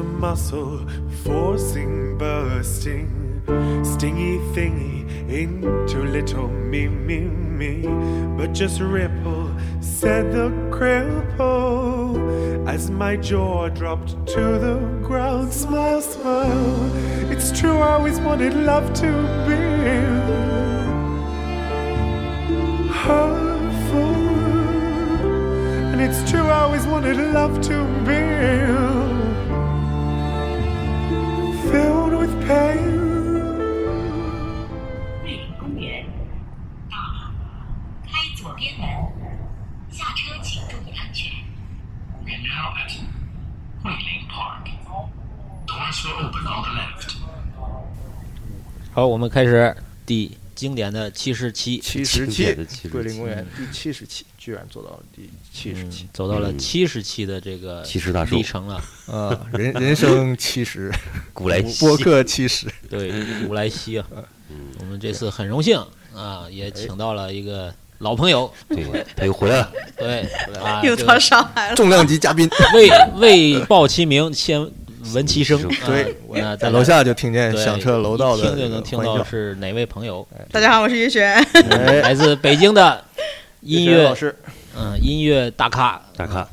muscle, forcing, bursting, stingy thingy into little me, me, me. But just ripple, said the cripple, as my jaw dropped to the ground. Smile, smile. It's true, I always wanted love to be hurtful. And it's true, I always wanted love to be filled with pain. 桂林公园到了，开左边门，下车请注意安全。 We're now at Guilin Park. Doors will open on the left. 好，我们开始第经典的七十七，七经十典的77期，桂林公园第七十期，居然做到了第七十期嗯，走到了嗯七十期的这个70大寿历程了。啊，人 人生七十，古来播稀啊播客七十， 对，古来稀啊，嗯我们这次很荣幸啊，也请到了一个老朋友，对，他又回来了，对哎啊，又这到个 上海了。重量级嘉宾。为为报其名，先闻其声。是啊对，我那在在楼下就听见对响彻楼道的一听就能听欢到叫是哪位朋友，大家好，我是于璇。哎，来自北京的 音岳泉老乐，师，嗯，音乐大咖大咖，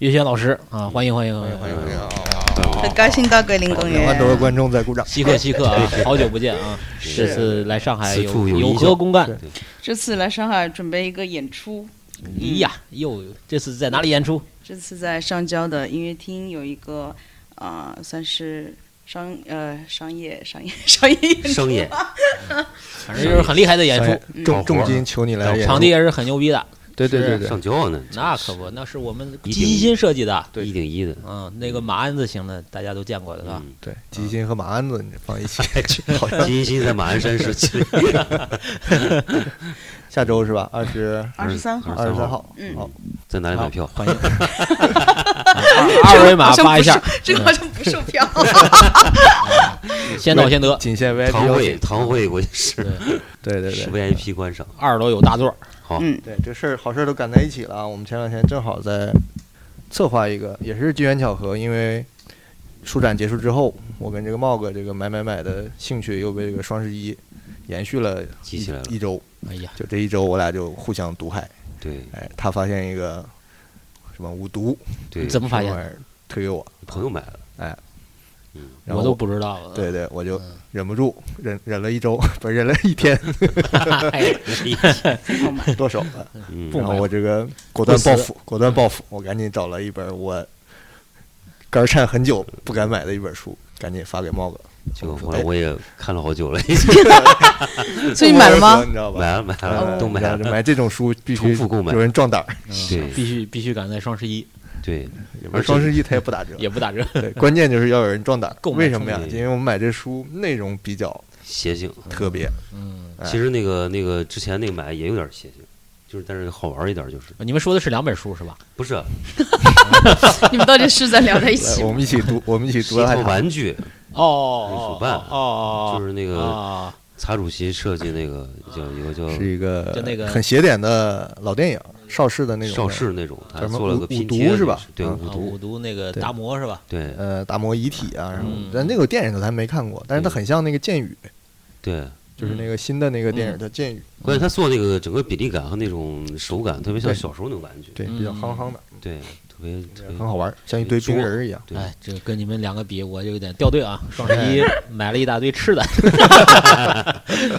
岳轩老师啊，欢迎欢迎欢迎欢迎欢迎啊！很高兴到桂林公两园万。多个观众在鼓掌，稀客稀客啊，好久不见啊！这次来上海此有处有有一何笑公干对？这次来上海准备一个演出，咦呀，又这次在哪里演出？这次在上交的音乐厅有一个啊、呃算是商呃商业商业 商业演出商演，反正就是很厉害的演出，哎重重金求你来演出场地，也是很牛逼的。对对对对，上交呢，那可不，那是我们一定基金设计的，对一顶一的，嗯，那个马鞍子型的，大家都见过的是吧？嗯，对，基金和马鞍子你放一起，好像 金鑫在马鞍山时期，下周是吧？二十二十三号，二十三号，嗯好，在哪里买票？欢 迎，啊啊二二维码 好像发一不下售，这个好像不售票。先到先得。仅限 VIP 堂邀会，请，堂会，我就是对对是对。 VIP 观赏，二楼有大座，好，嗯，对，这事儿好事儿都赶在一起了啊。我们前两天正好在策划一个，也是机缘巧合，因为书展结束之后，我跟这个茂哥这个买买买的兴趣又被这个双十一延续了激一起来了一周，哎呀，就这一周我俩就互相毒害。对哎，他发现一个什么无毒对，怎么发这现？玩意儿推给我，朋友买了？哎，嗯，然我后都不知道。对对，我就忍不住忍忍了一周，不是忍了一天 哎，剁手了。嗯不然后买我这个果断不报死复，果断报复，我赶紧找了一本我肝儿颤很久不敢买的一本书，赶紧发给猫哥。就我后说来哎我也看了好久了，所以你买了猫哥说吗？你知道吧？买了买了，嗯都买了然，后买这种书必须重复购买有人壮胆儿，对必须必须赶在双十一，对，也不而是且双十一它也不打折。也不打折。对，关键就是要有人壮胆儿购。买为什么呀冲？动因为我们买这书内容比较邪性。特别，嗯，哎其实那个那个之前那个买也有点邪性，就是但是好玩一点就是你们说的是两本书是吧？不是啊你们到底是在聊在一起来吗？我们一起 读，我们一起是读一了套它。玩具，哦哦手办哦哦，就是那个啊，擦主席设计那个叫有个叫是一个就那个很邪点的老电影，邵氏的那种邵的氏那种，他叫什么做了五个五拼毒贴是吧对，嗯五啊毒，五毒那个对达摩是吧？对呃达摩遗体啊什么嗯的，但那个电影我还没看过，但是它嗯很像那个《剑雨》，对。就是那个新的那个电影嗯叫《剑雨》，关键他做那个整个比例感和那种手感，特别像小时候那个玩具，对，比较夯夯的，对，特别特别很好玩，像一堆冰人儿 一样。对哎，这跟你们两个比，我就有点掉队啊！双十一哎 买了一大堆吃 的，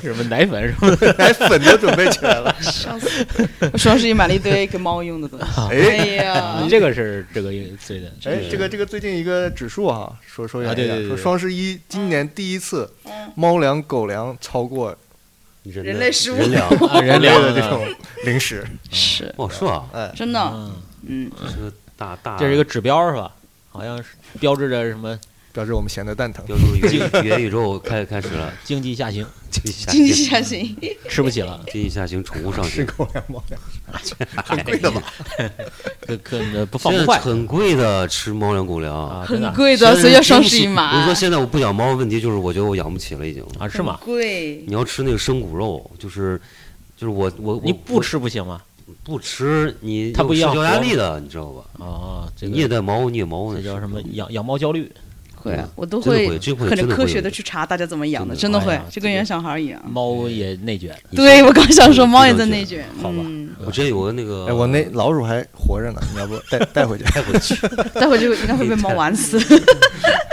什么奶粉什么的，奶粉都准备起来了，上次 我双十一买了一堆给猫用 的东西。哎 哎。啊呀你，这个是这个对的，哎，这个这个最近一个指数啊，说说啊远一对对点，对说对双十一今年第一次，猫粮、狗粮超过人人的类食物 人粮，啊人人类粮的这种零食，是哦，是吧？哎，真的，嗯，嗯，这是个大大，这是一个指标是吧？好像是标志着什么表示我们闲得蛋疼。标注元元宇宙开开始了，经济下行，经济下经济行，下行，吃不起了，经济下行，宠物上吃市，狗粮、猫粮，很贵的吧？可可不放现不在坏很贵的，吃猫粮狗粮啊，真很的贵的，所以要双十一买。我跟你说，现在我不养猫，问题就是我觉得我养不起了，已经。啊是吗？贵你要吃那个生骨肉，就是就是我我嗯我你不吃不行吗？不吃，你它不一样有活吃焦压吗力的，你知道吧？啊，这个虐待猫，虐猫这那叫是什么养养猫焦虑？会啊，我都真的会会这会很真的科会学有的去查大家怎么养的，真真的的会哎呀，就跟这个原小孩一样。猫嗯也内卷，对，我刚想说，非猫也常在卷内卷，好吧 嗯，我之前有个那个，哎，我那老鼠还活着呢，你要不 带带回去？带回去，待会儿就应该会被 猫玩死。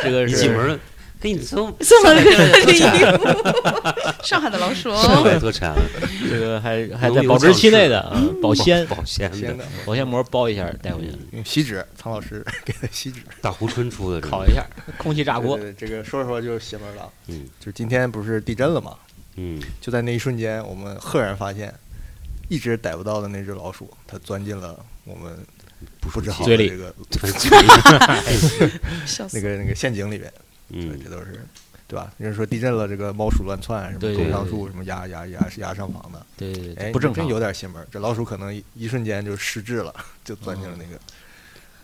这个一进是门给 你送这么个礼物， 上海的老鼠哦， 来 特产了，这个还还有在有保质期讲是内的啊，保鲜 保鲜天哪，的保鲜膜包一下带回去用嗯锡纸，苍老师 给他锡纸。大珂春出的这烤个，一下，空气炸锅对对对这个说着说着就邪门了。啊嗯就是今天不是地震了嘛？嗯，就在那一瞬间，我们赫然发现，一直逮不到的那只老鼠，它钻进了我们布置好嘴的里这个笑死那！个那个陷阱里边。对，嗯这，都是对吧？人家说地震了，这个猫鼠乱窜，啊什么对种对上对树，什么压压压压上房的，对对哎，对，不正真常。有点邪门儿。这老鼠可能一一瞬间就失智了， 就钻进了那个。哦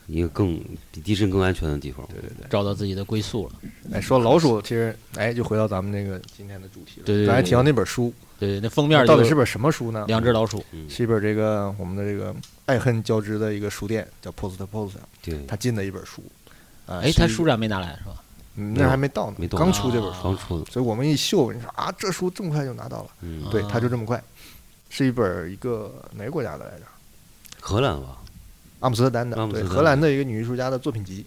一个更比地震更安全的地方，对对对。找到自己的归宿了，哎，说老鼠，其实哎，就回到咱们这个今天的主题了。对对对刚才对提到那本书，对，那封面到底就是本什么书呢？两只老鼠，嗯，是一本这个我们的这个爱恨交织的一个书店，叫 Post Post，对，他进的一本书。啊，哎，他是书展没拿来是吧？嗯那还没到呢，没到刚出这本啊书，刚出的，所以我们一秀，你说啊，这书这么快就拿到了。嗯，对，它就啊这么快，是一本儿一个哪个国家的来着？荷兰吧，阿姆斯特丹的阿，姆斯对，特丹荷兰的一个女艺术家的作品集。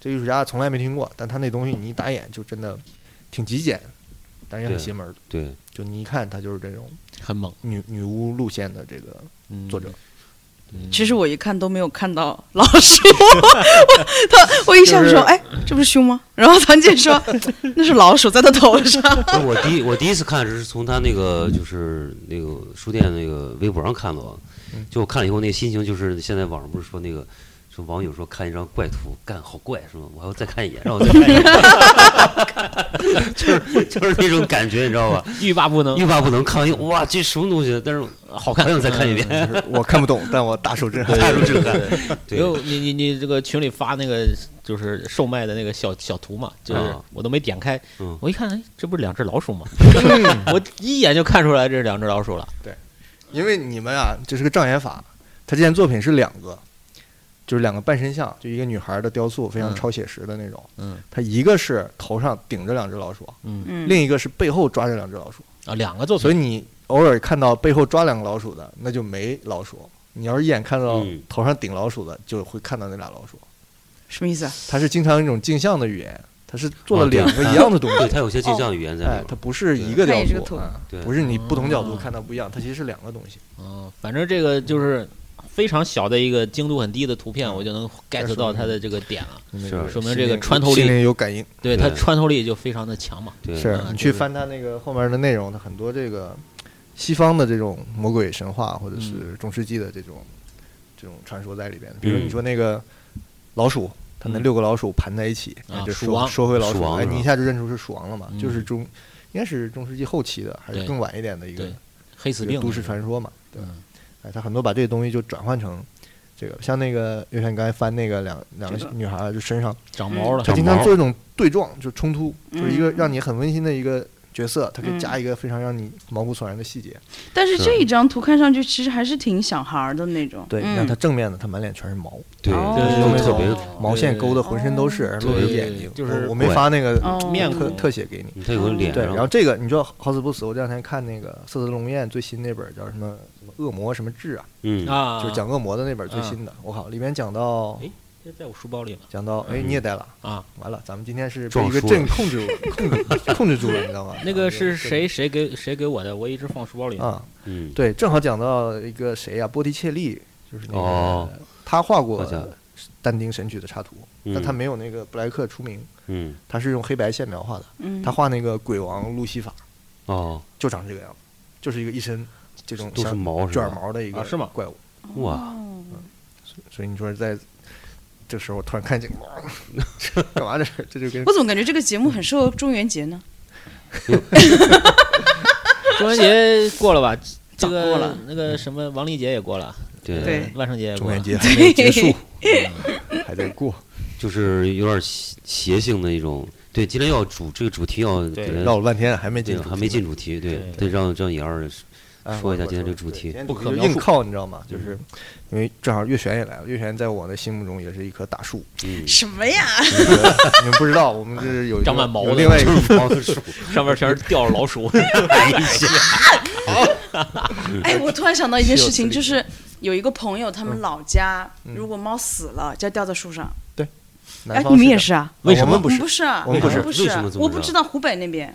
这艺术家从来没听过，但她那东西你一打眼就真的挺极简，但是也很对邪门儿。对，就你一看，她就是这种很猛，女女巫路线的这个嗯作者。嗯其实我一看都没有看到老鼠， 我他我一想就是说，哎，这不是熊吗？然后谭姐说， 那是老鼠在他头 上。不是我第一我第一次看是从他那个就是那个书店那个微博上看到的啊嗯，就我看了以后那心情就是现在网上不是说那个。说网友说看一张怪图，干好怪是吗？我还要再看一眼，让我再看一眼， 就是就是那种感觉，你知道吧？欲罢不能，欲罢不能，看完以后哇，这什么东西？但是好还看。想再看一遍，就是我看不懂，但我 大受震撼。大众这个，对因为你你你这个群里发那个就是售卖的那个小小图嘛，就是啊我都没点开嗯，我一看，哎，这不是两只老鼠 吗？我一眼就看出来这是两只老鼠了。因为你们啊，这是个障眼法。他这件作品是两个，就是两个半身像，就一个女孩的雕塑，非嗯常超写实的那种。嗯，他一个是头上顶着两只老鼠，嗯嗯，另一个是背后抓着两只老鼠。啊，两个作所以品，你偶尔看到背后抓两个老鼠的，那就没老鼠。你要是一眼看到嗯头上顶老鼠的，就会看到那俩老鼠。什么意思啊？它是经常一种镜像的语言，它是做了哦对两个一样的东 对，西，它有些镜像语言在哎里，它边。不是一个它也是雕个塑，图啊对不是你不同角度嗯看到不一样，它其实是两个东西。嗯，反正这个就是非常小的一个精度很低的图片，我就能 get 到它的这个点了。是说明心这个灵穿透力心灵有感应。对它对穿透力就非常的强嘛。对，是嗯你对去对翻它那个后面的内容，它很多这个西方的这种魔鬼神话或者是中世纪的这种、这种传说在里边。比如嗯你说那个老鼠，它那嗯六个老鼠盘在一起，啊哎就鼠说王说回老鼠鼠，王哎，是吧你一下就认出是鼠王了嘛，就是嗯中应该是中世纪后期的，还是对更晚一点的一个对黑死这病个那都市个传说嘛，对吧嗯？哎，他很多把这个东西就转换成。这个像那个，就像你刚才翻那个两两个这个女孩儿，就身上长毛了他，嗯啊经长常毛做一种对撞，就冲突，就是一个嗯让你很温馨的一个角色，他给嗯加一个非常让你毛骨悚然的细节。但是是这一张图看上去其实还是挺小孩儿的那种。对，你嗯看他正面的，他满脸全是毛，对，哦就特别，毛线勾的浑身都是，对露着对眼睛。就是我我没发那个哦面特孔特写给你。它嗯有个脸对，然后上，这个你知道好死不死，我这两天看那个色泽龙彦最新那本叫什么什么恶魔什么志啊，嗯，啊，就是讲恶魔的那本最新的。我靠，里面讲到哎这在我书包里了讲到，哎，嗯你也带了。啊。完了，咱们今天是被撞一个书阵了控制控制控制住了，你知道吗？那个是谁谁给谁给我的？我一直放书包里。啊？嗯，对，正好讲到一个谁啊呀、波提切利，就是那个、哦他画过好像《但丁神曲》的插图，嗯但他没有那个布莱克出名，嗯，他是用黑白线描画的，嗯，他画那个鬼王路西法哦，就长这个样子，就是一个一身这种都是像毛，是吧卷，毛的一个啊是吗怪物，哇，所以你说在这时候突然看见， 哇，干嘛这是这就跟我怎么感觉这个节目很受中元节呢？中元节过了吧？这个早过了那个什么王丽杰也过了，嗯对对万圣节也嗯中过元了。节还没有结 束，嗯还在过，就是有点邪邪性的一种。对，今天要主这个主题要对给它绕了半天还没对进，还没进。主题，对对对，让让野二哎说一下我今天这我个主对题今天不主可题就描硬述嗯靠，你知道吗？就是因为正好岳璇也来了，岳璇在我的心目中也是一棵大树。嗯，什么呀？这个你们不知道，我们这是有一个长满毛有的另外一个猫的树， 上面全是吊着老 鼠，哎，我突然想到一件事情，是有就嗯自理嗯是有一个朋友，他们老家如果猫死了，就要吊在树上。南哎，方你们是也的是啊？为什么我们不我们是不？是啊，我们不是不为什么这么知道我不知道湖北那边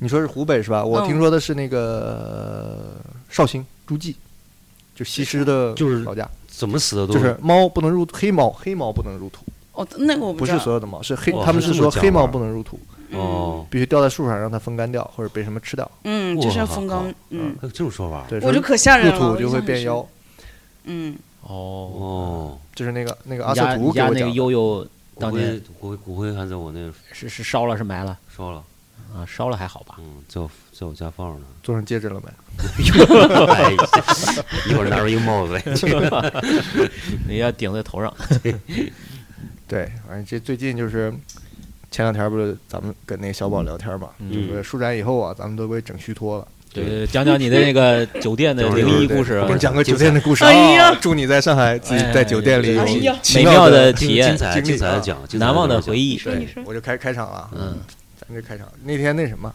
你说是湖北是吧？我嗯听说的是那个绍兴诸暨，就西施的就是老家，怎么死的都就是猫不能入黑猫，黑猫不能入土，哦，那个我不知是道。所有的猫，是黑，哇他们是是这说么讲啊黑猫法儿不能入土，哦，必须吊在树上让它风干掉，或者被什么吃掉。嗯，就是要风哇干好。嗯，还有这种说法？对，我就说可吓人入了。我土印就象会很变深妖。，嗯，哦，哦，就是那个那个你阿瑟家图你给家那我个讲的，悠悠骨当灰年骨灰骨灰还在我那是是烧了是埋了烧了，啊？烧了还好 吧？嗯，在我在我家放着呢。 做成戒指了没？哎一会儿拿出一个帽子来，你要顶在头上，对，反正这最近就是前两天不是咱们跟那个小宝聊天嘛，嗯就是舒展以后啊，咱们都被整虚脱了。对，讲讲你的那个酒店的对灵异对故事啊不，是讲个酒店的故事。哎呀啊祝你在上海自己在酒店里有哎呀奇美妙的的呃体验精，彩经历精彩啊的讲，精彩难忘的讲回。忆。说你说，我就开开场了啊，嗯，咱这开场那天那什么，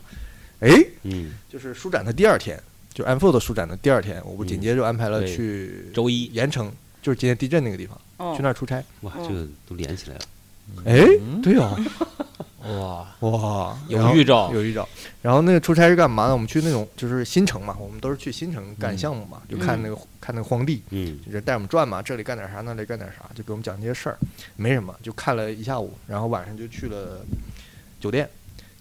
哎，嗯，就是舒展的第二天，就 Unfold 舒展的第二天，我不紧接着安排了嗯对去周一盐城，就是今天地震那个地方，哦去那儿出差。哇，嗯这个都连起来了。哎，对嗯哦，哇，哇，有然后预兆有预兆。然后那个出差是干嘛呢？我们去那种就是新城嘛，我们都是去新城嗯干项目嘛，就看那个看那个荒地，嗯，就是带我们转嘛，这里干点啥，那里干点啥，就给我们讲这些事儿，没什么，就看了一下午，然后晚上就去了酒店。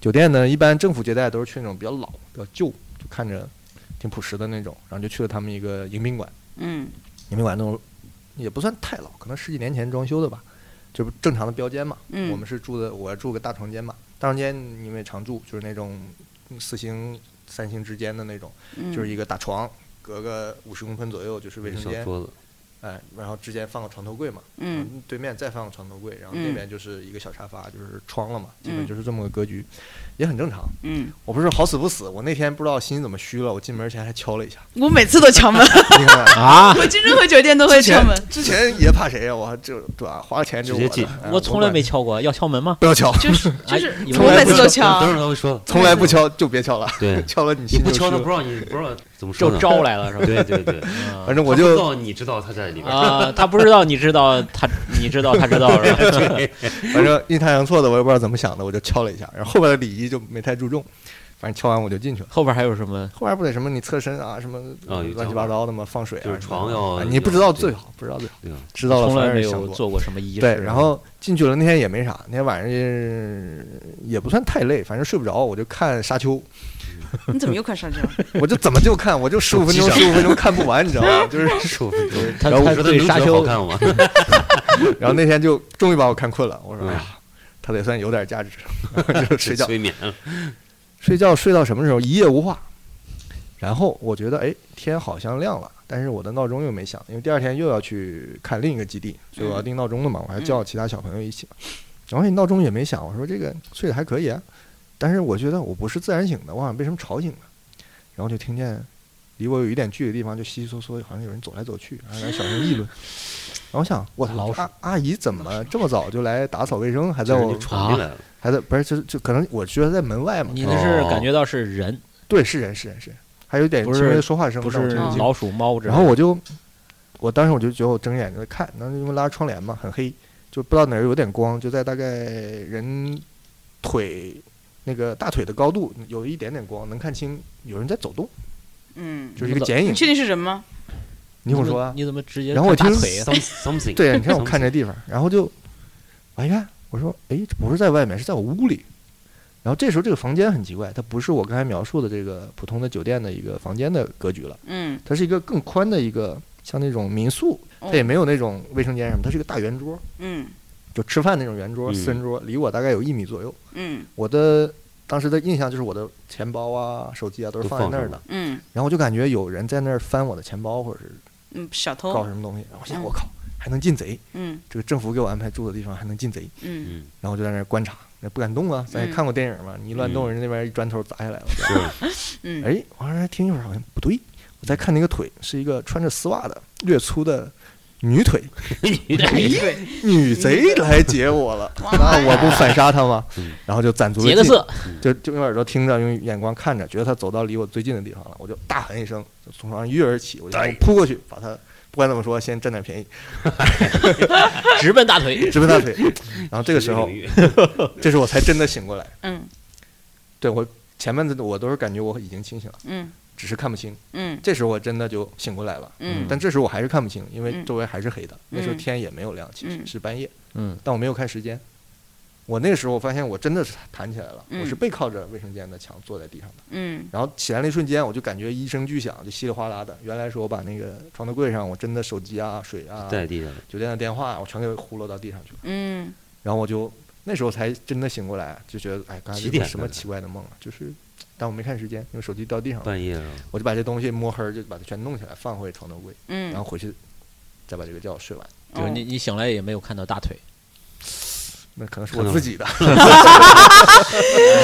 酒店呢，一般政府接待都是去那种比较老、比较旧，就看着挺朴实的那种，然后就去了他们一个迎宾馆，嗯迎宾馆那种也不算太老，可能十几年前装修的吧，这不正常的标间嘛。嗯我们是住的，我住个大床间嘛，大床间你们也常住，就是那种四星、三星之间的那种，嗯，就是一个大床，隔个五十公分左右就是卫生小间，桌子，哎，然后之间放个床头柜嘛，嗯，对面再放个床头柜，然后嗯那边就是一个小沙发，就是窗了嘛，基本嗯就是这么个格局，也很正常。嗯， 我不是好死不死，我那天不知道心怎么虚了，我进门前还敲了一下，我每次都敲门，你看看啊！我去任何酒店都会之敲前门。 之前也怕谁呀、啊我还这对吧？花了钱就是直接我的进哎我从来没管敲过，要敲门吗？不要敲， 就是就是哎，有我人每次都等会敲。儿他会说，从来不敲就别敲了，对 敲了你你心不就敲虚他了不知道你不知道 怎么说就呢。招来了是吧？对对对，嗯反正我他不知就道你知道他在里边 儿，啊，他不知道，你知道他，你知道他知道是吧？ 反正阴差阳错的，我也不知道怎么想的，我就敲了一下，然后后边的礼仪就没太注重，反正敲完我就进去了。后边还有什么？后边不得什么你侧身啊，什么啊有乱七八糟的嘛，放水啊，就是什么床要啊你不知道要最好，不知道最好，对吧？知道了从来反而没想有多做过什么仪式。啊对，然后进去了那天也没啥，那天晚上也也不算太累，反正睡不着，我就看沙丘，你怎么又看上去了？我就怎么就看，我就十五分钟手十机上五分钟看不完，你知道吗？ 就是十五分钟，他然后他我说他对能沙觉得丘好看吗？ 然后那天就终于把我看困了，我说嗯哎呀，他得算有点价值， 就睡觉催眠了，睡觉睡到什么时候一夜无话，然后我觉得哎天好像亮了，但是我的闹钟又没响，因为第二天又要去看另一个基地，所以我要定闹钟的嘛，我还叫其他小朋友一起，然后你闹钟也没响，我说这个睡得还可以啊，但是我觉得我不是自然醒的，我好像被什么吵醒了，然后就听见离我有一点距离的地方就稀稀嗦嗦，好像有人走来走去，还在小声议论。然后我想，我老操，鼠阿阿姨怎么这么早就来打扫卫生，还在人我就闯进来了，还在不是就就可能我觉得在门外嘛，你那哦是感觉到是人，对，是人，是人，是人，还有点不轻微是的说话声，不但我是听哦不清老鼠、猫之类的。然后我就，我当时我就觉得我睁眼睛看，那因为拉着窗帘嘛，很黑，就不知道哪儿有点光，就在大概人腿那个大腿的高度有一点点光，能看清有人在走动，嗯，就是一个剪你影。确定是人吗？你听我说啊，你怎么直接然后我看大听腿啊 Some- something，对，你看我看 something 这地方，然后就，我一看，我说，哎，这不是在外面，是在我屋里。然后这时候这个房间很奇怪，它不是我刚才描述的这个普通的酒店的一个房间的格局了。嗯，它是一个更宽的一个，像那种民宿，哦它也没有那种卫生间什么，它是一个大圆桌，嗯就吃饭那种圆桌，嗯四人桌，离我大概有一米左右。嗯我的当时的印象就是我的钱包啊、手机啊都是放在那儿都的放，嗯然后我就感觉有人在那儿翻我的钱包，或者是嗯，小搞偷。什么东西，然后我想嗯我靠，还能进贼！嗯这个政府给我安排住的地方还能进贼，嗯嗯，然后我就在那儿观察，那不敢动啊，咱也嗯看过电影嘛，你一乱动，嗯人家那边一砖头砸下来了。是嗯，哎，我说听一会儿好像不对，我我在看那个腿，是一个穿着丝袜的略粗的女腿，对，女贼来劫我 了，那我不反杀她吗嗯？然后就攒足了劫个劲色，就就用耳朵听着，用眼光看着，觉得他走到离我最近的地方了，我就大喊一声，就从床上跃而起，我就哎扑过去，把他不管怎么说，先占点便 宜，直奔大 腿。直奔大腿。然后这个时候，领域 这时候我才真的醒过来。嗯对我前面的我都是感觉我已经清醒了，嗯只是看不清。嗯这时候我真的就醒过来了，嗯但这时候我还是看不清，因为嗯周围还是黑的，那时候嗯天也没有亮，其实嗯是半夜，嗯，但我没有看时间。我那时候我发现我真的是弹起来了，我嗯是背靠着卫生间的墙坐在地上的。嗯然后起来那一瞬间，我就感觉一声巨响，就稀里哗啦的。原来是我把那个床头柜上我真的手机啊、水啊、在地上了，酒店的电话啊，我全给呼噜到地上去了。嗯然后我就那时候才真的醒过来，就觉得哎，刚才几有点个什么来着奇怪的梦啊？就是，但我没看时间，因为手机掉地上了，半夜 了，我就把这东西摸黑儿就把它全弄起来，放回床头柜，嗯，然后回去再把这个觉睡完。就是你你醒来也没有看到大腿，那可能啊是看我到自 了己的，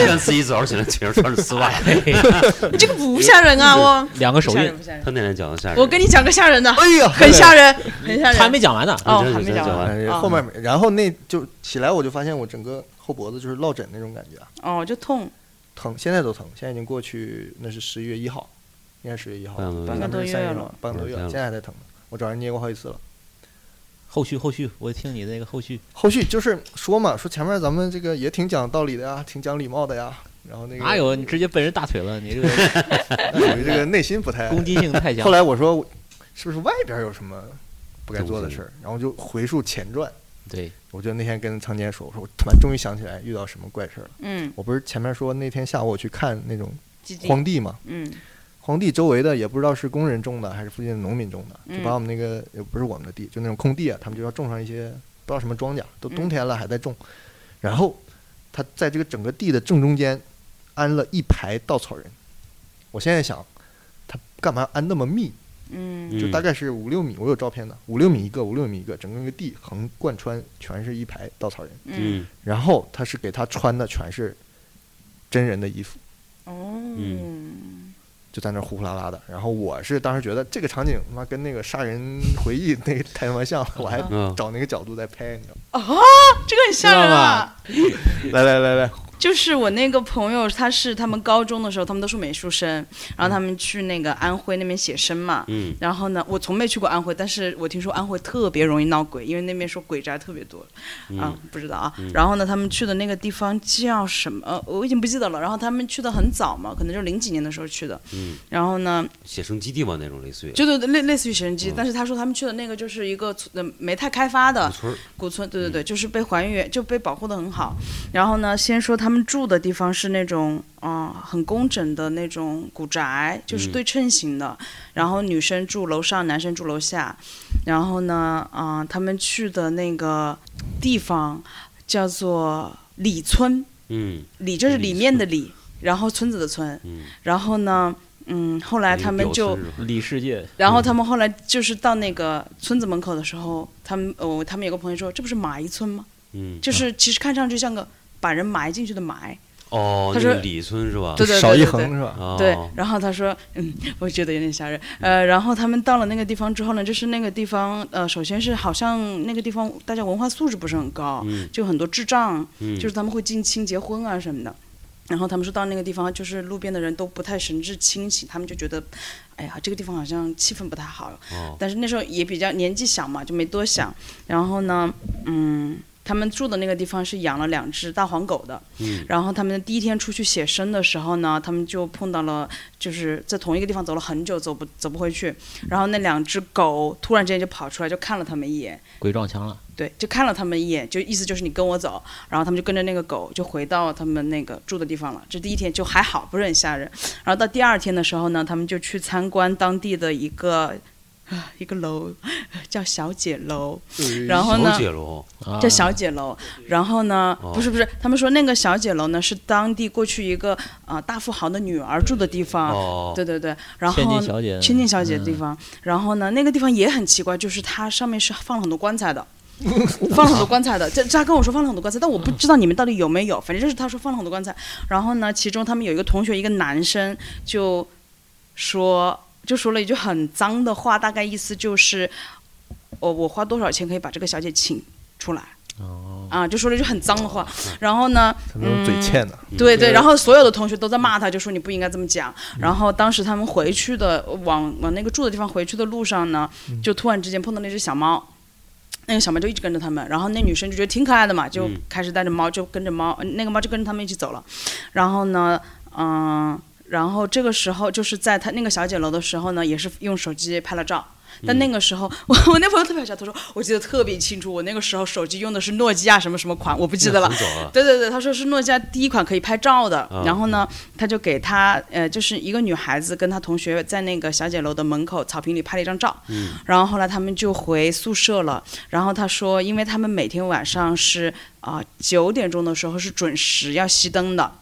看自己早上起来全是穿着丝袜。哦这个不吓人啊，我两个手不吓印人。不吓 人他，那天讲的吓人，我跟你讲个吓人的，哎呀，很吓人，很吓人，他还没讲完呢，哦你还讲没讲讲完，哎呀啊后面没，然后那就起来，我就发现我整个后脖子就是落枕那种感觉啊。哦，就痛，疼，现在都疼，现在已经过去，那是十一月一号，应该十月一号，半个多月咱们是三月份了，半个多月，嗯现在还在疼呢。我找人捏过好几次了。后续后续，我听你的那个后续，后续就是说嘛，说前面咱们这个也挺讲道理的呀，挺讲礼貌的呀，然后那个哪有你直接奔人大腿了？你这个属于这个内心不太 攻击性太强后。来我说，是不是外边有什么不该做的事儿？然后就回溯前传。对，我就那天跟仓坚说，我说我他妈终于想起来遇到什么怪事儿了。嗯，我不是前面说那天下午我去看那种鸡鸡，荒地嘛，嗯荒地周围的也不知道是工人种的还是附近的农民种的，嗯就把我们那个也不是我们的地，就那种空地啊，他们就要种上一些不知道什么庄稼，都冬天了还在种。然后他在这个整个地的正中间安了一排稻草人。我现在想，他干嘛安那么密？嗯嗯就大概是五六米，我有照片的，五六米一个，五六米一个，整个那个地横贯穿全是一排稻草人。嗯，嗯然后他是给他穿的全是真人的衣服。哦，就在那儿呼呼啦啦的。然后我是当时觉得这个场景他妈跟那个杀人回忆那个太他 妈像了，我还嗯，找那个角度在拍，你知道吗？啊，这个很吓人啊！来来来来，就是我那个朋友，他是他们高中的时候，他们都是美术生，然后他们去那个安徽那边写生嘛。嗯然后呢，我从没去过安徽，但是我听说安徽特别容易闹鬼，因为那边说鬼宅特别多。嗯啊，不知道啊。然后呢，他们去的那个地方叫什么？呃我已经不记得了。然后他们去的很早嘛，可能就零几年的时候去的。嗯，然后呢，写生基地嘛那种类似于就对对类类似于神嗯机，但是他说他们去的那个就是一个村呃没太开发的古村儿嗯古村，对对对，就是被还原就被保护的很好。然后呢，先说他们住的地方是那种嗯、呃很工整的那种古宅，就是对称型的。嗯然后女生住楼上，男生住楼下。然后呢，嗯、他们去的那个地方叫做李村，嗯，里就是里里面的里，然后村子的村。然后呢，嗯，后来他们就。李世界然后他们后来就是到那个村子门口的时候，他们呃，他们有个朋友说，这不是埋村吗？嗯就是其实看上去像个把人埋进去的埋，哦，他那个说李村是吧？对对对少一对横对是吧？哦嗯对。然后他说，嗯， 我觉得有点吓人。呃，然后他们到了那个地方之后呢，就是那个地方，呃，首先是好像那个地方大家文化素质不是很高，嗯就很多智障，嗯就是他们会近亲结婚啊什么的。然后他们说到那个地方，就是路边的人都不太神志清醒，他们就觉得，哎呀，这个地方好像气氛不太好。哦但是那时候也比较年纪小嘛，就没多想。然后呢，嗯，他们住的那个地方是养了两只大黄狗的。嗯然后他们第一天出去写生的时候呢，他们就碰到了，就是在同一个地方走了很久，走不走不回去。然后那两只狗突然之间就跑出来，就看了他们一眼。鬼撞墙了，对，就看了他们一眼，就意思就是你跟我走，然后他们就跟着那个狗就回到他们那个住的地方了。这第一天就还好，不是很吓人。然后到第二天的时候呢，他们就去参观当地的一个。啊一个楼 叫小姐楼，然后呢小，姐喽，啊叫小姐楼。然后呢，哦不是不是，他们说那个小姐楼呢是当地过去一个啊、呃大富豪的女儿住的地方。哦，对对对，然后千金小姐，嗯千金小姐的地方。然后呢，那个地方也很奇怪，就是它上面是放了很多 棺材的。放了很多棺材的，这这他跟我说放了很多棺材，但我不知道你们到底有没有，反正就是他说放了很多棺材。然后呢，其中他们有一个同学，一个男生就说就说了一句很脏的话，大概意思就是，哦我我花多少钱可以把这个小姐请出来？哦，啊，就说了一句很脏的话。然后呢，他们用嘴欠的，对对，然后所有的同学都在骂他，就说你不应该这么讲。然后当时他们回去的往往那个住的地方回去的路上呢，就突然之间碰到那只小猫。那个小猫就一直跟着他们，然后那女生就觉得挺可爱的嘛，就开始带着猫就跟着猫，呃那个猫就跟着他们一起走了。然后呢，嗯、然后这个时候就是在他那个小姐楼的时候呢，也是用手机拍了照。但那个时候， 我我那朋友特别好笑，他说我记得特别清楚，我那个时候手机用的是诺基亚什么什么款，我不记得了。很早啊， 对对对，他说是诺基亚第一款可以拍照的。啊然后呢，他就给他呃，就是一个女孩子跟她同学在那个小姐楼的门口草坪里拍了一张照。嗯然后后来他们就回宿舍了。然后他说，因为他们每天晚上是啊九、点钟的时候是准时要熄灯的。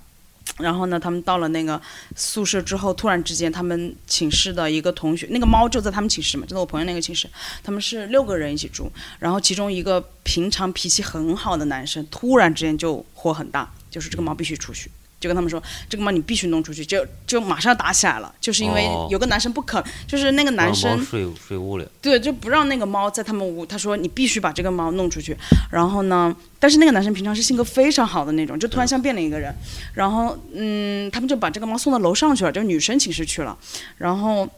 然后呢，他们到了那个宿舍之后，突然之间，他们寝室的一个同学，那个猫就在他们寝室嘛，就在我朋友那个寝室，他们是六个人一起住，然后其中一个平常脾气很好的男生，突然之间就火很大，就是这个猫必须出去，就跟他们说这个猫你必须弄出去，就就马上打起来了，就是因为哦有个男生不肯，就是那个男让生猫睡睡屋里，对，就不让那个猫在他们屋。他说你必须把这个猫弄出去。然后呢，但是那个男生平常是性格非常好的那种，就突然像变了一个人。然后嗯，他们就把这个猫送到楼上去了，就女生寝室去了。然后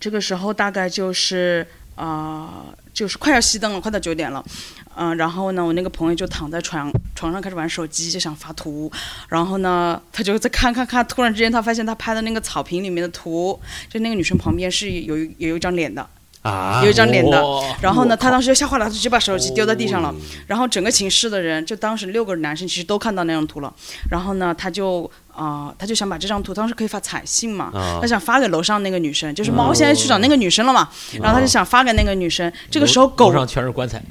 这个时候大概就是啊、就是快要熄灯了，快到九点了。嗯、然后呢，我那个朋友就躺在床床上开始玩手机，就想发图。然后呢，他就在看看看，突然之间他发现他拍的那个草坪里面的图，就那个女生旁边是有一有一张脸的。啊有一张脸的哇。然后呢，他当时就吓坏了，他直接把手机丢在地上了哦。然后整个寝室的人，就当时六个男生其实都看到那张图了。然后呢，他就啊、他就想把这张图，当时可以发彩信嘛，啊他想发给楼上那个女生，就是猫现在去找那个女生了嘛。然后他就想发给那个女生。这个时候狗楼上全是棺 材，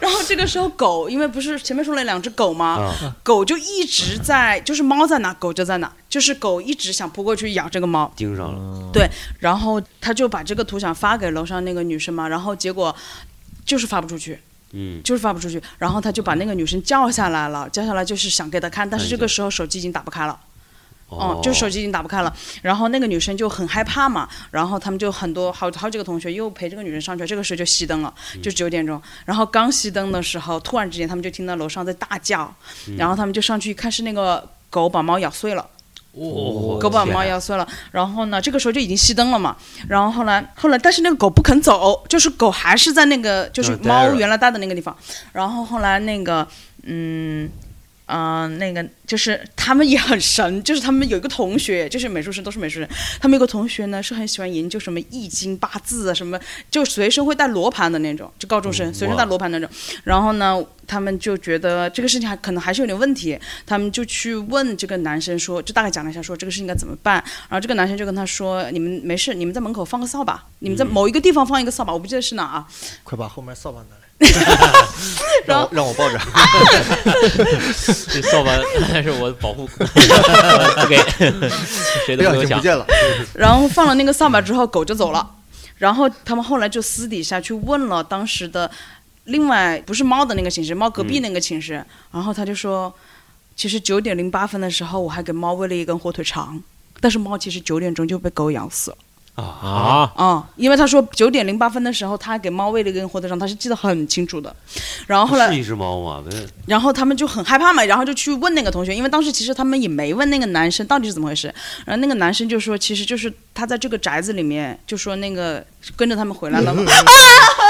然后这个时候狗，因为不是前面说了两只狗吗？狗就一直在，就是猫在哪，狗就在哪，就是狗一直想扑过去咬这个猫。盯上了，对，然后他就把这个图想发给楼上那个女生嘛，然后结果就是发不出去，嗯，就是发不出去。然后他就把那个女生叫下来了，叫下来就是想给她看，但是这个时候手机已经打不开了，哦嗯，，就手机已经打不开了。然后那个女生就很害怕嘛，然后他们就很多好好几个同学又陪这个女生上去，这个时候就熄灯了，嗯就九点钟。然后刚熄灯的时候，突然之间他们就听到楼上在大叫，嗯然后他们就上去一看是那个狗把猫咬碎了。哦狗把猫咬碎了，然后呢，这个时候就已经熄灯了嘛。然后后来，后来，但是那个狗不肯走，就是狗还是在那个就是那儿待猫着原来待的那个地方。然后后来那个，嗯。嗯、那个就是他们也很神，就是他们有一个同学，就是美术生，都是美术生。他们有个同学呢，是很喜欢研究什么易经、八字啊，什么就随身会带罗盘的那种，就高中生随身带罗盘那种。然后呢，他们就觉得这个事情还可能还是有点问题，他们就去问这个男生说，就大概讲了一下说这个事情该怎么办。然后这个男生就跟他说：“你们没事，你们在门口放个扫把，你们在某一个地方放一个扫把，我不记得是哪啊。嗯快把后面扫把拿来，然让后我让 我抱着。这扫把 是我保 护，不给 谁都不小不能心想不。见了，然后放了那个扫把之后，狗就走了。然后他们后来就私底下去问了当时的另外不是猫的那个寝室，猫隔壁那个寝室。然后他就说，其实九点零八分的时候，我还给猫喂了一根火腿肠，但是猫其实九点钟就被狗咬死了。啊，啊、因为他说九点零八分的时候，他给猫喂了一根火腿肠，他是记得很清楚的。然后后来是一只猫嘛，不是然后他们就很害怕嘛，然后就去问那个同学，因为当时其实他们也没问那个男生到底是怎么回事。然后那个男生就说，其实就是他在这个宅子里面，就说那个跟着他们回来 了嘛。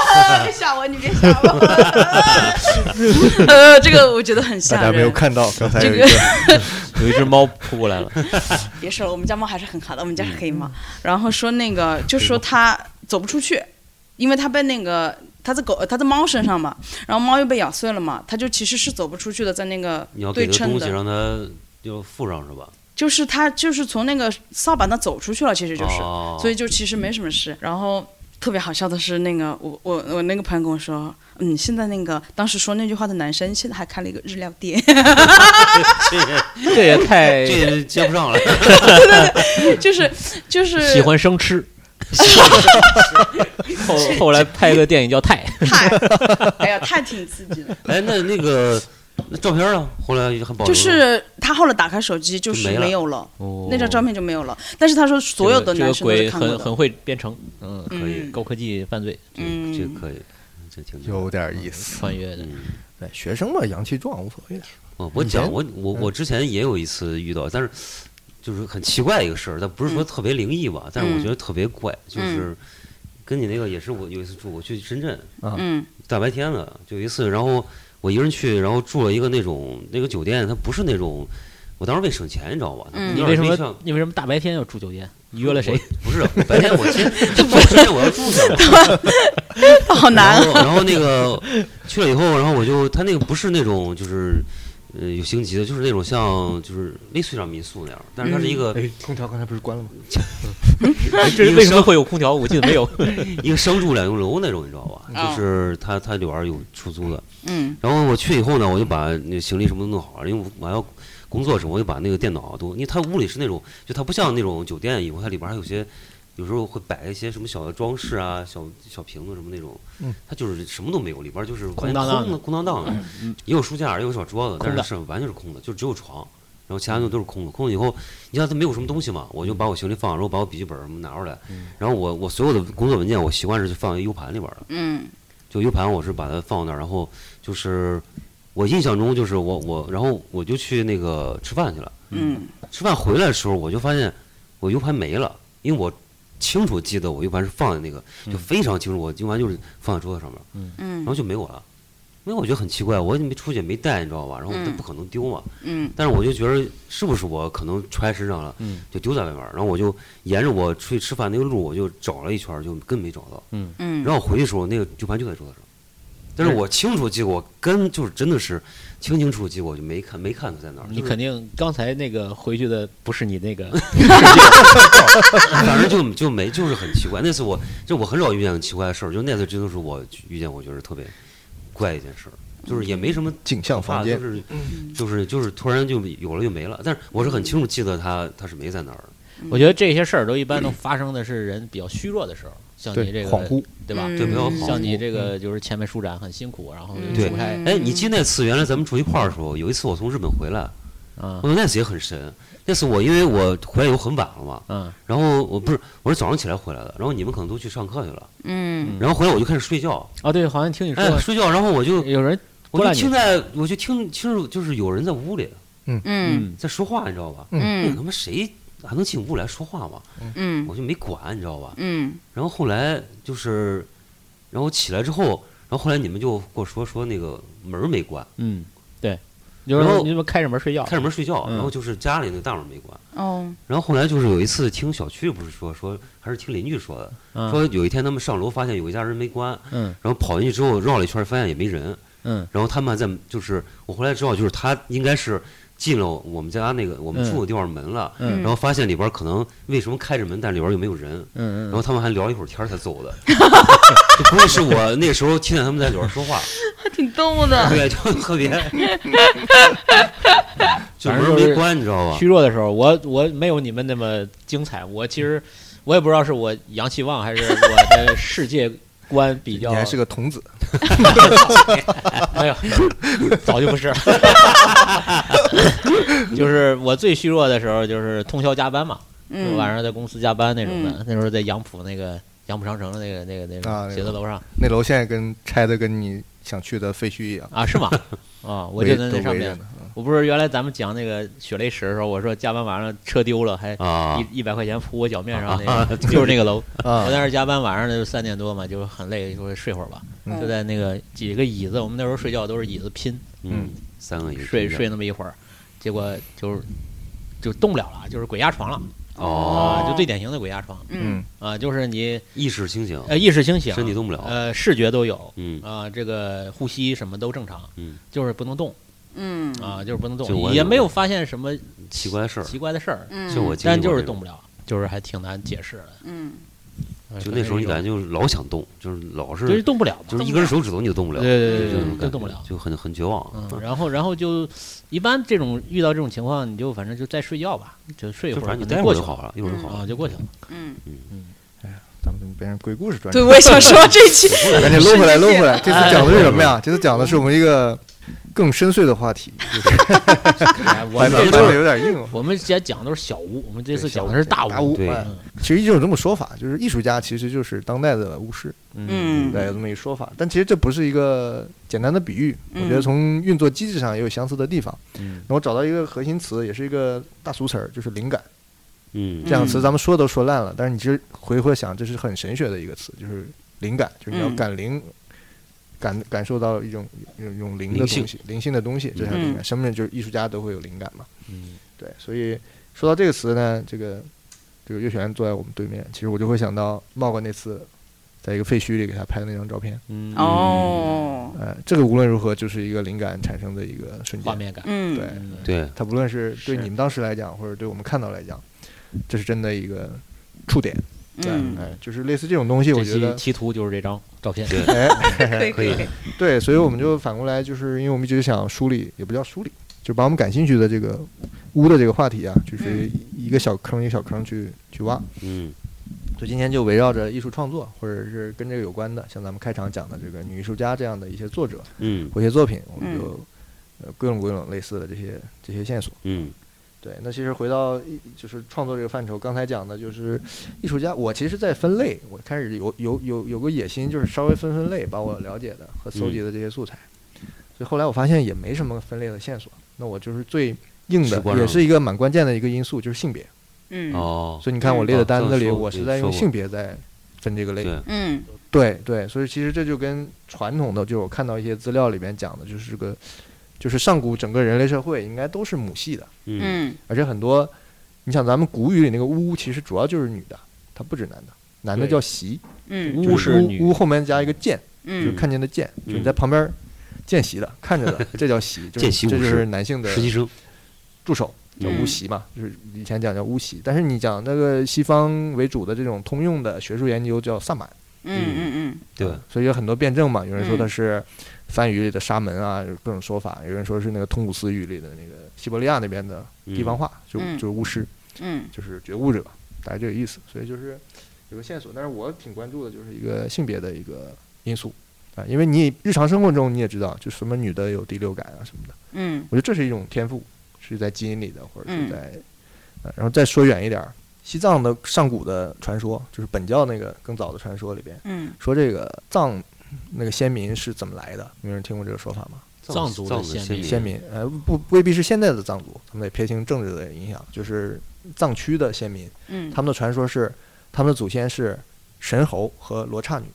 啊！别吓我，你别吓我。 呃，这个我觉得很大吓家人。没有看到，刚才有一这个个 有一只猫扑过来了，别说了，我们家猫还是很好的，我们家是嗯黑猫。然后说那个，就说它走不出去，因为它被那个它在狗呃它在猫身上嘛，然后猫又被咬碎了嘛，它就其实是走不出去的，在那个 你要给对个称东西的，让它就附上是吧？就是它就是从那个扫把那走出去了，其实就是，哦 所以就其实没什么事。然后特别好笑的是，那个我我我那个朋友跟我说，嗯，现在那个当时说那句话的男生，现在还开了一个日料店。 这也太这个接不 上了，就是就是喜欢生 吃。后后来拍个电影叫《泰》，太，哎呀，太挺刺激了。哎，那那个那照片呢？后来还保留了吗就是他后来打开手机就是就没了没有了，哦那张照片就没有了。但是他说 所有的这个这男个生都是鬼看过很的很，会编程，嗯，很可以嗯高科技犯罪这嗯这可以，这挺嗯牛。有点意思。穿越的，对，学生嘛，阳气壮无所谓。哦，我以嗯讲前我我我之前也有一次遇到，但是就是很奇怪一个事儿，但不嗯是说特别灵异吧，但是我嗯觉得特别怪，就是跟你那个也是我有一次住，我去深圳嗯大白天的就一次，然后我一个人去，然后住了一个那种那个酒店，它不是那种，我当时为省钱你知道吧？嗯你有为点什没么像你为什么大白天要住酒店？你约了谁？不是，我白天我 去，我深圳我要住下嘛。好难然。后然后那个去了以后，然后我就他那个不是那种就是呃有星级的，就是那种像就是类似于像民宿那样，但是它是一呃个、哎，空调刚才不是关了吗？这是为什么会有空调？我记得没有。一个商住两用楼那种，你知道吧？哦就是它它里边儿有出租的。嗯然后我去以后呢，我就把那个行李什么都弄好了，因为我还要工作什么，我就把那个电脑都，因为它屋里是那种，就它不像那种酒店以后，它里边儿还有嗯些。有时候会摆一些什么小的装饰啊，小小瓶子什么那种，嗯它就是什么都没有，里边儿就是空完全荡荡的嗯空的，空荡荡的，也有书架，也有小桌子，空但的是是完全是空的，就只有床，然后其他的都是空的。空了以后，你像它没有什么东西嘛，嗯我就把我行李放，然后把我笔记本什么拿出来，然后我我所有的工作文件，我习惯是放在 U 盘里边儿的，嗯就 U 盘我是把它放那儿，然后就是我印象中就是我我，然后我就去那个吃饭去了，嗯吃饭回来的时候我就发现我 U 盘没了，因为我清楚记得我 U 盘是放在那个，就非常清楚，我 U 盘就是放在桌子上面，然后嗯就没有了。因为我觉得很奇怪，我也没出去也没带，你知道吧？然后它嗯不可能丢嘛，嗯但是我就觉得是不是我可能揣身上了，嗯就丢在外面儿。然后我就沿着我出去吃饭那个路，我就找了一圈儿，就根本没找到。嗯，然后我回去的时候，那个 U 盘就在桌子上，但是我清楚记得，我跟就是真的是清清楚楚记得，我就没看没看它在哪 儿。你 肯肯定刚才那个回去的不是你那个，反正就就没就是很奇怪。那次我就我很少遇见很奇怪的事儿，就那次真的是我遇见我觉得特别怪一件事儿，就是也没什么景象怕，房就间，是就是就是突然就有了就没了。但是我是很清楚记得它它是没在哪儿的。我觉得这些事儿都一般都发生的是人比较虚弱的时候，像你这对，个恍惚。对吧？嗯对，没有嗯好像你这个就是前面舒展很辛苦，然后嗯就对出差，哎，你记得那次原来咱们住一块儿的时候，有一次我从日本回来，啊我那次也很神。那次我因为我回来以后很晚了嘛，啊然后我不是我是早上起来回来的，然后你们可能都去上课去了，嗯然后回来我就开始睡觉，哦，对，好像听你说哎睡觉，然后我 就有人我过就来你听，在我就听清楚就是有人在屋里嗯嗯，在说话，你知道吧？那嗯他妈谁还能进屋来说话嘛？嗯我就没管，你知道吧？嗯然后后来就是，然后起来之后，然后后来你们就跟我说说那个门儿没关，嗯，对，有然后人你怎么开着门睡觉？开着门睡觉，嗯然后就是家里那个大门没关。哦然后后来就是有一次听小区不是说说还是听邻居说的，啊说有一天他们上楼发现有一家人没关，嗯然后跑进去之后绕了一圈发现也没人，嗯然后他们还在就是我回来之后就是他应该是进了我们家那个我们住的地方门了，嗯然后发现里边可能为什么开着门但里边又没有人，嗯嗯然后他们还聊了一会儿天儿才走 的，就不会是我那时候听见他们在里边说话，还挺逗的。对，就 特别，就反正门就是没关你知道吧虚？弱的时候，我我没有你们那么精彩，我其实我也不知道是我阳气旺还是我的世界观比 你较，还是个童子，哎 呀，早就不是了。就是我最虚弱的时候，就是通宵加班嘛，就嗯，晚上在公司加班那种的。那时候在杨浦那个杨浦商城的那个那个那个啊嗯那写字楼上那楼现在跟拆的跟你想去的废墟一样，啊，是 吗？啊，我围就在都那上围着面。呢。嗯我不是原来咱们讲那个血泪史的时候，我说加班晚上车丢了，还啊，一一百块钱铺我脚面上那个，就是那个楼。我在那啊，儿加班，晚上就三点多嘛，就很累，就说睡会儿吧。嗯就在那个几个椅子，我们那时候睡觉都是椅子拼，嗯，三个一个睡睡那么一会儿，结果就是就动不了了，就是鬼压床了哦，啊，就最典型的鬼压床嗯啊，就是你意识清醒，呃意识清醒，哦身体动不了，呃视觉都有嗯啊，这个呼吸什么都正常，嗯，就是不能动嗯啊，就是不能就我动，也有没有发现什么奇怪的事儿，奇怪的事儿，嗯，就我经历但就过是这种动不了，就是还挺难解释的。嗯呃就那时候你感觉觉就是老想动，就是老是就是动不了嘛，就是一根手指头你就动不了，对对对就这对种对感动不觉了就很很绝望。啊嗯，然后然后就一般这种遇到这种情况，你就反正就再睡觉吧，就睡一就会反儿，正你可能待会过儿去就好了，一会儿就好啊，了。就过去了。嗯，咱们怎么变成鬼故事专对，场？我也想说这期 哎赶紧搂回来，搂回来。这次讲的是什么呀？这次讲的是我们一个更深邃的话题，就是哎我白们板这翻的都有点硬哦。我们之前讲的都是小屋，我们这次讲的是大嗯大屋。对哎其实就有这么说法，就是艺术家其实就是当代的巫师，嗯对，有这么一说法。但其实这不是一个简单的比喻，我觉得嗯从运作机制上也有相似的地方。嗯那我找到一个核心词，也是一个大俗词儿，就是灵感。嗯这两个词嗯咱们说都说烂了，但是你其实回回想，这是很神学的一个词，就是灵感，就是你要嗯感灵，感感受到一种一种一种灵的灵东性西，灵性的东西，这才是嗯灵感。什么人就是艺术家都会有灵感嘛。嗯对，所以说到这个词呢，这个这个岳璇坐在我们对面，其实我就会想到茂哥那次在一个废墟里给他拍的那张照片。嗯，哦，呃，这个无论如何就是一个灵感产生的一个瞬间画。面感。嗯，对，对，它不论是是对你们当时来讲，或者对我们看到来讲，这是真的一个触点。对，嗯，哎，就是类似这种东西，我这觉期得，题图就是这张照片。对哎，可以可以，对，所以我们就反过来，就是因为我们一直想梳理，也不叫梳理，就把我们感兴趣的这个屋的这个话题啊，嗯就是一个小坑一个小坑去去挖。嗯所以今天就围绕着艺术创作，或者是跟这个有关的，像咱们开场讲的这个女艺术家这样的一些作者嗯或一些作品，我们嗯就呃归拢归拢类似的这些这些线索。嗯对，那其实回到艺就是创作这个范畴，刚才讲的就是艺术家。我其实，在分类，我开始有有有有个野心，就是稍微分分类，把我了解的和搜嗯集的这些素材。所以后来我发现也没什么分类的线索。那我就是最硬直的观，上也是一个蛮关键的一个因素，就是性别。嗯，哦，所以你看我列的哦单这子样里，说我是你在用说过性别在分这个类。对，嗯，对对，所以其实这就跟传统的，就我看到一些资料里面讲的，就是这个，就是上古整个人类社会应该都是母系的。嗯嗯，而且很多，你想咱们古语里那个巫，其实主要就是女的，它不止男的，男的对叫席，嗯，就巫是女巫，巫后面加一个见，就是嗯，看见的见，就你嗯在旁边见席的，看着的，这叫席，就是见习这巫就师是男性的实习生，助手，叫巫嗯席嘛，就是以前讲叫巫席，但是你讲那个西方为主的这种通用的学术研究叫萨满，嗯嗯对，所以有很多辩证嘛，有人说它嗯是梵语里的沙门啊，有各种说法，有人说是那个通古斯语里的那个西伯利亚那边的地方话，就嗯就是巫师。嗯就是觉悟者，大概这个意思。所以就是有个线索，但是我挺关注的就是一个性别的一个因素啊，因为你日常生活中你也知道，就什么女的有第六感啊什么的，嗯我觉得这是一种天赋，是在基因里的，或者是嗯在、呃，然后再说远一点儿，西藏的上古的传说，就是本教那个更早的传说里边嗯说这个藏。那个先民是怎么来的？没有人听过这个说法吗？藏族的藏先民，民先民，呃，不未必是现在的藏族，咱们得撇清政治的影响，就是藏区的先民嗯，他们的传说是，他们的祖先是神猴和罗刹女。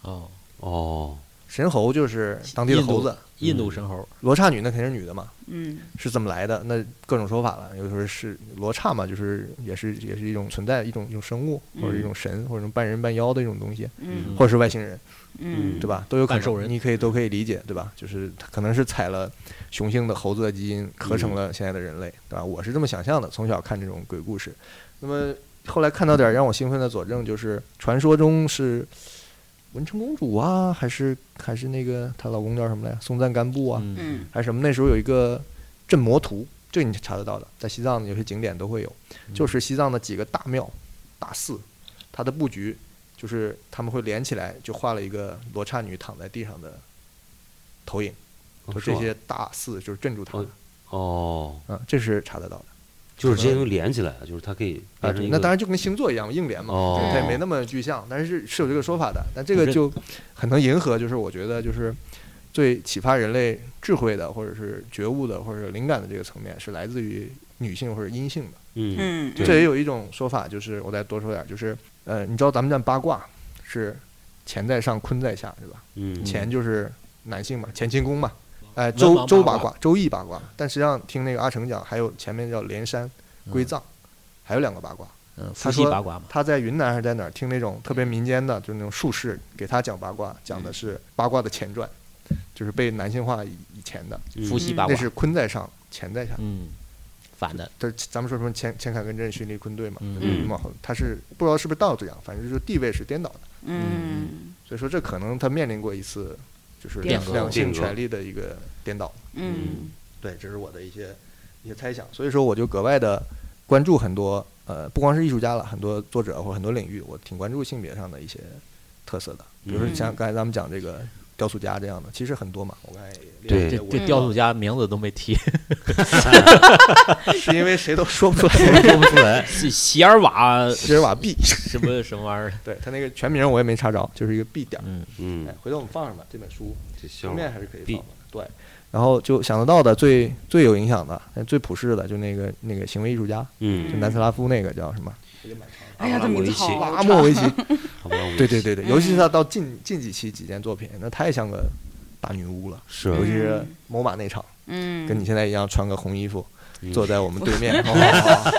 哦，哦，神猴就是当地的猴子，嗯印度神猴，罗刹女那肯定是女的嘛，嗯是怎么来的？那各种说法了，有的时候是罗刹嘛，就是也是也是一种存在，一种一种生物，或者嗯一种神，或者一种半人半妖的一种东西，嗯或者是外星人，嗯对吧？都有可半兽能，人你可以都可以理解，对吧？就是他可能是采了雄性的猴子的基因，合成了现在的人类，对吧？我是这么想象的，从小看这种鬼故事，那么后来看到点儿让我兴奋的佐证，就是传说中是文成公主啊，还是还是那个她老公叫什么来着？松赞干布啊，嗯，嗯还是什么？那时候有一个镇魔图，这个你查得到的，在西藏的有些景点都会有，嗯就是西藏的几个大庙、大寺，它的布局就是他们会连起来，就画了一个罗刹女躺在地上的投影。哦就是这吧些大寺就是镇住她，哦，嗯，这是查得到的。就是这些东西连起来，就是它可以啊变成一，个，那当然就跟星座一样硬连嘛，哦对它也没那么具象，但是是有这个说法的。但这个就很能迎合，就是我觉得就是最启发人类智慧的，或者是觉悟的，或者是灵感的这个层面，是来自于女性或者阴性的。嗯嗯，对这也有一种说法，就是我再多说点儿，就是呃，你知道咱们讲八卦是乾在上，坤在下，对吧？嗯哦乾就是男性嘛，乾清宫嘛。哎，文周王周八八卦卦，周易八卦，但实际上听那个阿成讲，还有前面叫连山、归藏，嗯还有两个八卦，嗯，伏他羲说八卦嘛，他在云南还是在哪儿听那种特别民间的，就是那种术士给他讲八嗯卦，讲的是八卦的前传，就是被男性化以以前的，嗯伏羲八那卦，是坤在上，乾在下。嗯，反的，就是咱们说什么乾乾坎艮震巽离坤兑嘛，嗯就是往后他是不知道是不是道这样，反正就是地位是颠倒的。嗯所以说这可能他面临过一次就是变革两性变革权力的一个颠倒。嗯对，这是我的一些一些猜想。所以说，我就格外的关注很多呃，不光是艺术家了，很多作者或很多领域，我挺关注性别上的一些特色的。比如说嗯像刚才咱们讲这个雕塑家这样的，其实很多嘛。我刚才也对列这了一些这雕塑家名字都没提，我是因为谁都说不出来。说不出来。是席尔瓦 希尔瓦 B，什么什么玩意儿？对他那个全名我也没查着，就是一个 B 点儿。嗯哎，，回头我们放上吧，这本书这笑封话面还是可以 B 放的。对，然后就想得到的最最有影响的、哎最普世的，就那个那个行为艺术家，就嗯，南斯拉夫那个叫什么哎呀，这名字好阿阿老莫长。维奇。好吧，我们对对对对，尤其是他到近近几期几件作品，那太像个大女巫了。是尤其是某马那场，嗯，跟你现在一样穿个红衣服嗯坐在我们对面，哦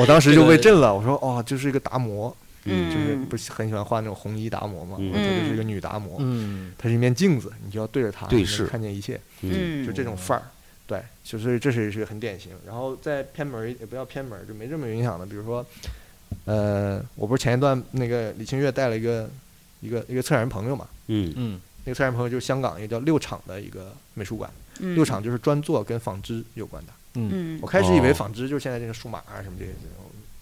我当时就被震了。我说哦，就是一个达摩，嗯就是不是很喜欢画那种红衣达摩嘛，嗯我觉得就是一个女达摩，嗯，它是一面镜子，你就要对着它，对你能视看见一切，嗯嗯，就这种范儿。对，就是这是是很典型。然后再偏门儿也不要偏门儿，就没这么有影响的，比如说，呃，我不是前一段那个李清月带了一个一个一个策展人朋友嘛，嗯嗯那个策展朋友就是香港一个叫六厂的一个美术馆，嗯六厂就是专做跟纺织有关的。嗯嗯我开始以为哦纺织就是现在这个数码啊什么这些，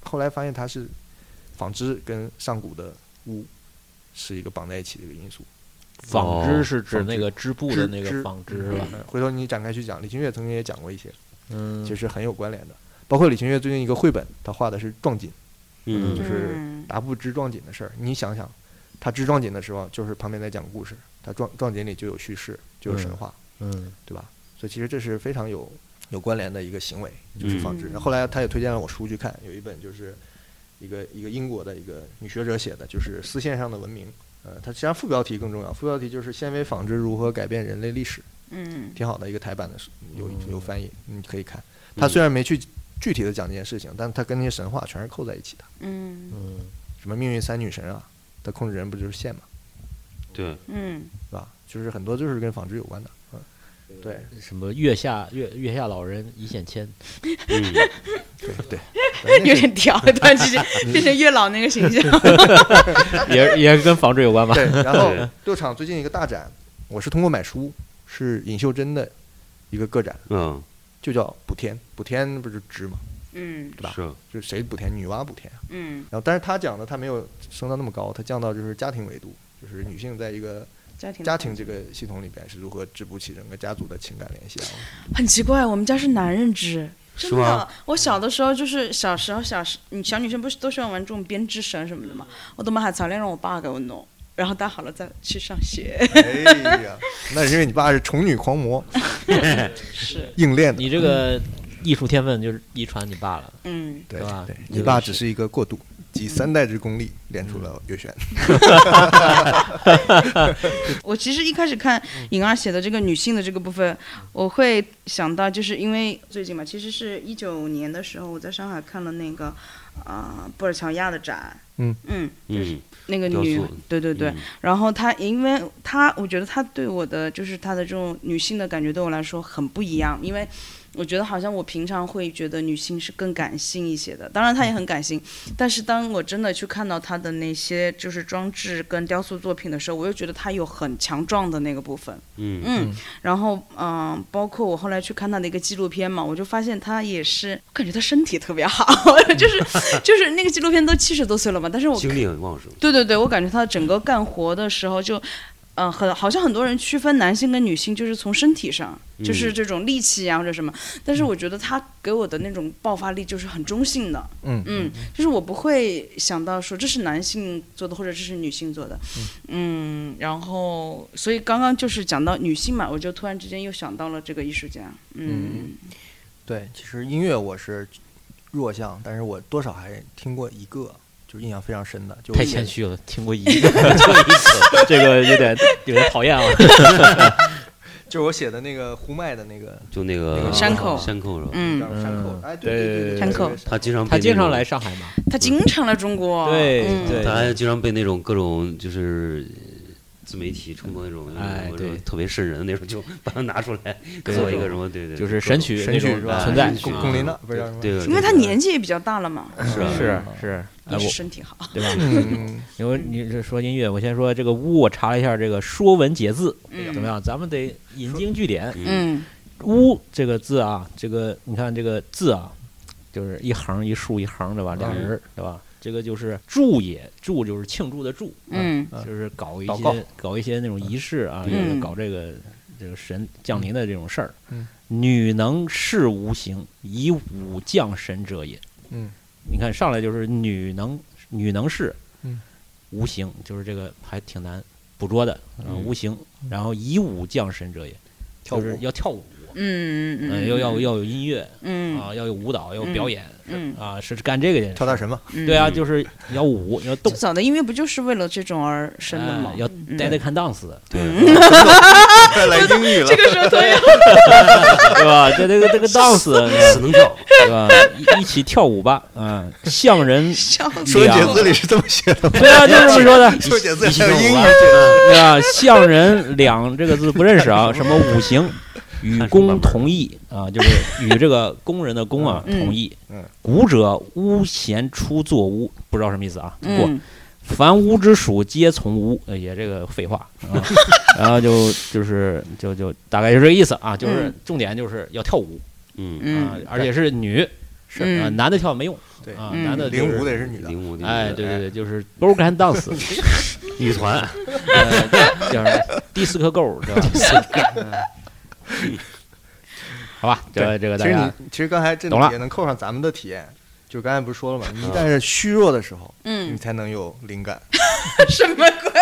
后来发现它是纺织跟上古的巫是一个绑在一起的一个因素。纺织是指纺织那个织布的织那个纺织是吧？嗯回头你展开去讲，李清月曾经也讲过一些，嗯，其实很有关联的。包括李清月最近一个绘本，他画的是壮锦，嗯就是嗯达布织壮锦的事儿。你想想，他织壮锦的时候，就是旁边在讲故事，他壮壮锦里就有叙事，就有神嗯话。嗯对吧？所以其实这是非常有有关联的一个行为，就是嗯纺织。然后后来他也推荐了我书去看，有一本就是一个一个英国的一个女学者写的，就是《丝线上的文明》。呃，它实际上副标题更重要，副标题就是“纤维纺织如何改变人类历史”，嗯挺好的一个台版的书，有有翻译，你可以看。嗯他虽然没去具体的讲这件事情，但他跟那些神话全是扣在一起的，嗯嗯什么命运三女神啊，它控制人不就是线嘛，对，嗯是吧？就是很多就是跟纺织有关的，嗯，对，什么月下月月下老人一线牵，嗯，对对，有点调，突然之间变成月老那个形象。也也跟纺织有关吧？对，然后对六厂最近一个大展，我是通过买书，是尹秀珍的一个个展，嗯，就叫补天。补天不是织嘛，嗯对吧？是，就是谁补天，女娲补天啊。嗯，然后，但是他讲的他没有升到那么高，他降到就是家庭维度，就是女性在一个家庭家庭这个系统里边是如何织补起整个家族的情感联系啊。很奇怪，我们家是男人织。是真的吗，我小的时候就是小时候小时，嗯小女生不是都喜欢玩这种编织绳什么的嘛？我都买海草链让我爸给我弄，然后搭好了再去上学。哎呀，那是因为你爸是宠女狂魔，是，硬练的。你这个艺术天分就是遗传你爸了，嗯，对是吧对，这你个爸是只是一个过渡，集三代之功力练出了月旋。我其实一开始看嗯颖儿写的这个女性的这个部分，我会想到，就是因为最近嘛，其实是一九年的时候，我在上海看了那个啊、呃布尔乔亚的展，嗯嗯，嗯，那个雕女塑，对对对，嗯然后她，因为她，我觉得她对我的就是她的这种女性的感觉对我来说很不一样，因为我觉得好像我平常会觉得女性是更感性一些的，当然她也很感性，但是当我真的去看到她的那些就是装置跟雕塑作品的时候，我又觉得她有很强壮的那个部分。嗯嗯，然后嗯、包括我后来去看他的一个纪录片嘛，我就发现他也是，我感觉他身体特别好， 就是就是那个纪录片都七十多岁了嘛，但是嗯我精力很旺盛，对对对，我感觉他整个干活的时候就。嗯、很好像很多人区分男性跟女性，就是从身体上，就是嗯这种力气啊或者什么。但是我觉得他给我的那种爆发力就是很中性的，嗯嗯，就是我不会想到说这是男性做的，或者这是女性做的，嗯，然后所以刚刚就是讲到女性嘛，我就突然之间又想到了这个艺术家，嗯对，其实音乐我是弱项，但是我多少还听过一个，就是印象非常深的，就太是谦虚了，听过 一个就一个，这个有点有点讨厌了。就是我写的那个呼麦的那个就那个山口山口是吧？嗯，叫山口，哎，对对对对对，山对口，对他经常 被他经那常种来上海嘛，他经常来中国，对嗯对他还经常被那种各种就是自媒体冲破那种，哎或者对特别瘆人的那 种，就把它拿出来对做一个什么，对对，就是各种神曲那神曲种是吧？存在啊神曲龚龚琳娜不是叫什么？对，对因为他年纪也比较大了嘛，是啊是是，哎也是我身体好，对吧？嗯，因为你是说音乐，我先说这个巫，我查了一下这个《说文解字》嗯怎么样？咱们得引经据典。嗯嗯巫这个字啊，这个你看这个字啊，就是一行一竖一行，对吧？俩人儿，对吧？这个就是祝也，祝就是庆祝的祝，嗯嗯就是搞一祷告些搞一些那种仪式啊，嗯就是搞这个这个神降临的这种事儿。嗯女能视无形，以武降神者也。嗯，你看上来就是女能女能视，嗯，无形就是这个还挺难捕捉的，啊，嗯无形，然后以武降神者也，跳就是舞要跳舞，嗯嗯嗯，嗯，要要要有音乐嗯啊，要有舞蹈，要有表演，嗯是啊，是干这个的。跳大神嘛，嗯对啊，就是要舞，要动最，早的音乐不就是为了这种而生的吗哎？ 要嗯呆呆看档次，嗯再 来英语了这。个时候都要 对吧？这这个这个档次，死能跳，对吧？一一起跳舞吧，嗯，向人，笑死。 说啊解字里是这么写的 吗？对啊，就是这么说的， 说解字一里起还有跳舞英语吧解字，对吧？向人两这个字不认识 啊，什么五行，与工同意啊，就是与这个工人的工啊嗯同意嗯。古者巫贤出作巫，不知道什么意思啊？过嗯，凡巫之属皆从巫，呃也这个废话啊。 然后就就是就就大概就这个意思啊，就是嗯重点就是要跳舞嗯，嗯啊，而且是女，是啊，嗯男的跳没用，对啊，嗯男的就零是五得是女的，零五，哎，对对对，就是 broken dance，女团，呃对就是迪斯科 girl，对吧？嗯好吧，这个这个其大实家你其实刚才这懂了也能扣上咱们的体验，就刚才不是说了吗？你一旦是虚弱的时候，你嗯，才能有灵感。什么鬼？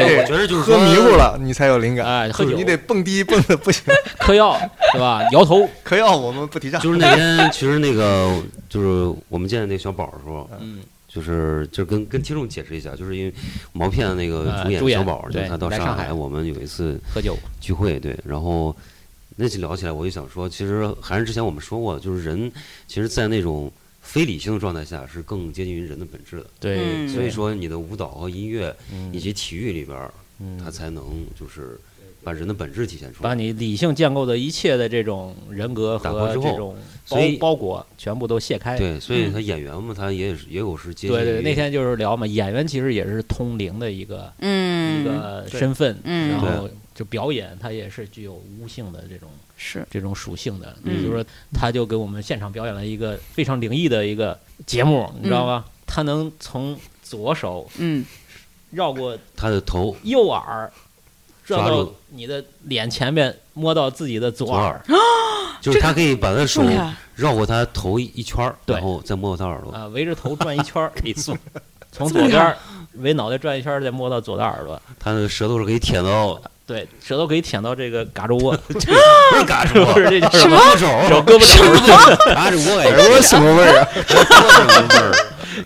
哎对我觉，得就是喝说迷糊，了你才有灵感，哎，喝酒你得蹦迪蹦的不行，嗑药，对吧？摇头，嗑药我们不 提倡。就是那天其实那个就是我们见那小宝的时候，嗯，就是就是跟跟听众解释一下，就是因为毛片的那个呃主主演演小宝，就对他到来上上海，海我们有一次喝酒，聚会，对，然后那次聊起来，我就想说，其实还是之前我们说过，就是人其实，在那种非理性的状态下，是更接近于人的本质的。对，嗯所以说，你的舞蹈和音乐嗯以及体育里边儿，嗯它才能就是把人的本质体现出把来。你理性建构的一切的这种人格打破和之这后种包所以包裹全部都卸开。对，所以他演员嘛，他也是也有是接嗯近对对，于那天就是聊嘛，演员其实也是通灵的一个一嗯，个身份，嗯然后就表演，它也是具有巫性的这种是，这种属性的。嗯比如说，他就给我们现场表演了一个非常灵异的一个节目，你知道吗？他能从左手嗯绕过他的头右耳，绕抓到住你的脸前面，摸到自己的左左耳耳，就是他可以把他的手这个呀绕过他头一圈儿，对然后再摸到他耳朵。啊，围着头转一圈儿，可以做。从这左么厉边害儿围脑袋转一圈儿，再摸到左的耳朵，他的哦舌头是可以舔到，对，舌头可以舔到这个嘎吱窝，这 不是嘎吱不窝，是这叫什么？胳膊肘儿，手胳膊肘儿，嘎吱窝耳朵什么味儿啊？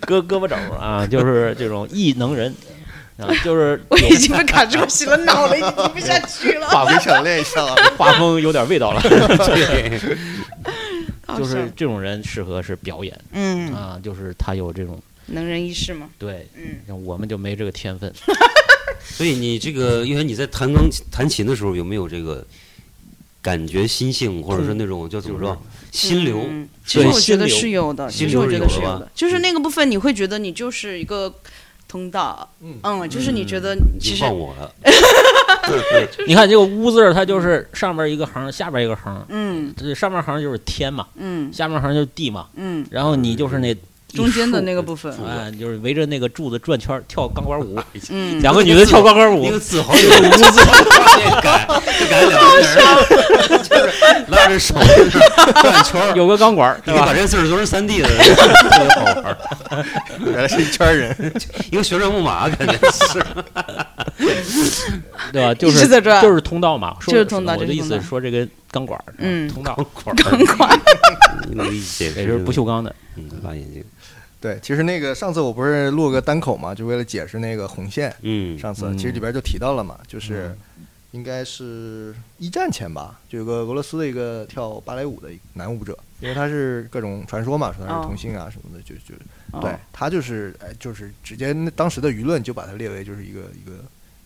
胳胳膊肘儿啊，就是这种异能人啊，就是我已经被卡住洗了脑了，已经听不下去了。 我想练一下啊。画风有点味道了，对，好就笑是这种人适合是表演啊嗯，啊，就是他有这种能人异士嘛，对，嗯像我们就没这个天分，所以你这个，因为你在弹钢琴弹琴的时候，有没有这个感觉心性，或者是那种叫怎么说心流？嗯其实对我觉心流得是有的，心其实我流是觉得有是的有吧的，就是嗯那个部分你会觉得你就是一个通道，嗯嗯，就是你觉得已其经实忘我了，你看这个“巫”字儿，它就是上边一个横，下边一个横，嗯这上面横就是天嘛，嗯下面横就是地嘛，嗯，然后你就是那一中间的竖那个部分，哎，就是围着那个柱子转圈儿跳钢管舞，嗯，两个女的跳钢管舞那，个字好有个污字，这改这改两个人儿，就是拉着手转圈儿。有个钢管儿，你对把吧？这字儿都是三 D 的， 特别好玩儿， 原来是一圈人，一个旋转木马感觉是。对吧？就一是直在转就是通道嘛，说就是通道我的就是意通思道说这个钢管儿，嗯通道管很快，能理解，也就是不锈钢的，哎嗯，拉眼睛，对，其实那个上次我不是录个单口嘛，就为了解释那个红线。嗯，上次嗯其实里边就提到了嘛，就是嗯应该是一战前吧，就有个俄罗斯的一个跳芭蕾舞的一个男舞者，因为他是各种传说嘛，说他哦是同性啊什么的，就就哦对他就是哎就是直接那当时的舆论就把他列为就是一个一个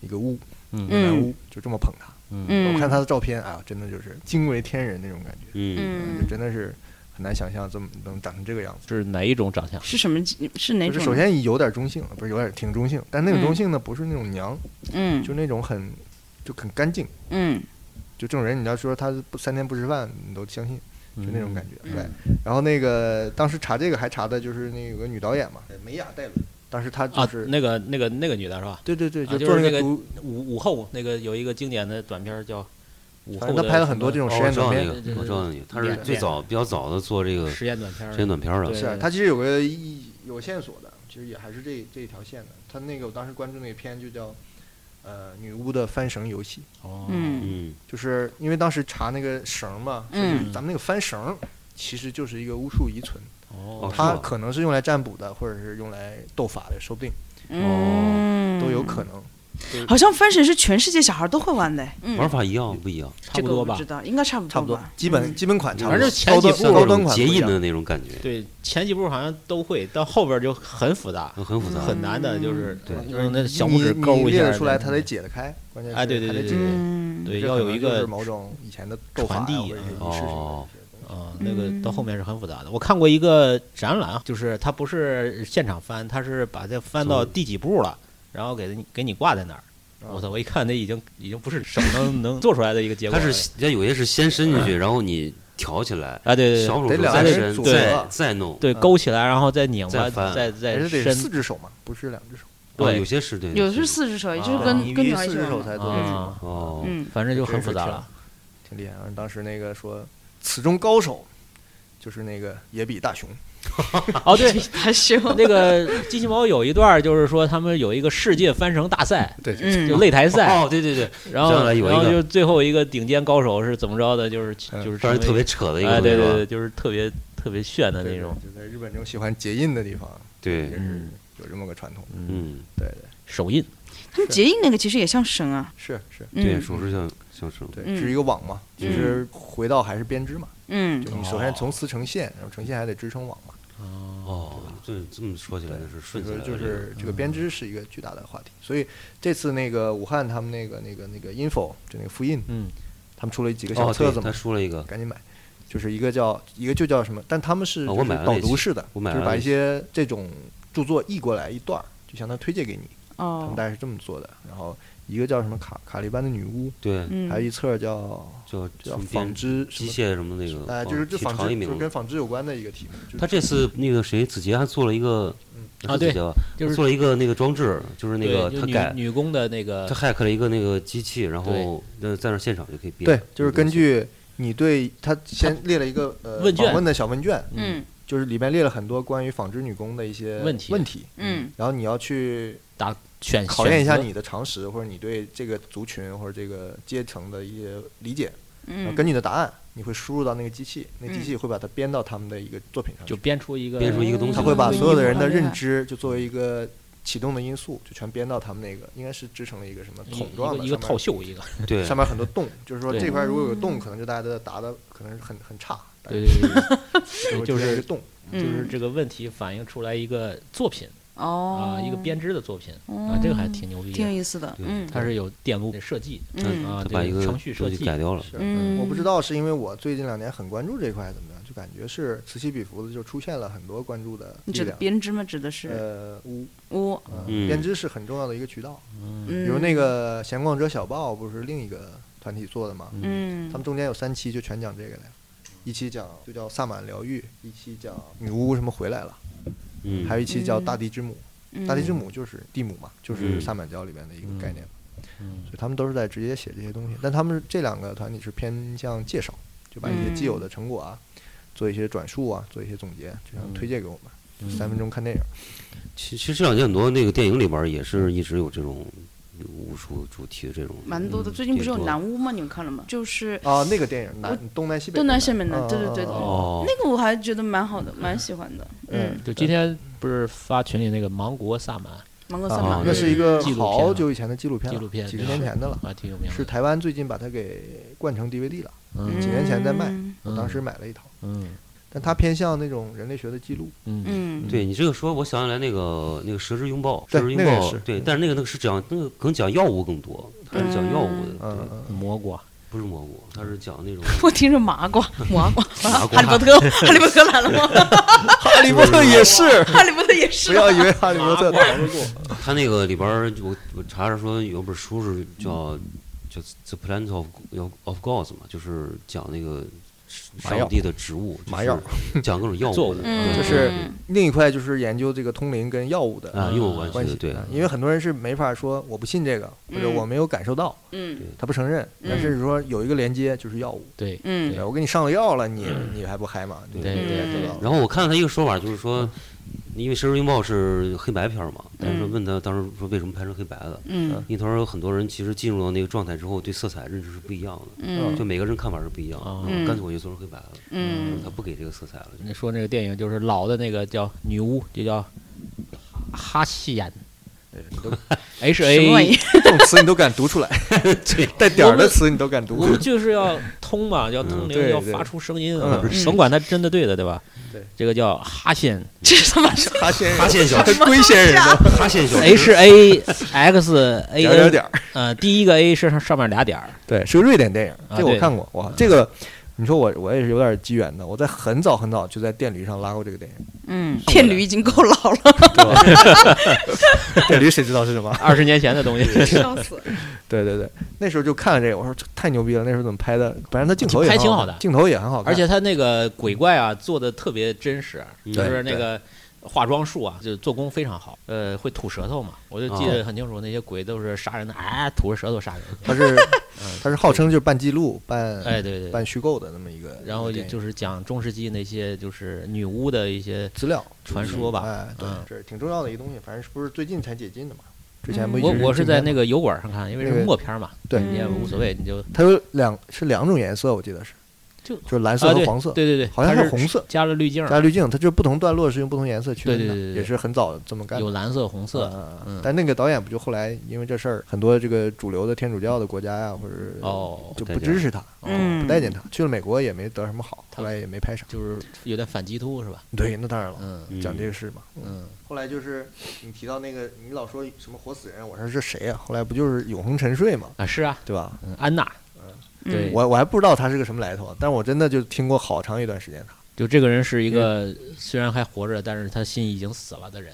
一个巫一个嗯男嗯巫，就这么捧他。我看嗯他的照片啊，真的就是惊为天人那种感觉，嗯，就嗯，真的是很难想象这么能长成这个样子。是哪一种长相？是什么是哪就是种？首先有点中性，不是有点挺中性，但那种嗯中性呢，不是那种娘，嗯就那种很就很干净。嗯就这种人，你要说他不三天不吃饭，你都相信。就那种嗯感觉。对，然后那个当时查这个还查的就是那有个女导演嘛，梅雅戴伦，当时她就啊是、，那个那个那个女的是吧？对对对，啊就做是那那个个毒，午午后那个有一个经典的短片叫《午后反》，正她拍了很多这哦种实我验知短道那片。个对对，我知道那个，他是对最早比较早的做这个实实验短片儿，验短片儿的对。是啊，她其实有个一有线索的，其实也还是这这一条线的。她那个我当时关注那个片就叫呃女巫的翻绳游戏，哦，嗯嗯，就是因为当时查那个绳嘛，嗯咱们那个翻绳其实就是一个巫术遗存，哦是它吗可能是用来占卜的，或者是用来斗法的，说不定嗯，哦都有可能。好像翻绳是全世界小孩都会玩的，嗯，玩法一样不一样？差这不个我多不吧知。道，应该差不差不多吧，，基本基本款差不反多正，前几高步像端高那端种款结不一印样的那种感觉，对，前几步好像都会，到后边就很复杂，很复杂。很难的，就是对用那小拇指嗯你勾你一列下得儿。出来，它得解得开，关键是哎对对还对得对解对嗯，对，这要可有能一就是个某种以前的斗法传递呀或者是仪式性的哦这些东啊，西那个到后面是很复杂的。我看过一个展览啊，就是它不是现场翻，它是把它翻到第几步了，然后给你给你挂在那儿。啊我操！我一看，那已经已经不是手能能做出来的一个结果它了。 是人家有些是先伸进去，然后你挑起来，啊，对对小对得手手两再个人伸，组合再再弄。对，勾起来，然后嗯再拧吧，再翻再而再且得伸。四只手嘛，不是两只手，啊对有些是对，有的些是四只手，也就是啊跟、你跟必须着一四只起玩手嘛。才多个指头，啊，哦，嗯，反正就很真是复杂挺了。挺厉害。然后当时那个说，此中高手就是那个野比大雄， 哦，对，还行。那个机器猫有一段就是说他们有一个世界翻绳大赛，对就嗯，擂台 赛。哦，对对对，然后，上来有一然后个就最后一个顶尖高手是怎么着的？就是嗯就是当成为时特别扯的一哎，个东对西对吧对，就是特别特别炫的那种。就在日本这种喜欢结印的地方，也对，是嗯有这么个传统。嗯，对对，手印，他们结印那个其实也像绳啊。是是，对，嗯手势像像绳，对，嗯是一个网嘛，其实回到还是编织嘛，嗯就你首先从丝成线，然后成线还得支撑网嘛，哦，这这么说起来那是所以顺起说来了，就是这个编织是一个巨大的话题。所以这次那个武汉他们那个那个那个 info 就那个复印，嗯，他们出了几个这小个册子哦对嘛他，输了一个，赶紧买。就是一个叫一个就叫什么，但他们是哦就是我买了导那读期式的，我买就是了把那一期些这种著作译过来一段儿，就相当于推荐给你。他们哦大概是这么做的。然后一个叫什么卡卡利班的女巫，对，嗯，还有一册叫叫叫什么纺编织什机么，械什么那个，哎，哦就是这挺纺长织一就名是字跟纺织有关的一个题目。就是他这次那个谁，子杰还做了一个嗯啊对是子杰吧就是做了一个那个装置，就是那个对他就女改女工的那个他 hack 了一个那个机器，然后呃在那现场就可以编，对，就是根据你对他先列了一个呃问卷访问的小问卷，嗯就是里面列了很多关于纺织女工的一些问题问题，嗯然后你要去打选考验一下选择你的常识或者你对这个族群或者这个阶层的一些理解，然后嗯，根据你的答案。你会输入到那个机器，那机器会把它编到他们的一个作品上去就。编出一个编出一个东西他嗯会把嗯所有的人的好厉害认知，就作为一个启动的因素，就全编到他们那个，应该是织成了一个什么一桶状一的，个一个上面套袖一个，对上面很多洞，就是说对这块如果有个洞，可能就大家都答的可能是很很差，对对对对就但会出现是一个洞，对，就是嗯这个问题反映出来一个作品哦啊，一个编织的作品啊，这个还挺牛逼挺有的，意思的，对嗯它是有电路的设计嗯啊，他这把一个程序设东西计改掉了，是嗯我不知道是因为我最近两年很关注这一块还是怎么样，就感觉是此起彼伏的，就出现了很多关注的你力指的量。编织吗？指的是呃，巫屋，呃嗯编织是很重要的一个渠道，嗯比比如那个《闲逛者小报》不是另一个团体做的吗？嗯他们中间有三期就全讲这个的，一期讲就叫萨满疗愈，一期讲女巫什么回来了，嗯，还有一期叫嗯大地之母。嗯大地之母就是地母嘛，就是嗯萨满教里面的一个概念嘛。所以他们都是在直接写这些东西，但他们这两个团体是偏向介绍，就把一些既有的成果啊，做一些转述啊，做一些总结，就想推荐给我们。就三分钟看电影，其其实这两年很多那个电影里边儿也是一直有这种武术主题的这种，嗯蛮多的。最近不是有挺多南屋吗？你们看了吗？就是啊，那个电影南东南西北东南西北的，对对对啊对，啊啊啊哦，那个我还觉得蛮好的，蛮喜欢的。嗯，就今天不是发群里那个芒国萨满芒嗯果三马啊那是一个纪录片好了久以前的纪录片了，纪录片几十年前的了，啊，挺有名的，是台湾最近把它给灌成 DVD 了。嗯几年前在卖嗯我当时买了一套，嗯但它偏向那种人类学的记录，嗯，嗯，对你这个说，我想起来那个那个蛇之拥抱，对蛇之拥那个也抱是，嗯对，但是那个那个是讲那个可能讲药物更多，它是讲药物的，嗯对，嗯，蘑菇不是蘑菇，它是讲那种我听着麻瓜，麻瓜，麻哈利波瓜，特， 哈利波特来了吗？哈利波特也是，哈利波特也是不要 以为哈利啊波特逃得过，它那个里边儿我我查着说有本书是叫叫《The Plant of of of Gods》嘛，就是讲那个麻药上帝的植物，麻药，讲各种 药作物物的，嗯，就是另一块就是研究这个通灵跟药物的啊，因为我关关系嗯系，对，因为很多人是没法说我不信这个，或者嗯我没有感受到，嗯他不承认，但是说有一个连接就是药物，对嗯对我给你上了药了，你你还不嗨吗？对嗯对对嗯对，然后我看了他一个说法，就是说，因为《神龙拥抱》是黑白片儿嘛，当时嗯问他当时说为什么拍成黑白的，嗯因为他说很多人其实进入到那个状态之后，对色彩认知是不一样的，哦嗯就每个人看法是不一样的。啊嗯干脆我就做成黑白了，嗯他不给这个色彩了。你说那个电影就是老的那个叫女巫，就叫哈西眼，H 什么玩 A 意？这种词你都敢 读出来，带点儿的词你都敢读我，们就是要通嘛，要通灵，嗯对要对发出声音嗯啊，甭管它真的对的，对吧？对，这个叫哈线这他妈是 哈先哈线小他龟仙人的哈线小 H A X A 点儿点儿 N， 点儿，呃，第一个 A 是上上面俩点儿，对，是个瑞典电影，啊这个我对看过，哇，这个你说我我也是有点机缘的，我在很早很早就在电驴上拉过这个电影， 嗯，骗驴已经够老了， 电驴谁知道是什么？二十年前的 东西。 笑死。对对对，那时候就看了这个，我说这太牛逼了，那时候怎么拍的？反正它镜头也啊拍很挺好看的镜头也很好看，而且他那个鬼怪啊，做的特别真实，啊就嗯对嗯是那个化妆术啊，就做工非常好。呃，会吐舌头嘛，我就哦记得很清楚，那些鬼都是杀人的，哎，吐着舌头杀人。它是 它是号称就是半记录半哎，对对。半虚构的那么一个，然后一个电影就是讲中世纪那些就是女巫的一些资料传说吧。哎，对嗯，这是挺重要的一个东西，反正是不是最近才解禁的嘛？之前不一我直我是禁在片那吗个油管上看，因为那是个默片嘛，对你也嗯无所谓，你就它有两是两种颜色，我记得是，就就是蓝色啊和对黄色，对对对，好像它是是红色加了滤镜，加滤镜，它就是不同段落是用不同颜色区分的，对对对对对也是很早这么干的。有蓝色、红色，嗯嗯嗯但那个导演不就后来因为这事儿，很多这个主流的天主教的国家呀、或者是哦就不待不见支持他，嗯不待见他。去了美国也没得什么好，他后来也没拍啥。就是有点反基督是吧？对，那当然了，嗯嗯讲这个事嘛。嗯，后来就是你提到那个，你老说什么活死人，我说这谁呀、后来不就是永恒沉睡嘛，啊是啊，对吧？嗯安娜，嗯对，我我还不知道他是个什么来头，但我真的就听过好长一段时间他。就这个人是一嗯个虽然还活着，但是他心已经死了的 人，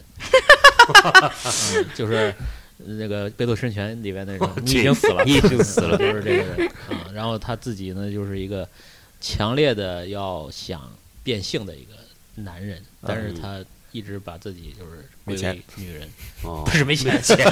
嗯就是那个《贝多深泉》里边那种，你已经死了，哦你已经死了就是这个人啊、然后他自己呢，就是一个强烈的要想变性的一个男人，啊但是他一直把自己就是归为女人，哦不，是没 钱，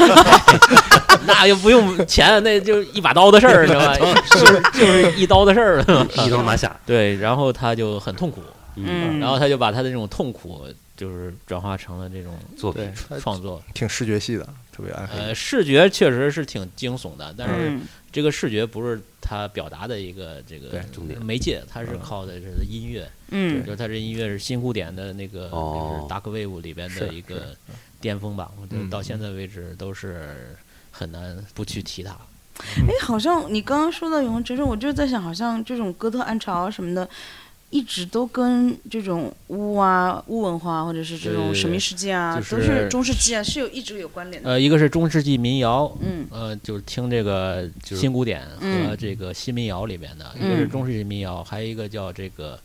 那又不用钱，那就一把刀的事儿，是 吧？是就是一刀的事儿， 一刀拿下，对，然后他就很痛苦，嗯，然后他就把他的这种痛苦，就是转化成了这种作品对，他哎创作。挺视觉系的，特别暗黑。呃，视觉确实是挺惊悚的，但是嗯这个视觉不是他表达的一个这个对嗯重点媒介，他是靠的是音乐，嗯就是他这音乐是新古典的那个哦就是 Dark Wave 里边的是一个巅峰吧。我觉得嗯到现在为止都是很难不去提它。哎，好像你刚刚说到《永恒沉睡》，我就在想，好像这种哥特暗潮啊什么的，一直都跟这种巫啊、巫文化，或者是这对对种对神秘世界啊，就是都是中世纪啊，是有一直有关联的。呃，一个是中世纪民谣，嗯呃，就是听这个就是新古典和嗯这个新民谣里面的，一个是嗯中世纪民谣，还有一个叫这个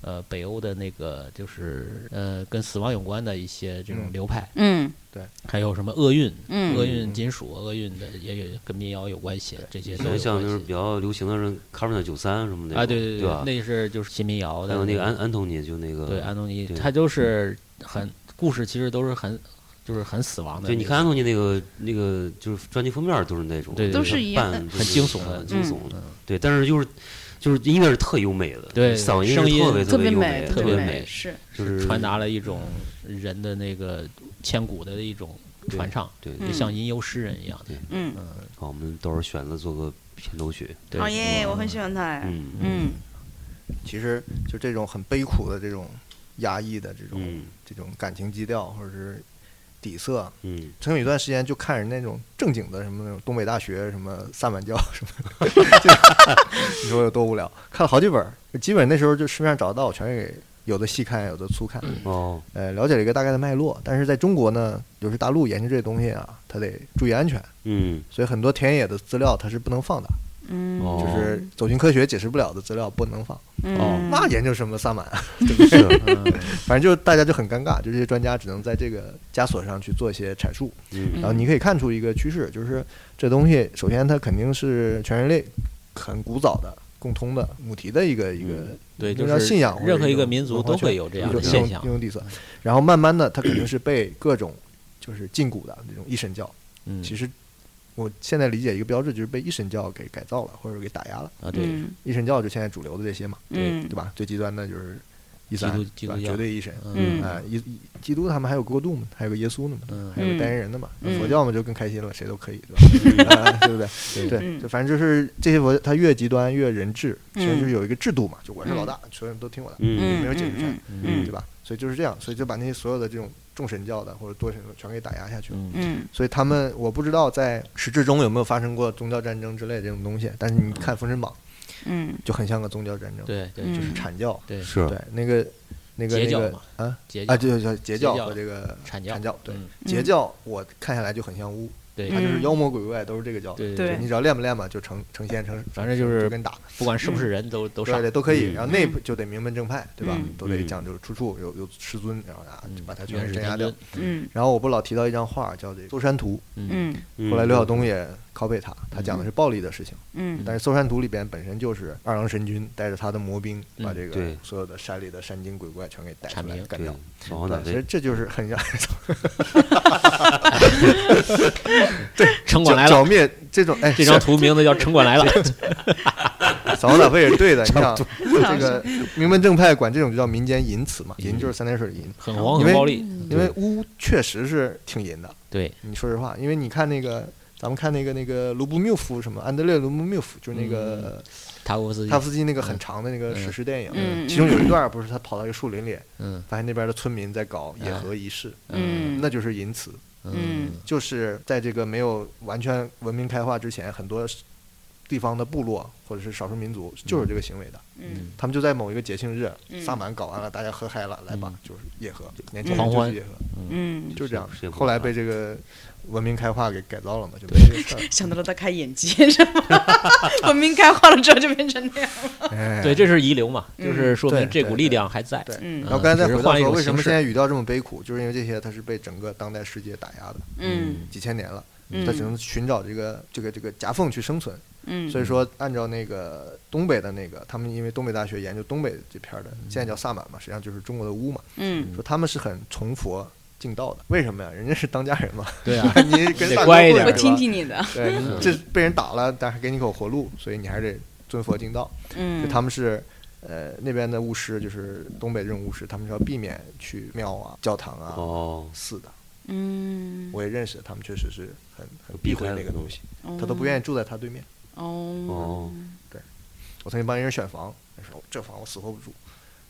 呃北欧的那个，就是呃跟死亡有关的一些这种嗯流派，嗯还有什么厄运、厄嗯运金属、厄运的也有跟民谣有关系，这些都有像关像那种系比较流行的是 Carpenter 九三什么的啊，对对对吧？那是就是新民谣还的，有那个安安东尼，就那个对安东尼，对他就是很故事，其实都是很就是很死亡的，对，你看安，东尼那个那个就是专辑封面都是那种，对对都是一半嗯就是很惊悚的嗯很惊悚的，对，但是就是就是音乐是特优美的，对嗓音是声音特别特别优美，特别别美，美，是就是传达了一种人的那个千古的一种对传唱。对，就嗯像吟游诗人一样的。嗯，好，我们到时候选择做个片头曲，对好耶，我很喜欢他哎，嗯嗯其实就这种很悲苦的这种压抑的这种、嗯这种感情基调或者是底色，嗯，曾有一段时间就看人那种正经的什么那种东北大学什么萨满教什么，就你说有多无聊？看了好几本儿，基本那时候就市面上找得到，全给有的细看，有的粗看，哦，呃，了解了一个大概的脉络。但是在中国呢，尤其大陆研究这些东西啊，它得注意安全，嗯，所以很多田野的资料它是不能放的，嗯哦就是走进科学解释不了的资料不能放。嗯，那研究什么萨满？是，反正就大家就很尴尬，就这些专家只能在这个枷锁上去做一些阐述。嗯然后你可以看出一个趋势，就是这东西，首先它肯定是全人类很古早的共通的母题的一个一个对，就就是是信仰或者任何一一种个民族文化都圈会有这样一种的一现种象一。种底色。然后慢慢的，它肯定是被各种就是禁锢的这种一神教，嗯，其实我现在理解一个标志就是被一神教给改造了，或者给打压了。啊，对，嗯一神教就现在主流的这些嘛，嗯对吧？最极端的就是伊斯基兰督，对基吧督教绝对一神。嗯啊，一基督他们还有国度嘛，还有个耶稣呢嘛，嗯还有个代言人呢嘛，嗯佛教嘛就更开心了，谁都可以，对吧？ 啊对不对？对，嗯就反正就是这些佛，它越极端越人治，其实嗯就是有一个制度嘛，就我是老大，所有人都听我的，嗯没有解释权嗯，对嗯吧？所以就是这样，所以就把那些所有的这种众神教的或者多神教全给打压下去了。嗯嗯所以他们我不知道在实质中有没有发生过宗教战争之类的这种东西，但是你看《封神榜嗯》就很像个宗教战争，对对，嗯就是阐教，对是对那个那个截那教个嘛啊截啊，教，对对对，截教教和这个阐教，教阐教对嗯截嗯教，我看下来就很像巫，对它就是嗯妖魔鬼怪都是这个教的，对对你只要练不练嘛，就成成仙成，反正就是跟打，不管是不是人都都嗯对上对，，都可以。嗯然后内部就得名门正派，对吧嗯？都得嗯讲究出处，有有师尊，然后啊，就把他嗯全原给始镇压天掉尊。，嗯然后我不老提到一张画叫这《搜山图嗯嗯》，后来刘晓东东也拷贝他，他讲的是暴力的事情。嗯但是《搜山图》里边本身就是二郎神君带着他的魔兵，把嗯这个对所有的山里的山精鬼怪全给带阐出来明嗯干掉。，扫黄打对其实非，这就是很像城管剿来了，剿灭这种哎，这张图名字叫城管 来了，是扫黄打非也是对的。你想这个名门正派管这种就叫民间淫词嘛，淫就是三点水的淫，很黄因很为暴力，嗯因为巫确实是挺淫的。对，你说实话，因为你看那个。咱们看那个那个卢布缪夫什么安德烈卢布缪夫，就是那个塔夫斯基塔，夫斯基那个很长的那个史诗电影，嗯其中有一段不是他跑到一个树林里，嗯发现那边的村民在搞野合仪式，嗯那就是淫词，嗯就是在这个没有完全文明开化之前，很多地方的部落或者是少数民族就是有这个行为的，嗯他们就在某一个节庆日，嗯萨满搞完了，大家喝嗨了，来吧嗯，就是野合，年轻人狂就是欢野合，嗯，就是这样是。后来被这个文明开化给改造了嘛，就没这个 事儿。想到了他开眼界 是吗？文明开化了之后就变成那样。哎对，这是遗留嘛，就是说对明这对股力对量还在，对。嗯然后刚才再只是回到换了一说，种为什么形式现在语调这么悲苦，就是因为这些它是被整个当代世界打压的。嗯几千年了，嗯它只能寻找这个这个这个夹缝去生存。嗯所以说，按照那个东北的那个，他们因为东北大学研究东北这片儿的，现在叫萨满嘛，实际上就是中国的巫嘛，嗯说他们是很崇佛敬道的。为什么呀？人家是当家人嘛，对 啊，你跟大哥乖一混点我吧是吧听听你的。对，你这被人打了，但是给你口活路，所以你还是得尊佛敬道。就嗯，他们是。呃，那边的巫师就是东北这种巫师，他们是要避免去庙啊、教堂啊、哦，寺的。嗯，我也认识，他们确实是很很避避开讳了那个这个东西，嗯他都不愿意住在他对面。哦 哦，我曾经帮一人选房，他说这房我死活不住。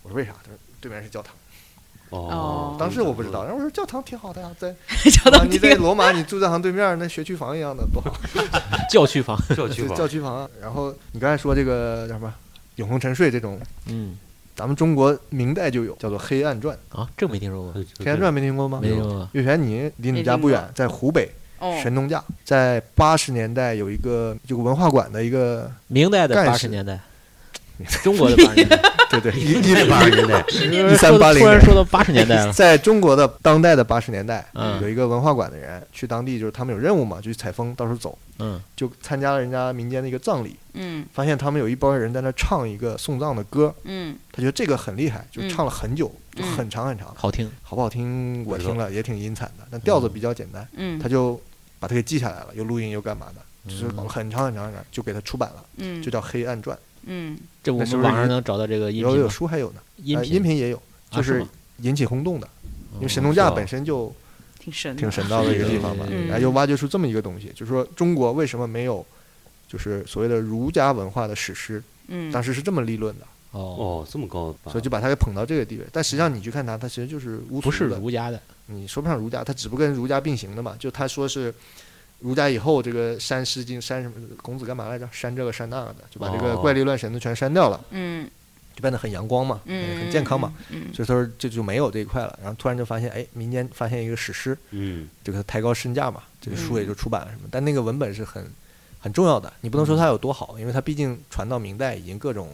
我说为啥？他说对面是教堂。哦当时我不知道，然后我说教堂挺好的呀， 在教啊到你这在个，罗马，你住教堂对面那学区房一样的多好，教区房，教区就吧，教区房啊。然后你刚才说这个叫什么“永恒沉睡”这种，嗯咱们中国明代就有，叫做《黑暗传》。啊，这没听说过， 《黑暗传》没啊听过吗？没听。说岳泉，你离你没家听不远过，在湖北哦，神农架，在八十年代有一个有个文化馆的一个，明代的干八事十年 代，中国的八十年代，对对，一一百八十年代，一三八零突年然。呃说到八十年代了， 在中国的当代的八十年代，嗯有一个文化馆的人去当地，就是他们有任务嘛，就去采风，到处走，嗯就参加了人家民间的一个葬礼，嗯发现他们有一帮人在那唱一个送葬的歌，嗯他觉得这个很厉害，就嗯唱了很久，就嗯很长很长，好听，好不好听我不知道听了也挺阴惨的，但调子比较简单，嗯，他就把它给记下来了，又录音又干嘛的。就是很长很长很长，就给它出版了，嗯就叫《黑暗传》。嗯这我那是们不是网上音能找到这个音有频有吗？书还有呢，音呃频音频也有，啊就是是吗哦引起轰动的。因为神农是架啊本身就挺神的，挺神道的一个地方吧，嗯然后又挖掘出这么一个东西，就是说中国为什么没有，就是所谓的儒家文化的史诗，嗯当时是这么立论的，哦，哦，这么高吧，所以就把它给捧到这个地位。但实际上你去看它，它其实就是巫不是俗的，儒家的，你说不上儒家，它只不过跟儒家并行的嘛，就他说是。儒家以后，这个删《诗经》、删什么？孔子干嘛来着？删这个删那个的，就把这个哦怪力乱神的全删掉了，嗯就变得很阳光嘛，嗯，哎很健康嘛。，嗯所以他说这就没有这一块了。然后突然就发现，哎，民间发现一个史诗，嗯，这个抬高身价嘛，这个书也就出版了什么，但那嗯个文本是很很重要的，你不能说它有多好，因为它毕竟传到明代已经各种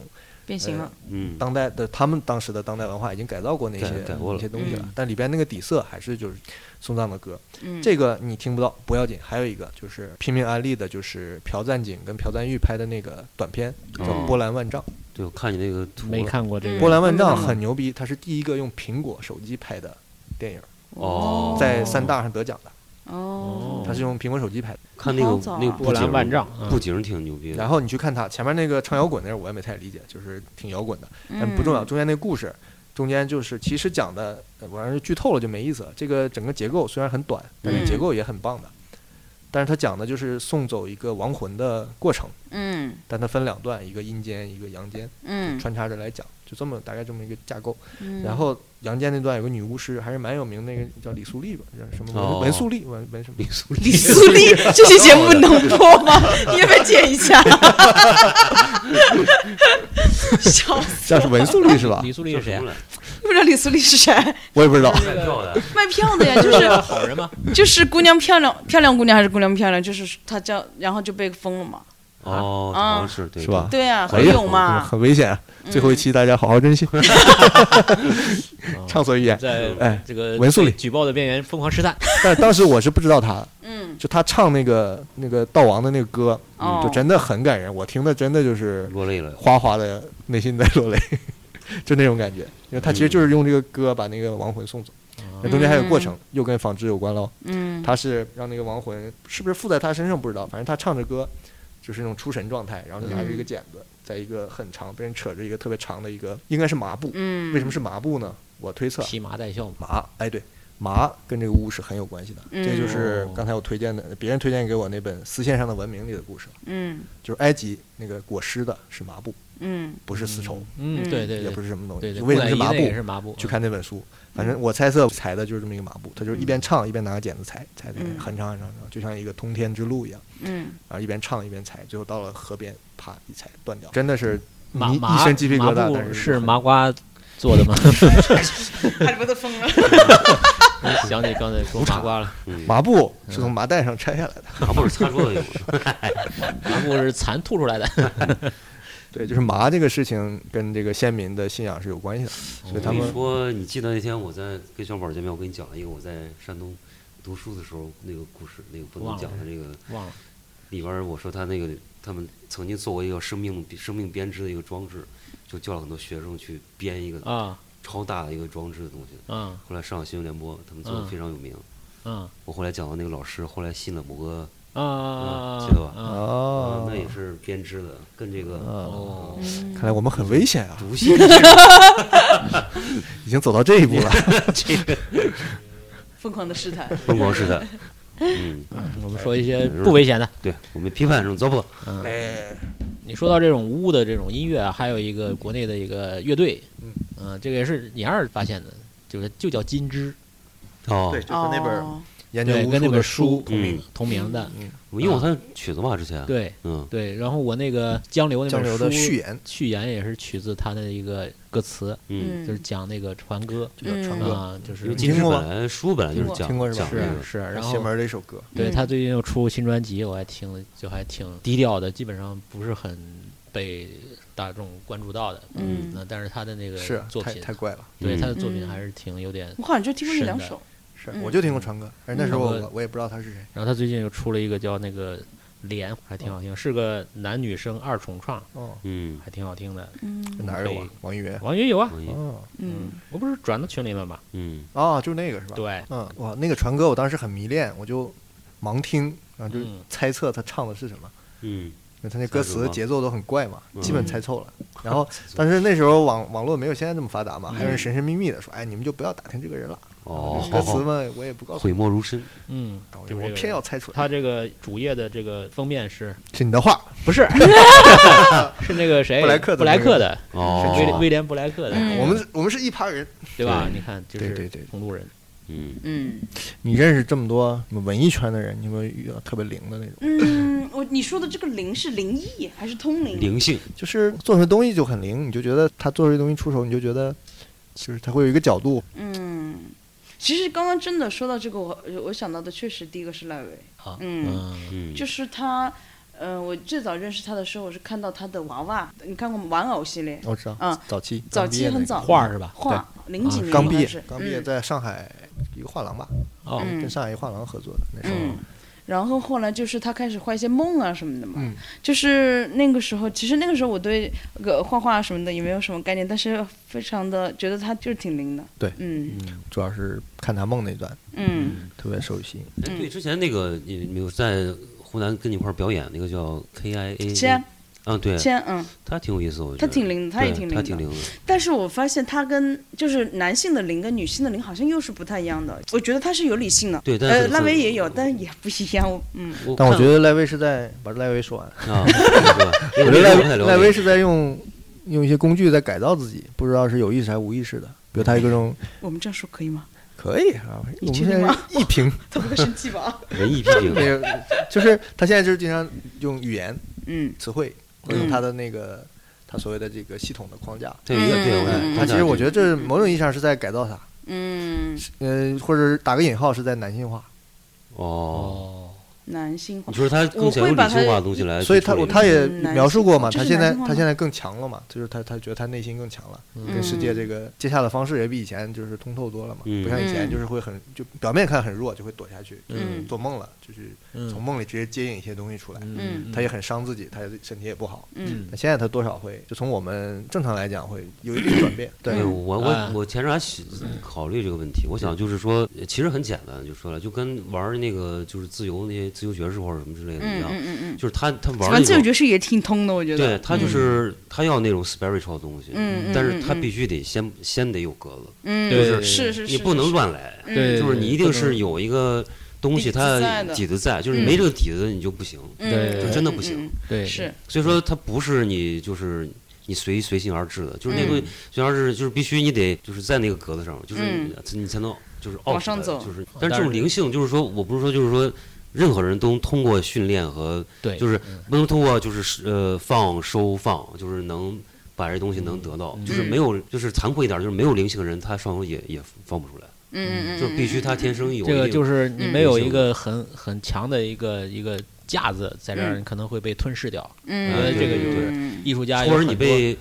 变形了。嗯，当代的他们当时的当代文化已经改造过那改些改过了那嗯些东西了，但里边那个底色还是就是送葬的歌，嗯，这个你听不到不要紧。还有一个就是拼命安利的，就是朴赞景跟朴赞玉拍的那个短片叫哦《波澜万丈》，对，我看你那个图了，啊没看过这嗯波个，澜万丈》很牛逼，它是第一个用苹果手机拍的电影，哦在三大上得奖的，哦，它是用苹果手机拍的。看那个好早啊那个布波澜景万丈嗯布景挺牛逼的。然后你去看它前面那个唱摇滚那儿，我也没太理解，就是挺摇滚的，嗯但不重要。中间那个故事，中间就是其实讲的，呃我让人剧透了就没意思了。这个整个结构虽然很短，但是结嗯构也很棒的。但是它讲的就是送走一个亡魂的过程，嗯但它分两段，一个阴间，一个阳间，嗯，穿插着来讲，就这么大概这么一个架构。嗯然后阳间那段有个女巫师，还是蛮有名，那个叫李素丽吧，叫什么文哦文素丽，文文什么李素丽李素 丽，这期节目能播吗？ 你也别剪一下， 笑死！像是文素丽 是吧？李素丽叫是什谁么啊？来？ 不知道李素丽是谁？我也不知道。卖票的，卖 票的呀，就是好人吗？就是姑娘漂亮漂亮姑娘还是姑娘漂亮，就是她叫，然后就被封了嘛。哦，啊好像是对是吧对啊，哎何呀勇嘛，很危险啊。最后一期大家好好珍惜， 畅所欲言。在哎这个文素丽举报的边缘疯狂试探，但当时我是不知道他的，嗯，就他唱那个那个悼亡的那个歌，嗯哦就真的很感人，我听的真的就对是落泪了。哗哗的内心在落泪， 就那种感觉。因为他其实就是用这个歌把那个亡魂送走，那中间还有过程，又跟纺织有关喽。嗯他是让那个亡魂是不是附在他身上不知道，反正他唱着歌，就是那种出神状态，然后就拿着一个剪子，在一个很长被人扯着一个特别长的一个，应该是麻布。嗯，为什么是麻布呢？我推测披麻戴孝嘛。麻，哎对，麻跟这个巫是很有关系的。嗯这就是刚才我推荐的，别人推荐给我那本《丝线上的文明》里的故事，嗯就是埃及那个裹尸的是麻布，嗯不是丝绸，嗯，嗯对对对，也不是什么东对对，西，就为什么是麻木乃伊那布个？是麻布，嗯去看那本书，反正我猜测裁的就是这么一个麻布，他就是一边嗯唱一边拿个剪子裁，裁裁嗯很长很长很长，就像一个通天之路一样，嗯然后一边唱一边裁，最后到了河边，啪一裁断掉，真的是麻你麻一身鸡皮疙瘩麻，但布是很麻瓜做 的吗？嗯，哈利波特疯了。想起刚才说麻瓜了，麻布是从麻袋上拆下来的，麻布是擦桌子用的，麻布是蚕吐出来的。 对，就是麻这个事情跟这个先民的信仰是有关系的，所以他我跟你们说，你记得那天我在跟小宝见面，我跟你讲了一个我在山东读书的时候那个故事，那个不能忘了讲的那个忘了，里边儿，我说他那个他们曾经做过一个生命生命编织的一个装置，就叫了很多学生去编一个啊超大的一个装置的东西。啊后来上了新闻联播，他们做的嗯非常有名。啊我后来讲到那个老师，后来信了某个，啊啊！记得吧啊哦啊，那也是编织的，跟这个哦，看来我们很危险啊，读信已经走到这一 步了。这个 疯狂的试探，疯狂试探。嗯，我们说一些嗯不危险的。对，我们批判这种糟粕。你说到这种污的这种音乐啊，还有一个国内的一个乐队，嗯嗯、这个也是你二发现的，就是就叫金枝，哦对，， 就跟那本哦研究对，巫跟那术本的书嗯同名，同名的，我啊用过他的曲子吧，之前。，对嗯，对。然后我那个江流那交本流书的序言，序言也是取自他的一个歌词，嗯，就是讲那个船歌就叫嗯传歌，啊，就是因为金金听枝过本吗来书本来就是讲听过是啊吧讲这是个，是，然邪后门的一首歌。对嗯他最近又出新专辑，我还听了，就还挺低调的，基本上不是很被大众关注到的，嗯那但是他的那个是啊作太品太，怪了，对嗯他的作品嗯还是挺有点。我好像就听过一两首。是嗯我就听过传歌，而那时候传歌我我也不知道他是谁。然后他最近又出了一个叫那个《莲》，还挺好听，是个男女生二重唱，哦，嗯，还挺好听的。嗯这哪儿有啊对？网易云。王云有啊，可以，哦，嗯我不是转到群里了吗？嗯，啊，就那个是吧？。对，嗯，哇，那个传歌我当时很迷恋，我就盲听，然后就嗯猜测他唱的是什么。嗯，因为他那歌词节奏都很怪嘛，嗯基本猜凑了。然 后，但是那时候网网络没有现在这么发达嘛，嗯还有人神神秘秘的说：“哎，你们就不要打听这个人了。”哦，歌词嘛，我也不告诉讳你，莫如深，嗯，我就是哦我这个偏要猜出来。他这个主页的这个封面是是你的话，不是是那个谁布莱克的布莱克的哦，威威廉布莱克的嗯 我们我们是一趴人。对吧？你对看就对是对对同路人，嗯，嗯你认识这么多你们文艺圈的人，你有没有遇到特别灵的那种？嗯，我你说的这个灵是灵异还是通灵？啊灵性，就是做出来东西就很灵，你就觉得他做出来东西出手，你就觉得就是他会有一个角度，嗯，其实刚刚真的说到这个，我我想到的确实第一个是赖维，啊，嗯嗯嗯，就是他呃，我最早认识他的时候，我是看到他的娃娃，你看过吗玩偶系列？我知道，嗯早期早哦刚毕业期那很个早，画儿是吧？嗯画零几啊年刚毕好像业是，刚毕业嗯在上海一个画廊吧，哦，嗯跟上海一画廊合作的那时候。嗯，然后后来就是他开始画一些梦啊什么的嘛，嗯就是那个时候，其实那个时候我对个画画什么的也没有什么概念，但是非常的觉得他就是挺灵的。对嗯主要是看他梦那段嗯，特别受吸引。哎，对，之前那个你你没有在湖南跟你一块儿表演那个叫 KIA，签啊，对，签嗯，他挺有意思，我觉他得挺灵的，他也对挺灵他的。挺灵的。但是我发现他跟就是男性的灵跟女性的灵好像又是不太一样的，我觉得他是有理性的，对但是呃，很烂尾也有，但也不一样。我嗯，我但我看觉得赖威是在把赖威说完，啊，我对因觉为得我不太赖了赖解威是在用用一些工具在改造自己，不知道是有意识还是无意识的。比如他有各种我们这样说可以 吗？可以啊，我你们确现定在吗一 评他不会生气吧？文艺批评，那个，就是他现在就是经常用语言嗯词汇，或者用他的那个他所谓的这个系统的框架。对，有点对，我哎感觉他其实我觉得得这某种意义上是在改造他，嗯，呃，或者打个引号是在男性化，哦，男性化你。说他更想用我会把理他性化的东西来啊去处所理，以他我他也嗯男描述过嘛，性他这是现在男性他化吗嗯现在更强了嘛，就是他他觉得他内心更强了，跟世界这个接洽的方式也比以前就是通透多了嘛，嗯不像以前嗯就是会很就表面看很弱，就会躲下去，嗯做梦了，就是嗯从梦里直接接引一些东西出来，嗯他也很伤自己，他也身体也不好。嗯那现在他多少会，就从我们正常来讲会有一定转变，对嗯对，我哎我我前阵还想考虑这个问题，我想就是说，呃其实很简单，就说了，就跟玩儿那个就是自由那些自由爵士或者什么之类的一嗯样，嗯嗯就是他他玩嗯，儿反正这那种，个爵士也挺通的，我觉对得。他就是他要那种 spiritual 的东西，嗯嗯嗯但是他嗯嗯必须得先先得有格子，嗯，对是对是是，你不能乱来，嗯对，就是你一定是有一个东西底子它在的底子在，就是你嗯没这个底子你就不行，嗯对嗯就真的嗯不行嗯对嗯是所以说它不是你就是你随随性而至的，就是那个随性而至，就是必须你得就是在那个格子上，就是嗯你你才能就是往 out 上的走就是但是这种灵性就是说我不是说就是说。任何人都通过训练和对，就是嗯不能通过就是呃放收放，就是能把这东西能得嗯到，就是没有就是残酷一点，就是没有灵性的人他放手也也放不出来，嗯嗯嗯，就是必须他天生有这个一定就是你嗯没有一嗯个很很强的一个一个架子在这儿，嗯你可能会被吞噬掉。嗯，我呃觉得这个嗯就是嗯艺术家有或者你很多被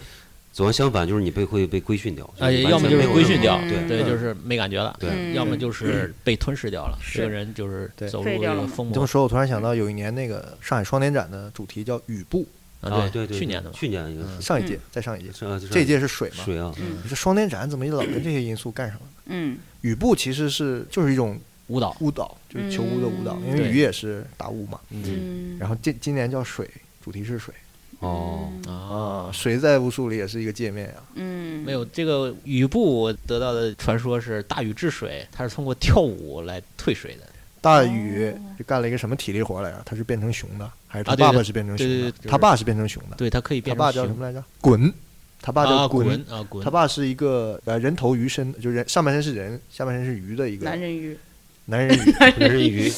走向相反，就是你被会被规训掉，哎完要么全就是没有嗯规那训种掉对对，就是没感觉了，对嗯要么就是被吞噬掉了，是这个人就是对走废入掉这了个嘛疯这么魔说，我突然想到有一年那个上海双年展的主题叫雨布，啊，对去年的吧，去年一个嗯是上一届在上一届，是啊，就是这一届是水嘛，水啊，你说双年展怎么老跟这些因素干上了？嗯雨步其实是就是一种舞蹈舞蹈，就是求巫的舞蹈，嗯因为对雨也是打雾嘛。嗯，然后今今年叫水，主题是水哦，啊。啊，水在巫术里也是一个界面啊。嗯，没有这个雨布，我得到的传说是大禹治水，他是通过跳舞来退水的。大禹就干了一个什么体力活来着？他是变成熊的，还是他啊对爸对爸是变成对熊对对的就？是他爸是变成熊的，对，他可以啊他变成爸叫熊什么来着？滚，他爸啊叫滚，啊滚，他爸是一个呃人头鱼身，就人上半身是人，下半身是鱼的一个男人鱼，男 人 鱼，人是鱼，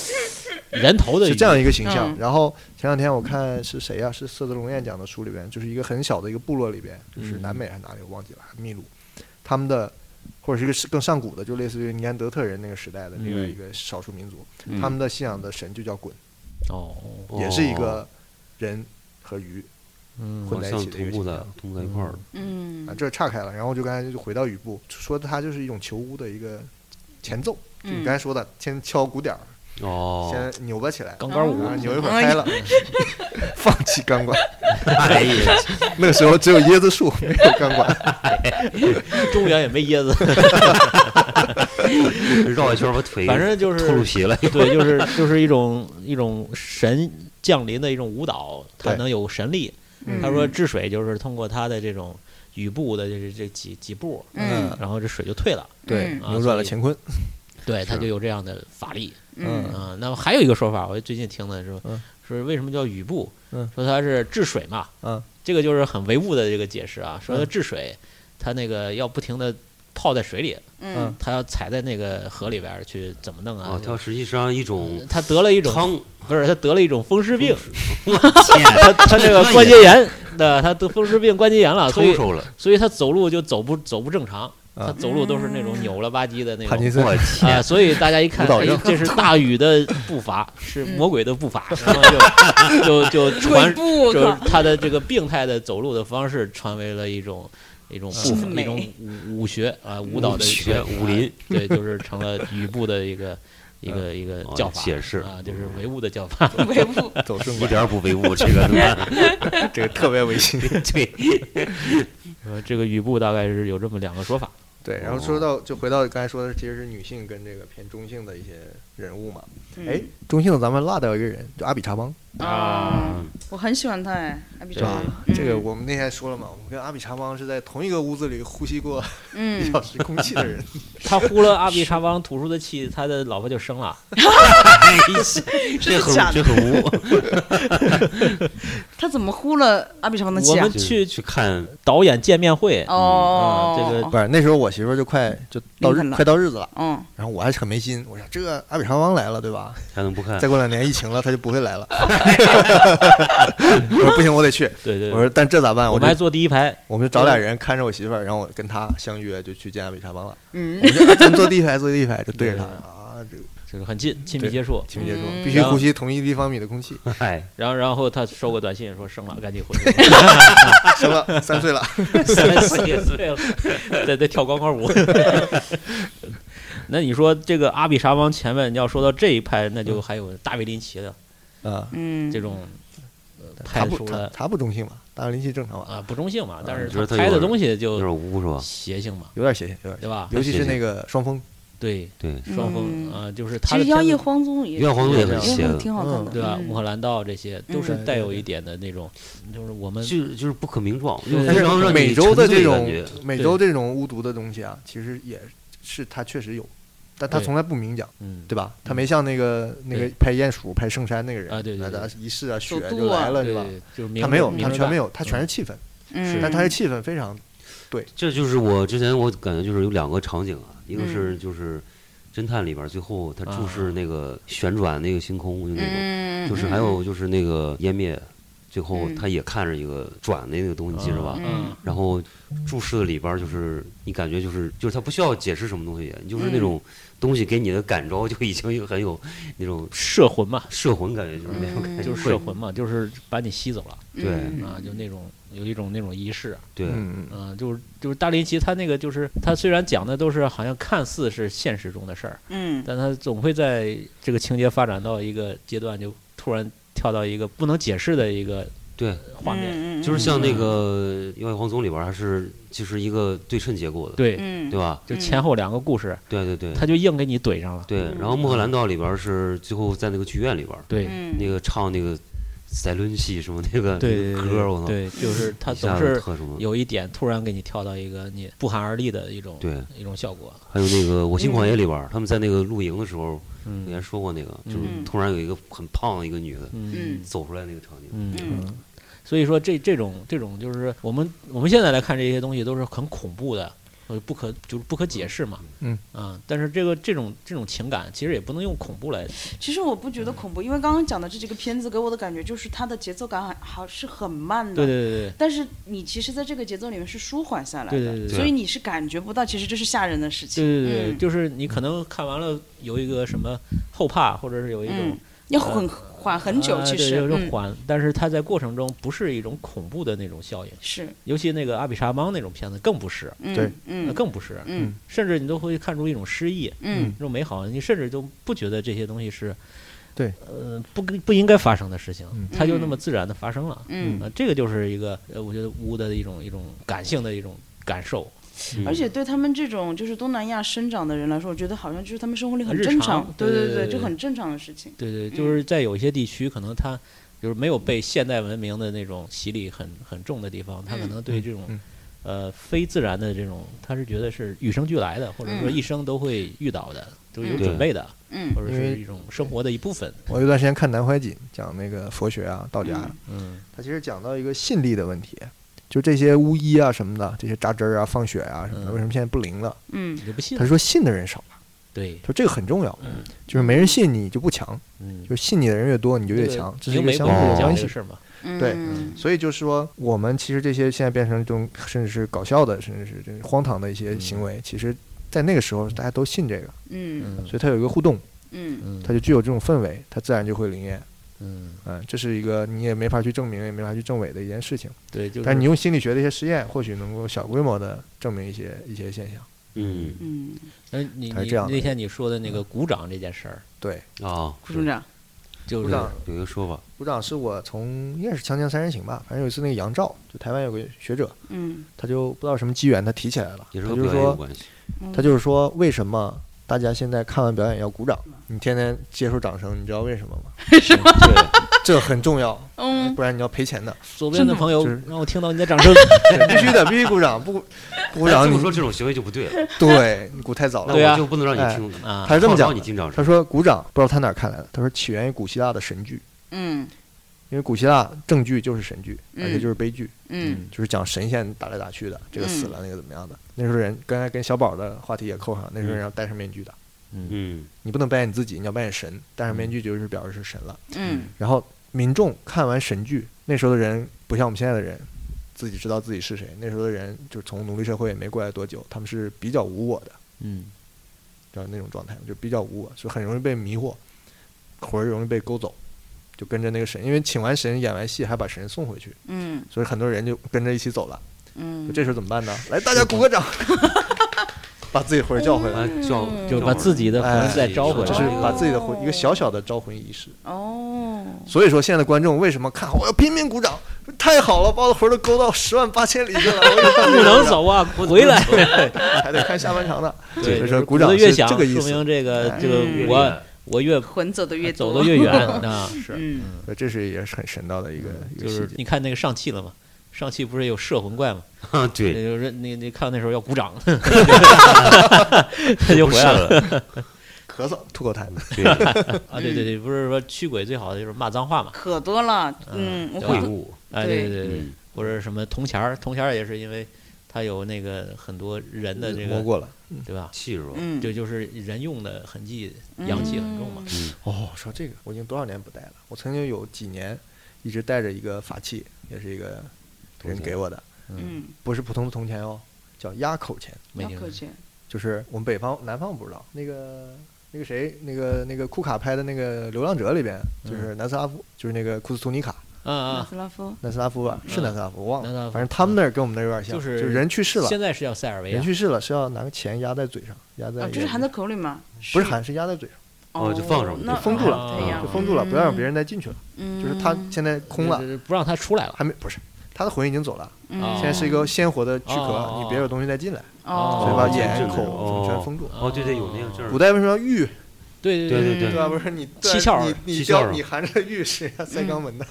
人头的是鱼这样一个形象。嗯然后前两天我看是谁呀、是色泽龙彦讲的书里边，就是一个很小的一个部落里边，就是嗯南美还是哪里我忘记了，秘鲁，他们的或者是一个是更上古的，就类似于尼安德特人那个时代的那个嗯一个少数民族，他们的信仰的神就叫滚，哦，嗯也是一个人和鱼嗯混哦好在一像起的一个同步形的象。同步在一块儿的，嗯啊，这岔开了，然后就刚才就回到雨部，说它就是一种求巫的一个前奏，就你嗯刚才说的，先敲鼓点儿，哦，先扭巴起来，钢管舞然后扭一会儿哎嗨了，放弃钢管。哎呀，那个时候只有椰子树，没有钢嗯管。中原也没椰子，绕一圈把腿反正就是哎透露皮了，对，就是就是一种一种神降临的一种舞蹈，它对能有神力。他说治水就是通过他的这种雨步的这这几几步，嗯，然后这水就退了，对，啊扭转了乾坤。对，他就有这样的法力。嗯啊，那么还有一个说法，我最近听的说嗯说为什么叫雨步嗯，说它是治水嘛，嗯，这个就是很唯物的这个解释啊，说它嗯治水，它那个要不停的泡在水里，嗯它要踩在那个河里边儿去怎么弄啊呃哦，？它实际上一种他得了一种汤，不是，他得了一种风湿病，我天，他他这个关节炎的，他得风湿病关节炎了，所抽以抽了，所以他走路就走不走不正常，啊他走路都是那种扭了吧唧的那帕金种。森我啊，天，所以大家一看，舞蹈哎症，这是大禹的步伐，是嗯魔鬼的步 伐，然后就就就鬼传，步，就我是靠他的这个病态的走路的方式，传为了一种一种步伐，美一种武武学啊，舞蹈的舞一学个武林，啊对，就是成了吕布的一个一个一个哦叫法解释啊，就是唯物的叫法。 鬼步，走顺一拐，点儿不唯物，这 个这个特别违心。对，呃，这个吕布大概是有这么两个说法。 对，然后说到就回到刚才说的，其实是女性跟这个偏中性的一些人物嘛。哎，中性的咱们落掉一个人，就阿比查邦，嗯啊，我很喜欢他哎，艾比是查吧邦，？这嗯个我们那天说了嘛，我们跟阿比查邦是在同一个屋子里呼吸过一 嗯，小时空气的人。他呼了阿比查邦吐出的气，他的老婆就生了。哎这很假的这很 污。他怎么呼了阿比查邦的气我啊们？去去看导演见面会，哦，嗯这个 不是，那时候我媳妇儿就快就到日凌晨了快到日子了，嗯，然后我还是很没心，我说这阿比查邦来了，对吧？还能不嗯看再？过两年疫情了，他就不会 来了。我说不行，我得去。对对，我说但这咋办？我我们还就坐第一排，我们就找俩人看着我媳妇儿，然后我跟她相约就去见阿比查邦了。嗯我们就啊咱坐第一排，坐第一排，就对着她对啊，这个就是很近，亲密对接触。亲密接触，嗯必须呼吸同一立方米的空气。哎，然后，然后他收个短信说生了，赶紧回去。行了，三岁了，三四十岁了，在在跳钢管舞。 那你说这个阿比查邦前面你要说到这一派，那就还有大卫林奇的啊，嗯，这种呃他拍不出他了他不中性吧？大林奇正常吧？啊不中性嘛，但是你觉得他他有拍的点东西有就点污是吧？邪性嘛，有点邪性，有点对邪性。吧？尤其是邪性那个双峰，对，对，双峰嗯啊，就是其他的实妖片子夜荒踪也，妖夜荒踪也很邪恶挺好看的，对啊吧？嗯穆赫兰道这些都是嗯带有一点的那种，就是我们就就是不可名状，对 就但非常是让你美洲的沉醉这感种觉美洲这种巫毒的东西啊，其实也是他确实有，但他对从来不明讲。嗯，对吧？他没像那个那个对拍鼹鼠、拍圣山那个人啊对对对那仪式啊，走雪度就来啊了，对是吧？？就是明他没有，明他着全干没有，他全是嗯气氛，嗯，但他的气氛非常这就是我之前我感觉就是有两个场景啊，一个是就是侦探里边儿最后他注视那个旋转那个星空就那种，嗯，就是还有就是那个湮灭，最后嗯他也看着一个转的那个东西，你记着吧？嗯，然后注视的里边儿就是你感觉就是就是他不需要解释什么东西，你就是那种东西给你的感召就已经有很有那种摄魂嘛，摄魂感觉，就是那种感觉，就是摄魂嘛，就是把你吸走了对嗯啊，就那种有一种那种仪式，对，嗯嗯嗯，就是就是大林奇他那个就是他虽然讲的都是好像看似是现实中的事儿，嗯，但他总会在这个情节发展到一个阶段就突然跳到一个不能解释的一个对画面，嗯就是像那个《妖怪黄宗》里边儿，还是就是一个对称结构的，对，嗯，对吧？就前后两个故嗯事，对对对，他就硬给你怼上了，对。然后《穆赫兰道》里边儿是最后在那个剧院里边儿，对嗯，那个唱那个塞伦戏什么那个对那个歌儿，我操，对，就是他一下总子是特什么。有一点突然给你跳到一个你不寒而栗的一种对，一种效果，还有那个《我心狂野》里边儿，他们在那个露营的时候，以嗯前说过那个，就是嗯突然有一个很胖的一个女的嗯嗯走出来那个场景，嗯。嗯所以说这这种这种就是我们我们现在来看这些东西都是很恐怖的，呃，不可就是不可解释嘛。嗯啊，但是这个这种这种情感其实也不能用恐怖来。其实我不觉得恐怖，因为刚刚讲的这几个片子给我的感觉就是它的节奏感很好是很慢的，对对对但是你其实在这个节奏里面是舒缓下来的，对对对对所以你是感觉不到，其实这是吓人的事情。对对对对，嗯就是你可能看完了有一个什么后怕，或者是有一种呃嗯，要很缓很久，啊其对实、就是嗯缓，但是它在过程中不是一种恐怖的那种效应，是，尤其那个阿比沙邦那种片子更不是，嗯对，那嗯呃更不是，嗯甚至你都会看出一种诗意。嗯这种美好，你甚至就不觉得这些东西是，对，呃，不跟不应该发生的事情嗯，它就那么自然的发生了。嗯啊，这个就是一个呃，我觉得巫的一种一种感性的一种感受，而且对他们这种就是东南亚生长的人来说，我觉得好像就是他们生活里很日正常常，对对对对对，对就很正常的事情。对对，就是在有一些地区，可能它就是没有被现代文明的那种洗礼很很重的地方，它可能对这种。嗯呃，非自然的这种，他是觉得是与生俱来的，或者说嗯一生都会遇到的，都有对准备的，嗯或者因是为一种生活的一部分。我有段时间看南怀瑾讲那个佛学啊、道家啊，嗯他其实讲到一个信力的问题，就这些巫医啊什么的，这些扎针儿啊、放血啊什么的，嗯为什么现在不灵了？嗯你就不信他？说信的人少了，对，就这个很重要，就是没人信你就不强，嗯，就是信你的人越多你就这越个强，这是英一个美相国互不的是关讲这系个。事儿嘛，对嗯所以就是说，我们其实这些现在变成这种甚至是搞笑的，甚至是这种荒唐的一些行为，其实，在那个时候大家都信这个，嗯所以它有一个互动，嗯嗯它就具有这种氛围，它自然就会灵验。嗯，嗯，这是一个你也没法去证明，也没法去证伪的一件事情。对，就是但你用心理学的一些实验，或许能够小规模的证明一些一些现象。嗯嗯，嗯，你它是你这样的嗯那天你说的那个鼓掌这件事儿，对，啊，嗯顾处长，就鼓是掌有一个说法，鼓掌是我从应该是《锵锵三人行》吧，反正有一次那个杨照，就台湾有个学者，嗯他就不知道什么机缘，他提起来了，也是他和就表是演有说，关系。他就是说，为什么大家现在看完表演要鼓掌？你天天接受掌声，你知道为什么吗？对，这很重要，嗯，不然你要赔钱的。左边的朋友就是让我听到你的掌声，对必须的，必须鼓掌，不鼓不鼓但掌哎这你么说这种行为就不对了，对你鼓太早了。那对啊我就不能让你听 啊他是这么不能讲让你进掌他声。说鼓掌不知道他哪儿看来的，他说起源于古希腊的神剧，嗯因为古希腊正剧就是神剧，而嗯且就是悲剧，嗯就是讲神仙打来打去的，这个死了那个怎么样的。那时候人刚才跟小宝的话题也扣上，那时候人要戴上面具的，嗯，你不能扮演你自己，你要扮演神，戴上面具就是表示是神了。嗯然后民众看完神剧，那时候的人不像我们现在的人。自己知道自己是谁。那时候的人就是从奴隶社会也没过来多久，他们是比较无我的，嗯知道那种状态，就比较无我，就很容易被迷惑，魂儿容易被勾走，就跟着那个神，因为请完神演完戏还把神送回去，嗯所以很多人就跟着一起走了。嗯就，这时候怎么办呢？来，大家鼓个掌， 把自己魂儿叫回把来，哎叫就把自己的魂再招回这来哎是，把自己的魂一个小小的招魂仪式。哦， 所以说，现在的观众为什么看我要拼命鼓掌？太好了，把我的魂儿都勾到十万八千里 去了，我不能走啊，回来。还得看下半场呢。对，所以就说是鼓得掌越是响，这个意说思。明这个哎这个嗯我我越魂走的越走多得越远 啊，是，嗯所以呃这是也是很神道的一个一个就细是节。你看那个上汽了嘛，上汽不是有摄魂怪嘛，啊， 嗯对，就是那那看那时候要鼓 掌，他就回来了咳嗽，吐口痰。对， 啊，对对对，不是说驱鬼最好的就是骂脏话嘛，可多了，嗯，我对会吧晤，哎对对对对，嗯，或者什么铜钱儿，铜钱儿也是因为它有那个很多人的这摸个过了。对吧？气弱，嗯，就就是人用的痕迹，阳气很重嘛，哦，说这个，我已经多少年不戴了？我曾经有几年一直戴着一个法器，也是一个人给我的，嗯，不是普通的铜钱哦，叫压口钱，没要听可过见，就是我们北方、南方不知道那个。那个谁，那个那个库卡拍的那个《流浪者》里边，嗯就是南斯拉夫，就是那个库斯图尼卡，啊马嗯啊，斯拉夫，南斯拉夫吧，是南斯拉夫，我忘嗯南斯拉了，夫反正他们那儿跟我们那儿有点像，就就是是啊人去世了，现在是要塞尔维亚人，去世了是要拿个钱压在嘴上，压在啊，眼就睛，是含在口里嘛，不是含，是压在嘴上，哦就放上那就封住了哦这样就封住了，不要让别人再进去了，嗯就是他现在空了就，是不让它出来了。还没不是，他的魂已经走了，哦嗯现在是一个鲜活的躯哦壳哦，你别有东西再进来，哦，所以把这眼、这口个哦什么全封住。哦，对对，有那个证儿古，代为什么要玉，对对对对对吧？不是你七窍儿你你七窍儿掉你含着玉是要塞肛门的，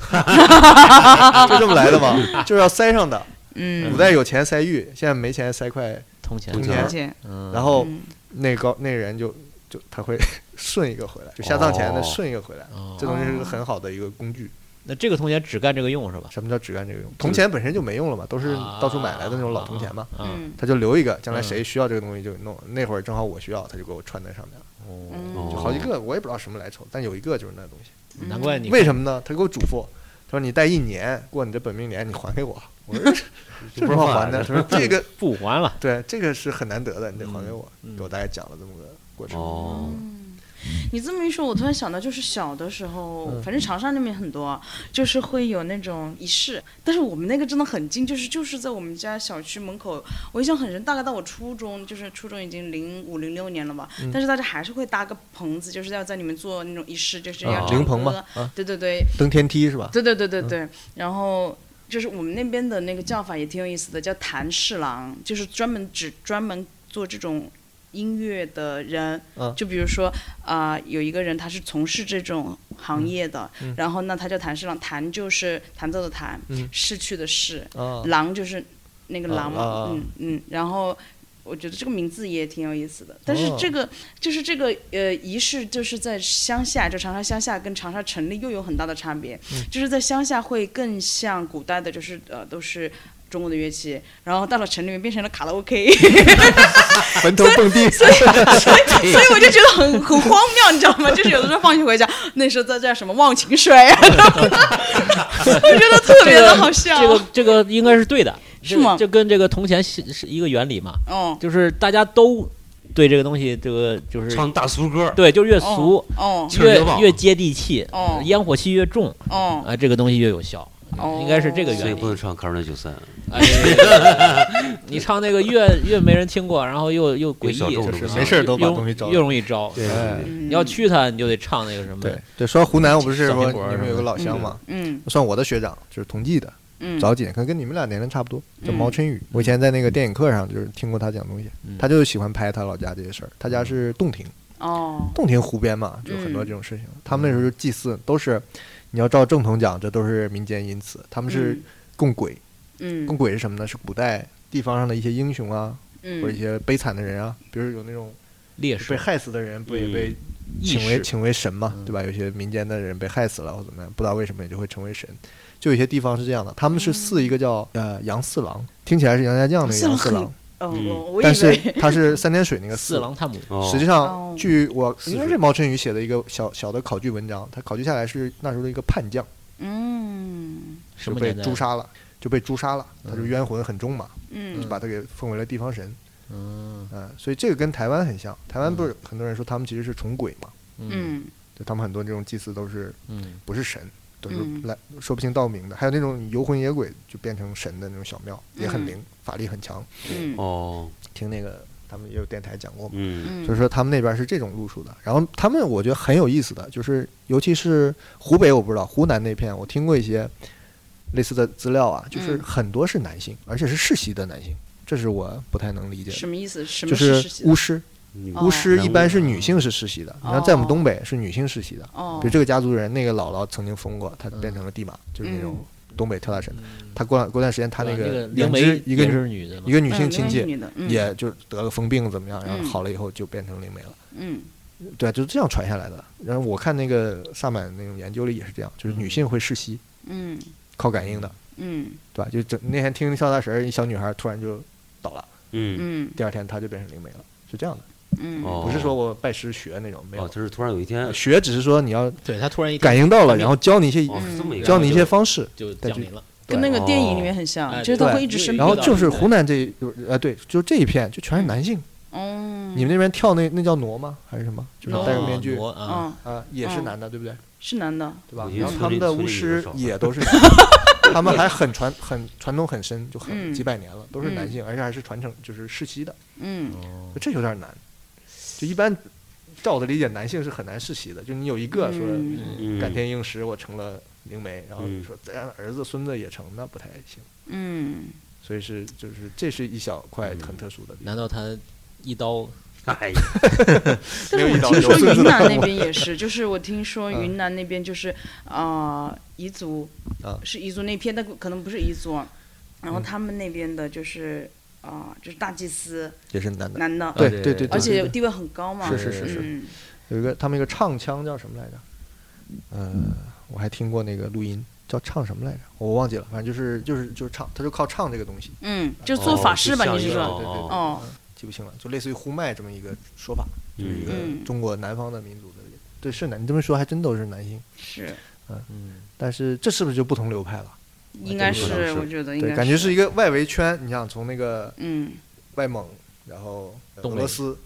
就这么来的嘛，就是要塞上的。古嗯，代有钱塞玉，现在没钱塞块，铜钱铜钱而且，嗯，然后嗯那高那个人就就他会 顺一个回来，就下葬前的哦顺一个回来哦，这东西是个很好的一个工具。那这个铜钱只干这个用是吧？什么叫只干这个用？铜钱本身就没用了嘛，都是到处买来的那种老铜钱嘛。啊，嗯他就留一个，将来谁需要这个东西就弄。那会儿正好我需要，他就给我穿在上面了，哦，嗯就哦好几个，我也不知道什么来头，但有一个就是那东西。难怪你为什么呢？他给我嘱咐，他说你戴一年，过你的本命年你还给我。我说这不怎是么换还的？他说这个不还了。对，这个是很难得的，你得还给我。给我大概讲了这么个过程。哦，你这么一说，我突然想到，就是小的时候，嗯反正长沙那边很多，啊就是会有那种仪式，但是我们那个真的很近，就是就是在我们家小区门口，我印象很深，大概到我初中，就是初中已经零五零六年了吧，嗯但是大家还是会搭个棚子，就是要在里面做那种仪式，就是要啊唱灵棚嘛歌啊对对对，登天梯是吧？嗯对对对对对，然后。就是我们那边的那个叫法也挺有意思的，叫谭侍郎，就是专门只专门做这种音乐的人。嗯就比如说，啊，有一个人他是从事这种嗯行业的，然后那他叫谭侍郎，谭就是弹奏的弹，嗯逝去的逝，啊，郎就是那个啊郎嘛，啊啊嗯嗯，然后。我觉得这个名字也挺有意思的，但是哦这个、就是这个呃仪式，就是在乡下，就长沙乡下跟长沙嗯城里又有很大的差别，就是在乡下会更像古代的，就是呃都是中国的乐器，然后到了城里面变成了卡 拉 OK，坟头蹦迪，所以我就觉得很很荒谬，你知 道吗？就是有的时候放学回家，那时候在叫什么忘情水啊，我觉得特别的好笑。这个这个应该是 对的，啊是吗这跟这个铜钱是是一个原理嘛，哦，就是大家都对这个东西，这个就是唱大俗歌，对，就越哦俗，哦气儿越越旺越接地气，哦烟火气越重哦啊，这个东西越有效。哦，应该是这个所原以理不能唱《卡尔奈九三》， 哎你唱那个越越没人听过，然后又又诡有小异，众就的是东西啊没事儿都把又东西招又容易招。哎嗯要去他，你就得唱那个什么。对对，说到湖南，我不是小说苹你果们是有个吧老乡嘛，嗯算我的学长，就是同济的，嗯早几年，可能跟你们俩年龄差不多，叫毛晨宇。我以前在那个电影课上就是听过他讲东西，嗯他就喜欢拍他老家这些事儿。他家是洞庭，哦洞庭湖边嘛，就有很多这种事情。他们那时候就祭祀都是，你要照正统讲，这都是民间音词，他们是嗯供鬼。嗯供鬼是什么呢？是古代地方上的一些英雄啊，或者一嗯些悲惨的人啊，比如有那种烈被士、害死的人，不也嗯被义请为士，请为神嘛，嗯对吧？有些民间的人被害死了或怎么样，不知道为什么也就会成为神。就有些地方是这样的，他们是祀一个叫呃杨四郎，听起来是杨家将那个杨四嗯四郎郎，嗯哦， 我嗯我但以是 为他是三点水那个四。郎探母。哦实际哦上，据我四应该是水毛晨宇写的一个小小的考据文章，他考据下来是那时候的一个叛将，嗯什就么被年代诛杀了，就被诛杀了，他就冤魂很重嘛，就嗯把他给奉为了地方神。嗯嗯，所以这个跟台湾很像，台湾不是很多人说他们其实是崇鬼嘛，嗯嗯就他们很多这种祭祀都是嗯，不是神，都是嗯来说不清道明的，还有那种游魂野鬼就变成神的那种小庙，也很嗯灵，法力很强。嗯哦，听那个他们也有电台讲过嘛，嗯，嗯，就是说他们那边是这种路数的。然后他们我觉得很有意思的，就是尤其是湖北，我不知道湖南那片，我听过一些类似的资料啊，就是嗯很多是男性，而且是世袭的男性，这是我不太能理解什的，么意思？什就么是世袭巫师。女哦巫师男一巫般是女性是世袭的，你看在我们哦东北是女性世袭的，哦嗯比如这个家族人那个姥姥曾经封过，她变成了地马，就是那种东北跳大神。她过两过段时间，她嗯那个灵两媒只一个也女是女的嘛一个女嗯性另亲外一个戚女的，嗯也就得了疯病怎么样，然后嗯好了以后就变成灵媒了。嗯对，就是这样传下来的。然后我看那个萨满那种研究里也是这样，就是女性会世袭，嗯靠感应的，嗯对吧？就整那天听跳大神儿，一小女孩突然就倒了，嗯，嗯第二天她就变成灵媒了，是这样的，嗯哦，不是说我拜师学那种，没哦，有。嗯就是突然有一天，学只是说你要对他突然一感应到了，然后教你一些哦，是这么一个，教你一些方式，就对降就临了，跟那个电哦影里面很像，哎就是他对会一直生然病后遇到就是了湖南这呃对，就这一片就全是男性。哦，你们那边跳那那叫傩吗？还是什么？就是戴个哦面具挪啊，嗯，啊，也是男的，对不对？是男的，对吧我？觉得然后村他们里的村巫里有师少数也都 是，他们还很传很传统很深，就很嗯几百年了，都是男嗯性，而且还是传承就是世袭的，嗯哦这有点难。就一般照我的理解，男性是很难世袭的，就你有一个说嗯嗯感天应时，我成了灵媒，然后嗯说再让儿子孙子也成，那不太行。嗯，所以是就是这是一小块嗯很特殊的地方。难道他一刀哎呀，但是没有我一刀有听说孙子 云的南痛那苦边也是，就是我听说嗯云南那边就是啊彝族啊，是彝族那片，但可能不是彝族啊，然后嗯他们那边的就是啊，就是大祭司也是男的，男的，啊对对对对对，而且对地位很高嘛，是是是是，嗯有一个他们一个唱腔叫什么来着？呃，我还听过那个录音，叫唱什么来着？我忘记了，反正就是就是就是唱，他就靠唱这个东西，嗯，就做哦法就事吧，像你一是个说，对对对，哦嗯记不清了，就类似于呼麦这么一个说法，就是一个嗯中国南方的民族的。对，是男，你这么说还真都是男性，是，嗯但是这是不是就不同流派了？应该可能是，是我觉得应对，该感觉是一个外围圈，你想从那个嗯外蒙，然后俄东罗北斯、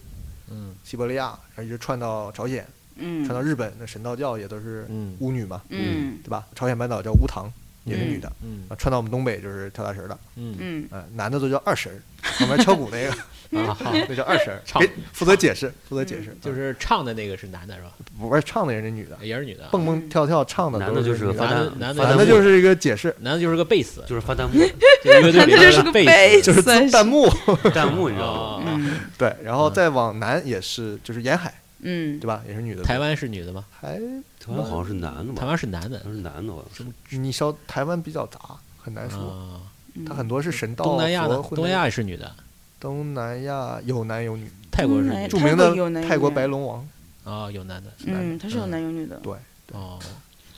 嗯西伯利亚，然后一直串到朝鲜，嗯，传到日本，那神道教也都是嗯巫女嘛，嗯对吧？朝鲜半岛叫巫堂，也是女的。嗯啊，传到我们东北就是跳大神的，嗯嗯啊，男的都叫二神儿，旁边敲鼓那个 啊，好，那叫二神儿，唱嗯给负责解释，负责解释，就啊是唱的那个是男的是吧？不是唱的人是女的，也是女的啊，蹦蹦跳跳唱的男都的就是是女发男的，弹，男的发男弹的幕就是一个 解释，男的就是个贝斯， 就是发弹幕，哎就是乐队里 他就是边个的贝贝斯就是算 弹幕，弹幕你知道啊。吗？嗯对，然后再往南也是就是沿海，嗯对吧？也是女的，台湾是女的吗？还台湾好像是男的台吧？湾是男的好像是男的吧？你稍台湾比较杂，很难嗯说，啊。它很多是神道东南亚佛呢？混东南在亚也是女的，东南亚有男有女，泰国是东南女的亚著名泰国有的男有泰国女啊白龙王，啊，有男的嗯男的嗯，他是有男有女的，对，哦。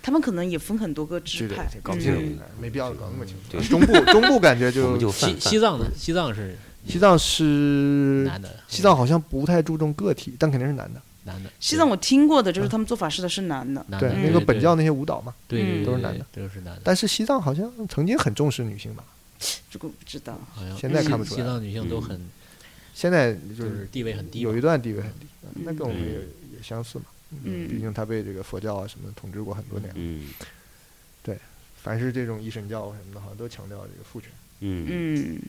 他们可能也分很多个对支对派，对，搞不嗯清楚，没必要搞那么清楚。对中部中部感觉 我就们就泛西泛西藏呢？西藏是西藏是男的，嗯西藏好像不太注重个体，但肯定是男的。男的，西藏我听过的就是他们做法事的是男的，男对的，那个本教那些舞蹈嘛，对对嗯对都是男的，对对都是男的，但是西藏好像曾经很重视女性吧，这个不知道。好像现在西看不出来西藏女性都很现在就就是是地位很低嘛有，一段地位很低，那跟我们嗯也也相似嘛。毕嗯，竟他被这个佛教啊什么的统治过很多年，嗯凡是这种一神教啊什么的，好像都强调这个父权，嗯嗯，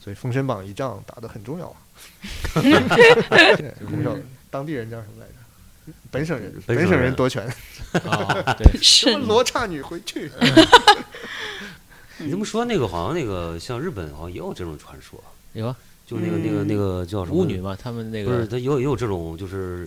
所以《封神榜》一仗打得很重要 啊。 对，红手当地人叫什么来着？本省人，本本省省人人夺权， 啊，对，是罗刹女回去。你这么说那个好像那个像日本好像也有这种传说，有啊，就那个那个那个叫什么巫女嘛，他们那不是，个他也有也有这种就是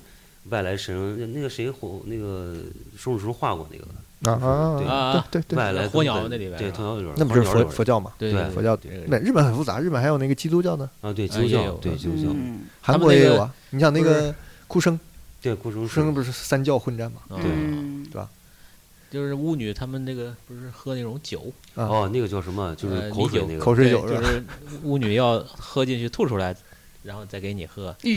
外来神，那那个谁火那个收拾时候画过那个啊对啊，对对，外来火跟鸟本那里边对，是吧鸵鸟里边那不就是鸵鸟里佛边佛教嘛？对对佛教对对那日本很复杂，日本还有那个基督教呢，啊？对，基啊督也教有对嗯基督教嗯韩们国那也个有啊。你想那不个哭声，对，顾城哭声不是三教混战嘛？啊嗯就是巫女，她们那个不是喝那种酒，啊，哦，那个叫什么？就是呃口米水酒那个口水对酒就是吧？是巫女要喝进去吐出来，然后再给你喝，咦，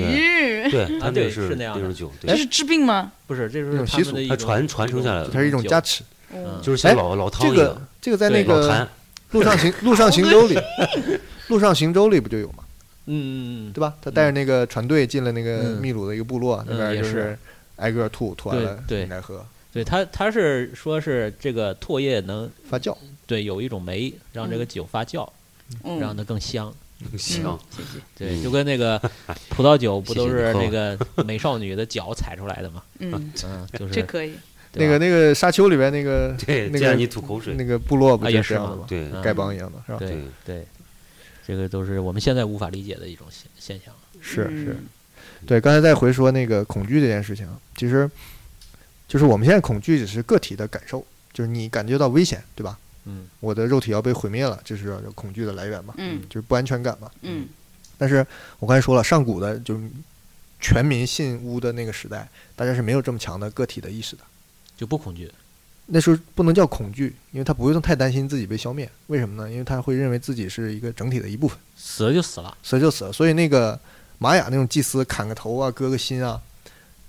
对，他那啊对个是是那样的种酒，这对，是治病吗？不是，这一是他种习们俗的一它种传传承下来的它是一种酒家持。哦就是像哎老老汤这一个样，这个在那对老个坛，路上 行路上行舟里， 路上行舟里不就有吗？嗯嗯嗯，对吧？他带着那个船队进了那个嗯秘鲁的一个部落，那嗯边也就是挨个吐，吐完对了对你来喝对他他是说是这个唾液能发酵。对有一种酶让这个酒发酵，让嗯，它更香。香，对，嗯就跟那个葡萄酒不都谢是谢你喝那个美少女的脚踩出来的嘛？嗯，嗯，就是这可以。那啊个那个沙丘里边那个对，那这样你个吐口水那，个部落不啊就也这是样的吗吗？对嗯丐帮一样的是吧？对对对，这个都是我们现在无法理解的一种现现象。是是嗯，对。刚才再回说那个恐惧这件事情啊，其实就是我们现在恐惧只是个体的感受，就是你感觉到危险，对吧？嗯，我的肉体要被毁灭了，这是恐惧的来源嘛，嗯就是不安全感嘛。嗯但是我刚才说了，上古的就是全民信巫的那个时代，大家是没有这么强的个体的意识的。就不恐惧。那时候不能叫恐惧，因为他不用太担心自己被消灭。为什么呢？因为他会认为自己是一个整体的一部分，死了就死了，死了就死了。所以那个玛雅那种祭司砍个头啊，割个心啊，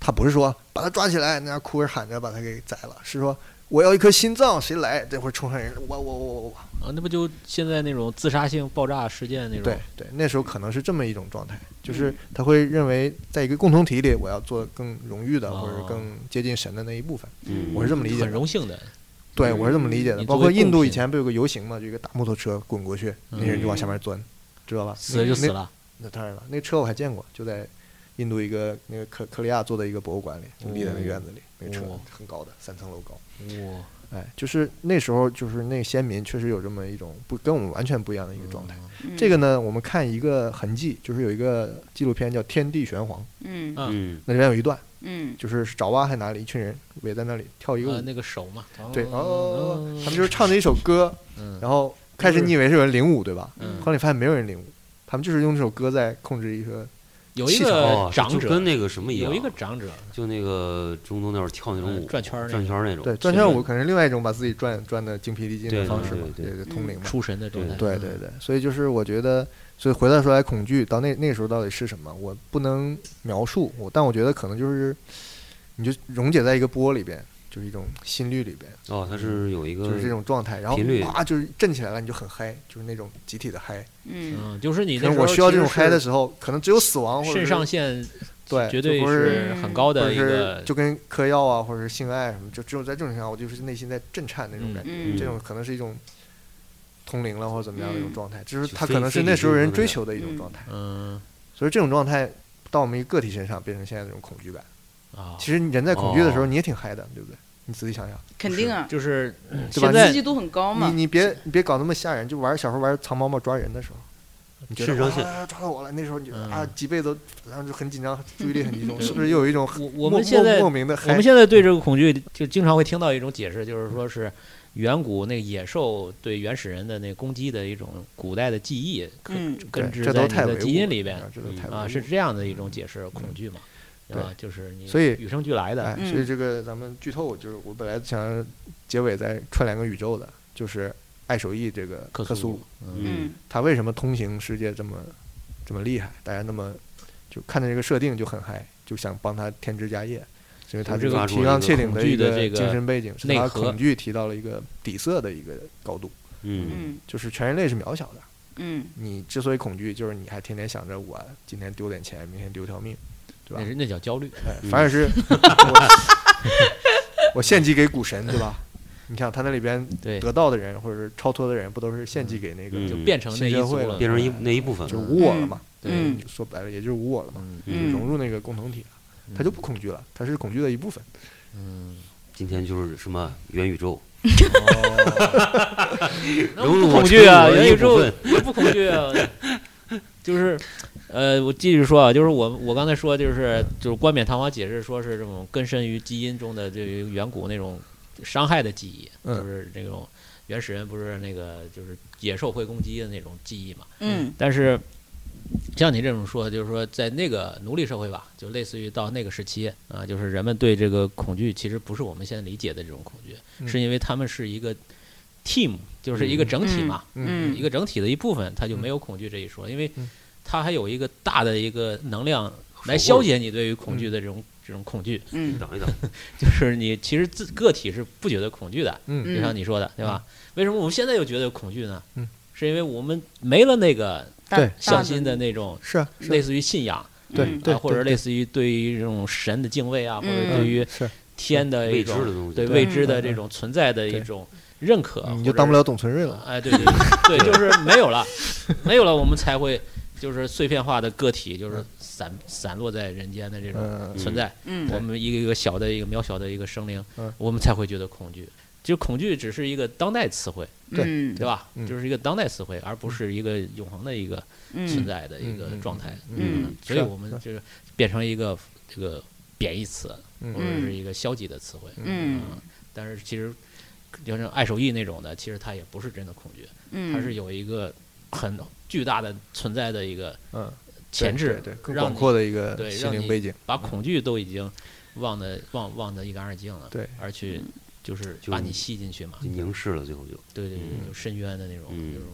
他不是说把他抓起来，那样哭着喊着把他给宰了，是说我要一颗心脏，谁来？这会儿冲上人，我我我我我。啊，那不就现在那种自杀性爆炸事件那种？嗯对对，那时候可能是这么一种状态，就是他会认为在一个共同体里，我要做更荣誉的，哦或者是更接近神的那一部分。嗯我是这么理解很的。荣幸的。对，我是这么理解的。你包作为括印度贡以献前不有个游行嘛，就一个大摩托车滚过去，那人就往下面钻，知道吧？嗯死了就死了，那当然了，那车我还见过，就在印度一个那个克克利亚做的一个博物馆里，就立在那院子里，那个车哦很高的，三层楼高。哇，哎，就是那时候，就是那先民确实有这么一种不跟我们完全不一样的一个状态。嗯这个呢，我们看一个痕迹，就是有一个纪录片叫《天地玄黄》，嗯嗯，那里面有一段，嗯就是是爪哇还哪里一群人围在那里跳一个舞，啊，那个手嘛，对，哦，嗯他们就是唱着一首歌，嗯然后开始你以为是有人领舞，对吧？嗯后来发现没有人领舞，他们就是用这首歌在控制一个，有一气场个哦，长就跟者，那个什么一样，有一个长者，就那个中东那会儿跳那种嗯舞，转圈儿那转个圈儿那种，对，哦转圈舞可能是另外一种把自己转转的精疲力尽的对方式对嘛，对对，通灵嘛。出神的状态。对嗯对对，所以就是我觉得，所以回到说来，恐惧到那那个时候到底是什么，我不能描述，我但我觉得可能就是，你就溶解在一个波里边，就是一种心率里边，哦，它是有一个就是这种状态，然后频率哇，就是震起来了，你就很嗨，就是那种集体的嗨。嗯嗯，就是你可那能时我候需要这其实种嗨的是时候，可能只有死亡或者肾是上腺对，绝就对不是是很高或的者一是个，就跟嗑药啊，或者是性爱什么，就只有在这种情况下，我就是内心在震颤那种感觉。嗯这种可能是一种通灵了或者怎么样的一种嗯状态，就是就他非可能是那时候人追求的一种嗯状态。嗯所以这种状态到我们一个个体身上，变成现在这种恐惧感。啊，其实你人在恐惧的时候，哦你也挺嗨的，对不对？你仔细想想，肯定啊，就是嗯对现吧你刺在激度很高嘛你。你别你别搞那么吓人，就玩小时候玩藏猫猫抓人的时候，你觉得肾上腺啊抓到我了，那时候你就嗯啊脊背都，然后就很紧张，注意力很集中，对是不是又有一种很我我莫们现在莫莫名的嗨？我们现在对这个恐惧，就经常会听到一种解释，就是说是远古那个野兽对原始人的那攻击的一种古代的记忆，嗯根根对植这在都你太的唯基物因了里边啊这都太唯啊，物是了这样的一种解释恐惧嘛？对吧？就是你所以与生俱来的哎，所以这个咱们剧透就是，我本来想结尾再串两个宇宙的，就是爱手艺这个克克苏鲁，嗯，嗯嗯，他为什么通行世界这么这么厉害？大家那么就看到这个设定就很嗨，就想帮他添枝加叶，是因为他这这个个抓住提了纲这个挈领恐的惧一的个这个精神背景，是内他核恐惧提到了一个底色的一个高度，嗯啊嗯就是全人类是渺小的。嗯你之所以恐惧，就是你还天天想着我今天丢点钱，明天丢条命，对吧那？是那叫焦虑，哎，嗯反而是我 我献祭给股神，对吧？你看他那里边嗯对，得到的人，或者是超脱的人，不都是献祭给那个嗯就就变成那一新社族会了，了变成一那一部分嗯就是了。无我了嘛？对嗯就说白了，也就是无我了嘛，嗯就融嗯入那个共同体了，他就不恐惧了，他是恐惧的一部分。嗯，今天就是什么元宇宙，那我融入不我恐惧啊，成为我元一宇部宙分也不恐惧 啊，就是，呃，我继续说啊，就是我我刚才说就是就是冠冕堂皇解释说是这种根深于基因中的这个远古那种伤害的记忆，嗯就是那种原始人不是那个就是野兽会攻击的那种记忆嘛，嗯但是像你这种说，就是说在那个奴隶社会吧，就类似于到那个时期啊，就是人们对这个恐惧其实不是我们现在理解的这种恐惧，嗯是因为他们是一个 team，就是一个整体嘛，嗯一个整体的一部分，他就没有恐惧这一说，因为嗯它还有一个大的一个能量来消解你对于恐惧的这种、这种恐惧，嗯挡一挡，就是你其实自个体是不觉得恐惧的，嗯就像你说的，对吧？为什么我们现在又觉得有恐惧呢？嗯，是因为我们没了那个大对向心的那种是啊，是类似于信仰，对嗯对，啊，或者对类似于对于这种神的敬畏啊，或嗯者对于是天的一未知的种东西。对对未知的嗯嗯这种存在的一对种认可，或你就者当不了董存瑞了。哎，对对对，就是没有了，没有了，我们才会就是碎片化的个体，就是散散落在人间的这种嗯，存在。嗯我们一个一个小的一个渺小的一个生灵嗯，我们才会觉得恐惧。就恐惧只是一个当代词汇，对嗯对吧？嗯就是一个当代词汇，而不是一个永恒的一个存在的一个嗯嗯状态。嗯嗯所以是啊我们就是变成一个这个贬义词，嗯或者是一个消极的词汇。嗯但是其实，就像爱手艺那种的，其实它也不是真的恐惧，嗯，它是有一个很巨大的存在的一个嗯，前置，对对，更让广你阔的一嗯个对心让灵你背景。把恐惧都已经忘得忘忘得一干二净了，对，嗯而去嗯就是就把你吸进去嘛，就凝视了，最后就对对对，嗯就深渊的那种，嗯就是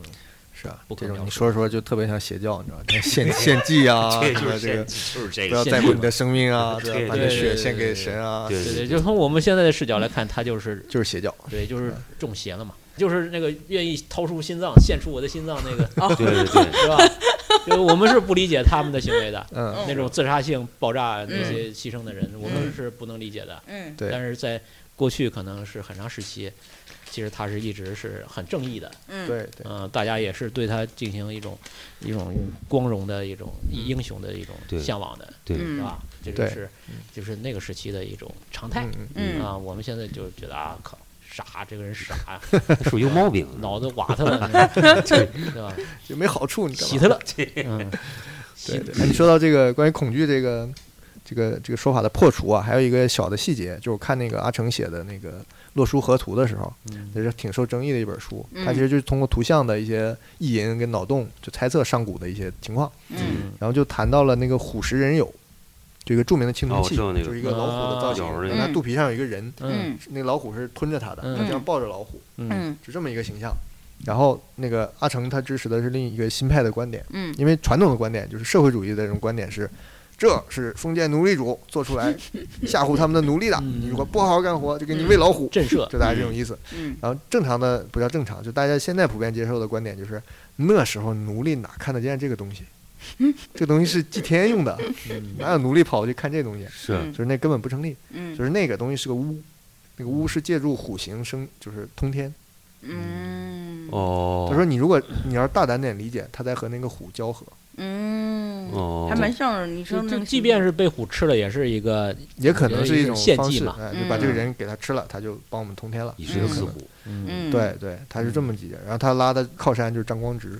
是啊不，可这种描你述说着说着就特别像邪教，你知道吗？ 献献祭啊， 什么这个就是这不要献在祭乎你嘛的生命啊，对对吧？把对这对血对献对给对神啊，对对对，就从我们现在的视角来看，它就是就是邪教。对，就是中邪了嘛，就是那个愿意掏出心脏献出我的心脏那个，对对对，是吧？就是我们是不理解他们的行为的，嗯，那种自杀性爆炸那些牺牲的人，我们是不能理解的。嗯对，但是在过去可能是很长时期，其实他是一直是很正义的，嗯对对，嗯、大家也是对他进行一种一种光荣的一种英雄的一种对向往的，对是嗯吧？这就对是就是那个时期的一种常态嗯嗯嗯啊。我们现在就觉得啊，靠，傻，这个人傻，属于有毛病。嗯脑子瓦特 了，对吧？就没好处，你知道洗吗？他了，嗯，洗对对，哎你说到这个关于恐惧这个这个这个说法的破除啊，还有一个小的细节，就是我看那个阿成写的那个《洛书河图》的时候，嗯也是挺受争议的一本书。它其实就是通过图像的一些意淫跟脑洞，就猜测上古的一些情况，嗯然后就谈到了那个虎食人俑，就一个著名的青哦铜我器，知道那个就是一个老虎的造型，啊有人然后它肚皮上有一个人，嗯嗯那个老虎是吞着它的，它这样抱着老虎，嗯嗯是这么一个形象。然后那个阿成他支持的是另一个新派的观点。嗯因为传统的观点就是社会主义的这种观点是，这是封建奴隶主做出来吓唬他们的奴隶的，嗯你如果不好好干活，就给你喂老虎，震慑，就大概这种意思。嗯然后正常的不叫正常，就大家现在普遍接受的观点就是，那时候奴隶哪看得见这个东西？嗯这个东西是祭天用 的，嗯哪有奴隶跑去看这东西？是就是那根本不成立，就嗯是那个东西是个巫，那个巫是借助虎形生，就是通天。嗯哦，他说你如果你要是大胆点理解，他在和那个虎交合，嗯哦，还蛮像的你说就那就个，即便是被虎吃了，也是一个也可能是一种献方祭式，嘛哎，就把嗯这个人给他吃了，他就帮我们通天了。以身饲虎，嗯对对，他是这么理解。然后他拉的靠山就是张光直，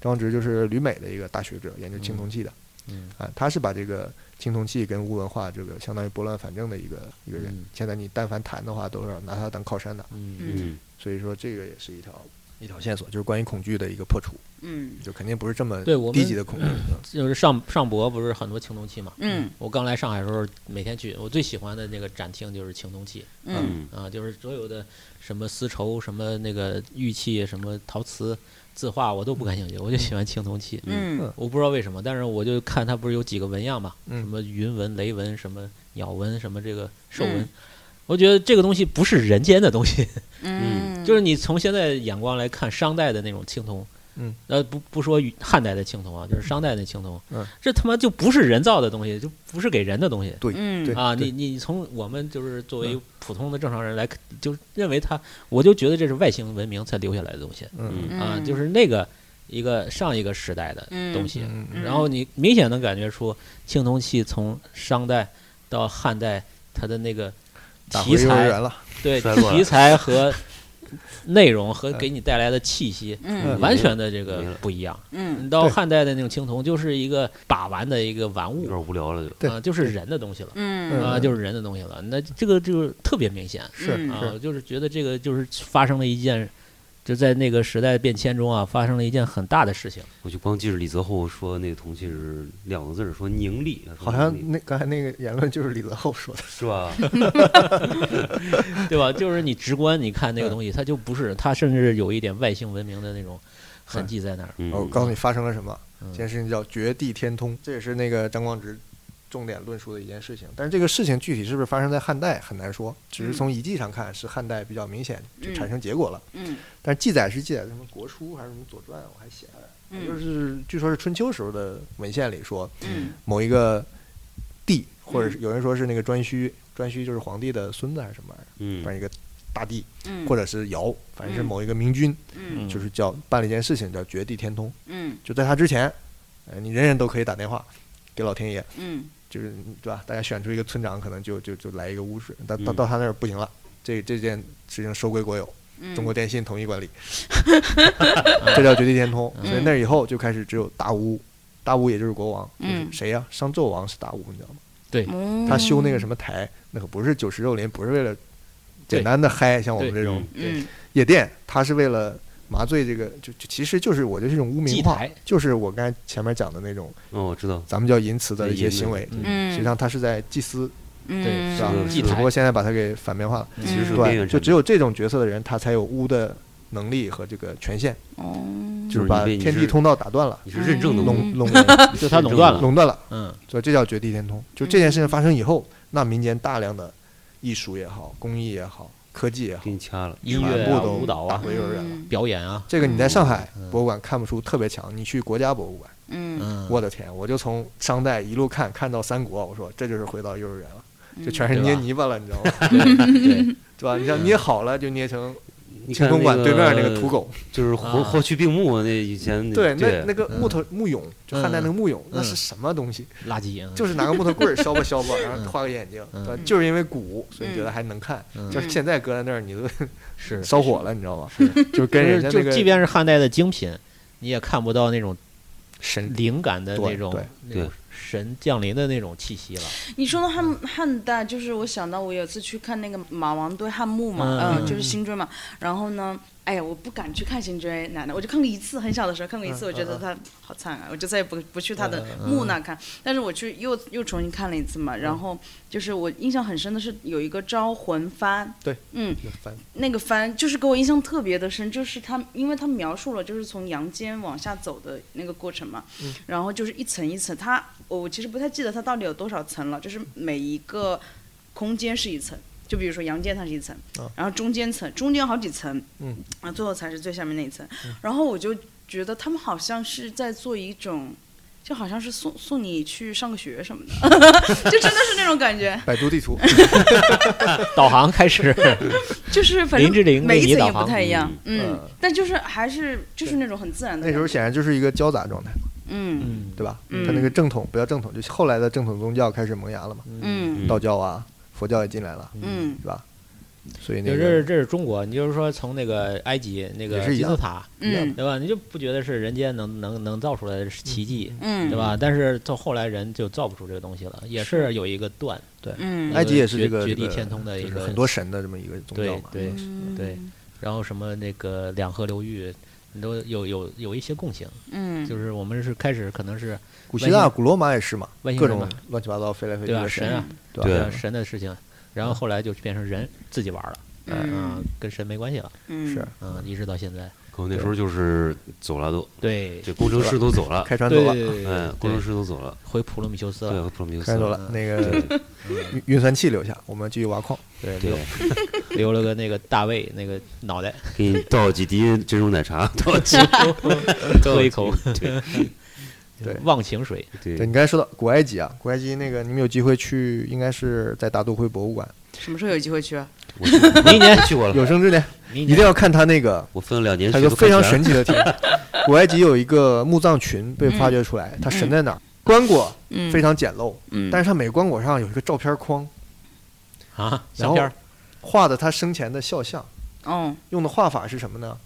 张光直就是旅美的一个大学者，研究青铜器的。嗯啊，他是把这个青铜器跟巫文化这个相当于拨乱反正的一个一个人嗯。现在你但凡谈的话，都是要拿他当靠山的。嗯嗯，所以说这个也是一条一条线索，就是关于恐惧的一个破除，嗯就肯定不是这么对我们嗯低级的恐惧。就是上上博不是很多青铜器嘛？嗯我刚来上海的时候，每天去，我最喜欢的那个展厅就是青铜器嗯啊，就是所有的什么丝绸、什么那个玉器、什么陶瓷、字画，我都不感兴趣，我就喜欢青铜器。嗯我不知道为什么，但是我就看它不是有几个纹样嘛，嗯什么云纹、雷纹、什么鸟纹、什么这个兽纹，嗯我觉得这个东西不是人间的东西，嗯，就是你从现在眼光来看商代的那种青铜，嗯，呃不不说与汉代的青铜啊，就是商代的青铜，嗯，这他妈就不是人造的东西，就不是给人的东西。嗯对嗯啊，你你从我们就是作为普通的正常人来，就认为它，我就觉得这是外星文明才留下来的东西嗯嗯啊，就是那个一个上一个时代的嗯东西，嗯嗯然后你明显能感觉出青铜器从商代到汉代，它的那个打回题幼儿材园了，对衰落了题材 和内容和嗯给你带来的气息，嗯完全的这没个了不一样。嗯你到对汉代的那种青铜，就是一个把玩的一个玩有物点无聊了就。对啊，就是人的东西了嗯啊，嗯就是人的东西了。那这个就是特别明显是啊，是，我就是觉得这个就是发生了一件。就在那个时代变迁中啊，发生了一件很大的事情。我就光记着李泽厚说那个铜器是两个字儿，说凝丽，他说好像凝丽那刚才那个言论就是李泽厚说的，是吧？ 对吧？就是你直观你看那嗯个东西，它就不是，它甚至有一点外星文明的那种痕迹在那儿。嗯，哦我告诉你发生了什么，嗯这件事情叫绝地天通，这也是那个张光直重点论述的一件事情。但是这个事情具体是不是发生在汉代很难说，只是从遗迹上看是汉代比较明显就产生结果了。嗯但是记载是记载在什么《国书》还是什么《左传》，我还写下来了，嗯就是据说是春秋时候的文献里说，嗯某一个帝，或者是有人说是那个颛顼，颛顼就是皇帝的孙子还是什么玩意儿，嗯反正一个大帝，嗯，或者是尧，反正是嗯某一个明君，嗯就是叫办了一件事情叫绝地天通，嗯就在他之前，呃，你人人都可以打电话给老天爷，嗯就是对吧？大家选出一个村长，可能就就就来一个巫师，到到嗯到他那儿不行了，这这件事情收归国有，嗯，中国电信统一 管理，这叫绝地天通。所以嗯那以后就开始只有大巫，大巫也就是国王，就是嗯谁呀、商纣王是大巫，你知道吗？对，他修那个个什么台，那可不是酒池肉林，不是为了对简单的嗨，像我们对这种对嗯夜店，他是为了。麻醉这个就就其实就是我就是一种污名祭化台，就是我刚才前面讲的那种哦，我知道，咱们叫淫词的对一些淫行的为，嗯嗯，实际上他是在祭司，嗯是吧？嗯只祭不台过现在把它给反面化了，其实是个边对，缘就产只品，有这种角色的人，他才有巫的能力和这个权限，哦就是你把被你天地是通道打断了，你是认证的垄龙，垄就它垄断了。垄断了，嗯，所以这叫绝地天通。就这件事情发生以后，那民间大量的艺术也好，工艺也好，科技也好给，你掐了。音乐全啊、部都舞蹈打啊、回幼儿园了。表演啊，这个你在上海嗯博物馆看不出特别强，你去国家博物馆，嗯嗯，我的天，我就从商代一路看看到三国，我说这就是回到幼儿园了，就全是嗯捏对吧泥巴了，你知道吗？对， 嗯对吧？你像捏好了就捏成你青看铜馆那对面那个个土，狗，就是霍啊霍去病墓那以前对，那对那个木头木俑，就汉代那个木俑，那嗯是什么东西？垃圾，就是是拿个木头棍儿削吧削吧，然嗯后画个眼睛，嗯对吧就是因为古，所以嗯觉得还能看。嗯就是现在搁在那儿，你都是，烧火了，你知道吗？就是跟人就家是那就个即便是汉代的精品，你也看不到那种神灵感的对那种对那种神降临的那种气息了。你说到汉汉代，就是我想到我有一次去看那个马王堆汉墓嘛，嗯呃嗯就是新追嘛。然后呢，哎呀，我不敢去看新追奶奶，我就看过一次，很小的时候看过一次，嗯我觉得嗯嗯他好惨啊，我就再也不不去他的墓那看。但是我去又又重新看了一次嘛，然后就是我印象很深的是有一个招魂幡，对，嗯，翻那个幡就是给我印象特别的深，就是他，因为他描述了就是从阳间往下走的那个过程嘛，嗯然后就是一层一层，它我我其实不太记得它到底有多少层了，就是每一个空间是一层，就比如说阳间它是一层，啊然后中间层中间有好几层，嗯，啊最后才是最下面那一层，然后我就觉得他们好像是在做一种。就好像是送送你去上个学什么的， 就真的是那种感觉，百度地图，嗯 导航开始，就是 反林志玲正每为一你层导也不航太一样，嗯嗯，但就是还是就是那种很自然的那感觉，时候显然就是一个交杂状态，嗯嗯，对吧？嗯他那个正统不叫正统，就后来的正统宗教开始萌芽了嘛，嗯嗯道教啊，佛教也进来了，嗯是吧？所以就那个这是这是中国，你就是说从那个埃及那个也是一金样字塔，嗯对吧？你就不觉得是人间能能能造出来的奇迹，嗯，对？吧？但是到后来人就造不出这个东西了，也是有一个断，嗯埃及也是绝这个绝地这个天通的一就是个很多神的这么一个宗嗯对教嘛。对对，然后什么那个两河流域，都有有有一些共性，嗯，就是我们是开始可能是古希腊、古罗马也是嘛，外星各人种嘛乱七八糟飞来飞去对吧的神啊，对对吧呃神的事情，然后后来就变成人自己玩了，嗯跟神没关系了，嗯是嗯，一直到现在，可能那时候就是走了都，对，这工程师都走了，开船走对了，对嗯，工程师都走了，回普罗米修斯对了，，普罗米修开斯船走啊了，那个对 运运算器留下，我们继续挖矿。对，留对，留了个那个大卫那个脑袋，给你倒几滴珍珠奶茶，倒几喝一口对对忘情水，对对，你刚才说到古埃及啊，古埃及那个你们有机会去，应该是在大都会博物馆，什么时候有机会去啊？我去 过明年去过了，有生之年明一定年要看它那个，我分了两年它学有都个非看全了，常神奇 的厅。古埃及有一个墓葬群被发掘嗯出来，它神在哪儿？棺椁嗯，非常简陋，嗯，但是它每个棺椁上有一个照片框，啊，然相后片儿画的他生前的肖像，哦，用的画法是什么呢？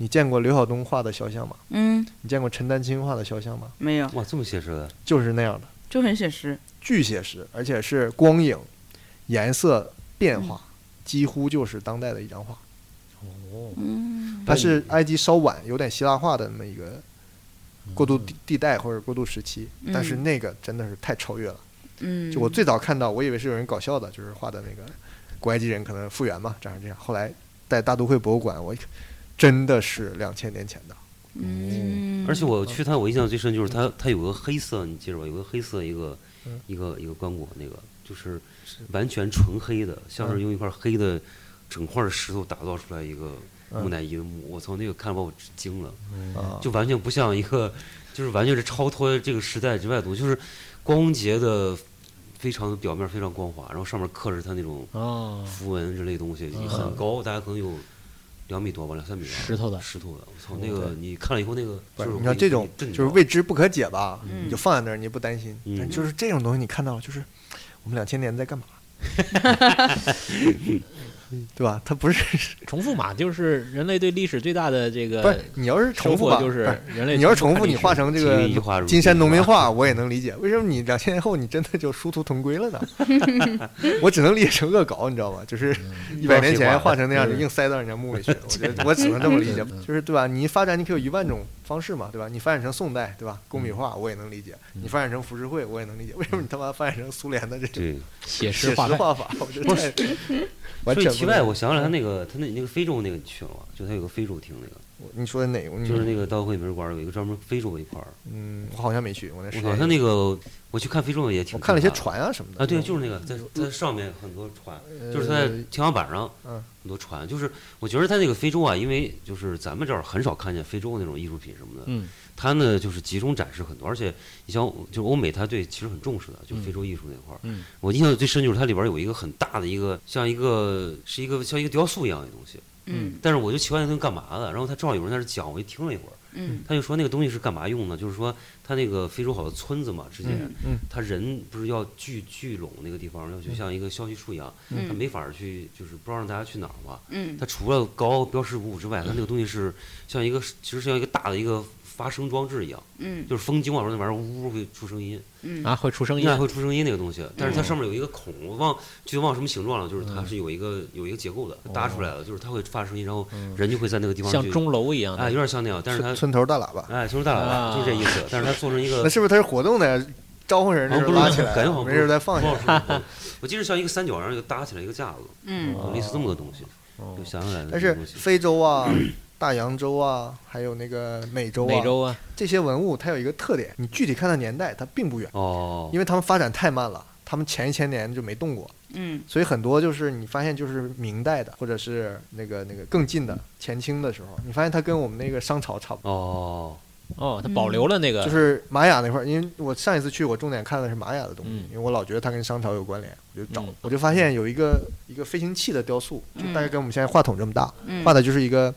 你见过刘晓东画的肖像吗？嗯，你见过陈丹青画的肖像吗？没有，哇，这么写实的，就是那样的，就很写实，巨写实，而且是光影、颜色变嗯化，几乎就是当代的一张画。哦，嗯它是埃及稍晚，有点希腊化的那么一个过渡地地带或者过渡时期，嗯但是那个真的是太超越了。嗯，就我最早看到，我以为是有人搞笑的，就是画的那个古埃及人可能复原嘛，长成这样。后来在大都会博物馆，我一看真的是两千年前的，嗯，而且我去它，我印象最深就是它，它有个黑色，你记着吧，有个黑色一个嗯一个一个棺椁，那个就是完全纯黑的，像是用一块黑的整块的石头打造出来一个木乃伊的墓。我操，那个看把我惊了，啊， 就完全不像一个，就是完全是超脱这个时代之外的东西，就是光文节的非常表面非常光滑，然后上面刻着它那种哦，符文之类的东西，很高，大家可能有。两米多吧，两三米吧。嗯石头的嗯石头的，我操，那个你看了以后，那个不就是是你看这种就是未知不可解吧，嗯你就放在那儿，你也不担心。嗯但就是这种东西，你看到了，就是我们两千年在干嘛，对吧？它不是重复嘛，就是人类对历史最大的这个不是，你要是重复收吧，获就是不是人类你要是重复重复，看你历史画成这金玉一画个如金山农民金画，我也能理解。为什么你两千年后你真的就殊途同归了呢？ 我只能理解成恶搞，你知道吗？就是嗯一百年前画成那样，嗯你硬塞到人家墓里 去，我觉得我只能这么理解嗯，就是对吧？你发展你可以有一万种方式嘛，对吧？你发展成宋代，对吧？工嗯笔画我也能理解，你发展成浮世绘我也能理解。为什么你他妈发展成苏联的这种对。写写实实画派，画法？我觉得太完所以全题不外，能我想起来他那个他那那个非洲那个你去了吗？就他有个非洲厅那个，你说的哪个？就是个那个大会美术馆有一个专门非洲的一块儿。嗯，我好像没去，我那时我间靠，他那个我去看非洲的也我挺看了一些震撼船啊什么的的啊，对，就是那个在在上面很多船，那就是他在天花板上嗯很多船，就是我觉得他那个非洲啊，因为就是咱们这儿很少看见非洲那种艺术品什么的，嗯，他呢就是集中展示很多，而且你像就是欧美，他对其实很重视的，就嗯非洲艺术那块儿。嗯我印象最深就是它里边有一个很大的一个像一个是一个像一个雕塑一样的东西，嗯但是我就奇怪那东西干嘛的，然后他正好有人在那儿讲，我就听了一会儿，嗯他就说那个东西是干嘛用的，就是说他那个非洲好多村子嘛，之前嗯嗯他人不是要聚聚拢那个地方，要就像一个消息树一样，他嗯没法儿去，就是不知道让大家去哪儿嘛。嗯他除了高标识五五之外，他那个东西是像一个其实像一个大的一个发声装置一样，嗯就是风经过的时候那玩意儿呜呜会出声音，嗯啊，会出声应音该，会出声音那个东西，但是它上面有一个孔，我忘具体忘什么形状了，就是它是有一个有一个结构的搭出来的，就是它会发声音，然后人就会在那个地方像去钟楼一样的啊哎，有点像那样，但是它村村头大喇叭，哎，就是大喇叭，啊就是这意思，但是它做成一个那是不是它是活动的？招呼人好的像时候哦不是拉起来，感觉好像没不是事再放下。不知道是不是我记得像一个三角，然后就搭起来一个架子，嗯类似这么个东西，哦就想起来了但这个是东西。非洲 啊、大洋洲啊，还有那个美洲啊，美洲啊，这些文物它有一个特点，你具体看它年代它并不远，哦，因为他们发展太慢了，他们前一千年就没动过，嗯所以很多就是你发现就是明代的，或者是那个那个更近的前清的时候，你发现它跟我们那个商朝差不多。哦，哦，它保留了那个，就是玛雅那块儿，因为我上一次去，我重点看的是玛雅的东西，嗯因为我老觉得它跟商朝有关联，我就找，嗯我就发现有一个一个飞行器的雕塑，就大概跟我们现在话筒这么大，嗯画的就是一个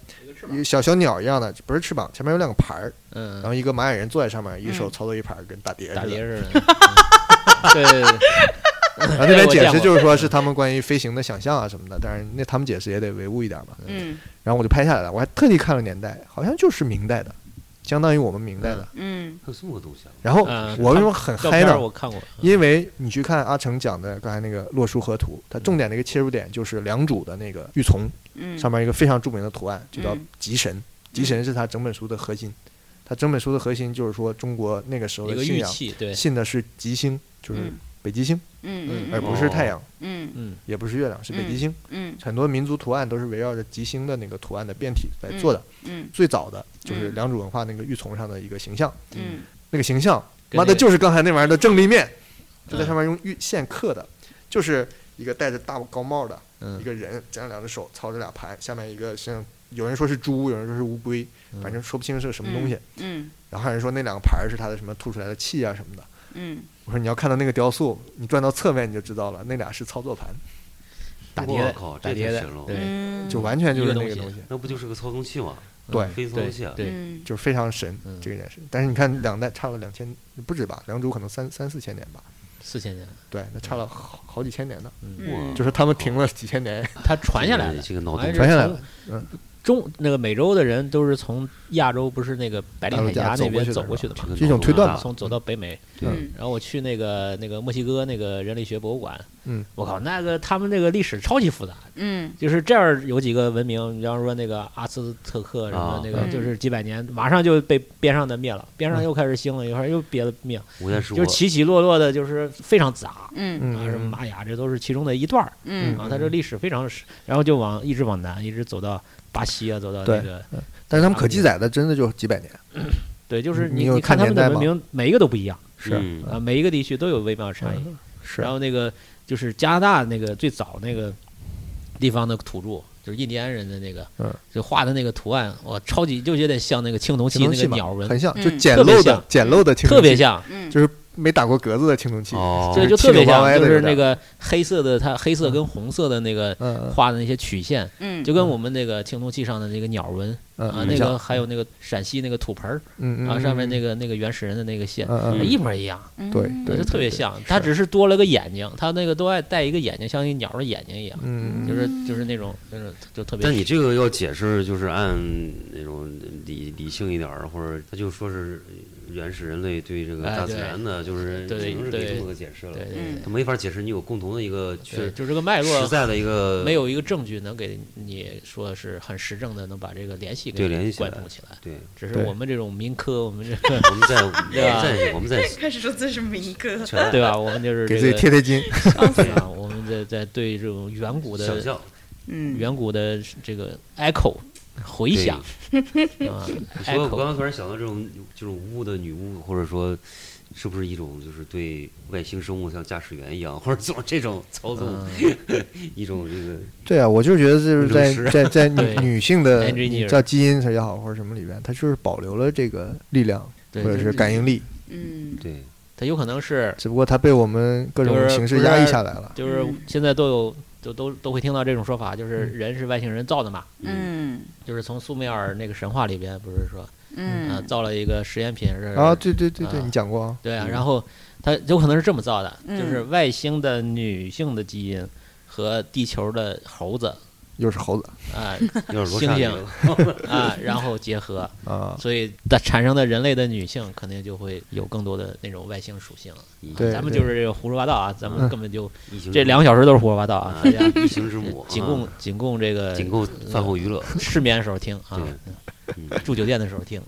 一个小小鸟一样的，不是翅膀，前面有两个盘儿，然嗯，后一个玛雅人坐在上面，一个手嗯操作一盘儿，跟打碟似打碟的。似的， 嗯对对对对，然 后那边我解见释过就是说是他们关于飞行的想象啊什么的，但是那他们解释也得唯物一点嘛。嗯然后我就拍下来了，我还特地看了年代，好像就是明代的，相当于我们明代的。嗯还有这么个东西啊？然后嗯我为什么很照嗨片呢儿？我看过，嗯因为你去看阿成讲的刚才那个《洛书河图》，它重点的一个切入点就是良渚的那个玉琮嗯，上面一个非常著名的图案，就叫嗯吉神。吉神是他整本书的核心，他整本书的核心就是说中国那个时候一的个信玉仰，器，对，信的是吉星，就是嗯北极星，嗯而嗯不是太阳，嗯嗯也不是月亮，是北极星。嗯很多民族图案都是围绕着吉星的那个图案的变体来做的。嗯最早的就是嗯良渚文化那个玉琮上的一个形象，嗯那个形象，跟妈那的个就是刚才那玩意儿的正立面，就在嗯上面用玉线刻的，就是一个戴着大高帽的嗯一个人，这样两只手操着俩盘，下面一个像有人说是猪，有人说是乌龟，嗯反正说不清是个什么东西。嗯然后还有人说那两个盘儿是他的什么吐出来的气啊什么的。嗯，我说你要看到那个雕塑，你转到侧面你就知道了，那俩是操作盘，打我碟的靠，，打这碟太的神了，，对，就嗯完全就嗯是一个那个东东西西，那不就是个操纵器吗？对非操纵器啊，对嗯就是非常神这个人是。但是你看两代差了两千不止吧，良渚可能三三四千年吧，四千年，对，那差了好好几千年呢。嗯就是他们停了几千年，它传下来的，嗯这个脑洞好像是传下来嗯了从。中那个美洲的人都是从亚洲不是那个白令海大陆峡架走那边过去的走过去的嘛啊这，个是一种脑洞推断大吧从走到北美，嗯然后我去那个那个墨西哥那个人类学博物馆，嗯，我靠，那个他们那个历史超级复杂，嗯就是这儿有几个文明，比方说那个阿斯特克什么啊那个，嗯就是几百年马上就被边上的灭了，边嗯上又开始兴了，一会儿又别的灭了，我也是就是我，起起落落的，就是非常杂。嗯啊，什么嗯，玛雅，这都是其中的一段儿嗯啊。它这历史非常是，然后就往一直往南，一直走到巴西啊，走到那对个啊但是他们可记载的真的就几百年，对，就是你你有你看看他们年的代文吗明每一个都不一样是嗯啊，每一个地区都有微妙的差异。是然，后那个就是加拿大那个最早那个地方的土著，就是印第安人的那个嗯，就画的那个图案，我超级就有点像那个青铜器青铜那器个嘛鸟，纹很，像，嗯就简特别陋的像简陋的青铜器，特别像。嗯，就是没打过格子的青铜器，哦，嗯对，就七特别扭八像，歪就的是有点那个黑色的，它黑色跟红色的那个嗯画的那些曲线，嗯就跟我们那个青铜器上的那个鸟纹嗯啊，嗯，那很像个还有那个陕西那个土盆儿嗯嗯啊，上面那个，个那个原始人的那个线，嗯哎嗯一模一样，嗯，对对，就特别对，像。它只是多了个眼睛，它那个都爱带一个眼睛，像一鸟的眼睛一样，嗯，就是就是那种就是就特别。但你这个要解释，就是按那种理理性一点儿，或者他就说是原始人类对这个哎大自对然的，就是对只能是给对这么个解释了对，对嗯对他没法解释你有共同的一个对，确就这个脉实络在的一个没有一个证据能给你说是很实证的能把这个联系给对联系起贯来通起来。对。只是对我们这种民科，我们这 个我们在我们 对吧在我们在开始说自己是民歌，全对吧？我们就是给这自己个贴 贴金，啊，我们在在对这种远古的想象，嗯，远古的这个 echo 回响 啊你说我刚，echo 刚突然想到这种这种无物的女巫，或者说是不是一种就是对外星生物像驾驶员一样，或者做这种嗯操纵、 一种这个对啊，我就觉得就是律师在在在女对女性的 Engineer 叫基因也好或者什么里边，它就是保留了这个力量或对者是感应力，嗯 对它有可能是只不过它被我们各就种是形不式是压抑下来了。就是现在都有都都都会听到这种说法，就是嗯人是外星人造的嘛，嗯就是从苏美尔那个神话里边不是说啊嗯造了一个实验品是啊，对对对对，啊你讲过啊，对啊，嗯然后它有可能是这么造的，就嗯是外星的女性的基因和地球的猴子又是猴子啊要是罗星刹那星个啊，然后结 合，啊，所以它产生的人类的女性肯定就会有更多的那种外星属性了。异对嗯咱们就是这个胡说八道啊，咱们根本就异形这两个小时都是胡说八道啊，大家异形之母， 仅啊供呃仅供这个嗯仅供饭后娱乐， 失眠的时候听啊，嗯住酒店的时候听，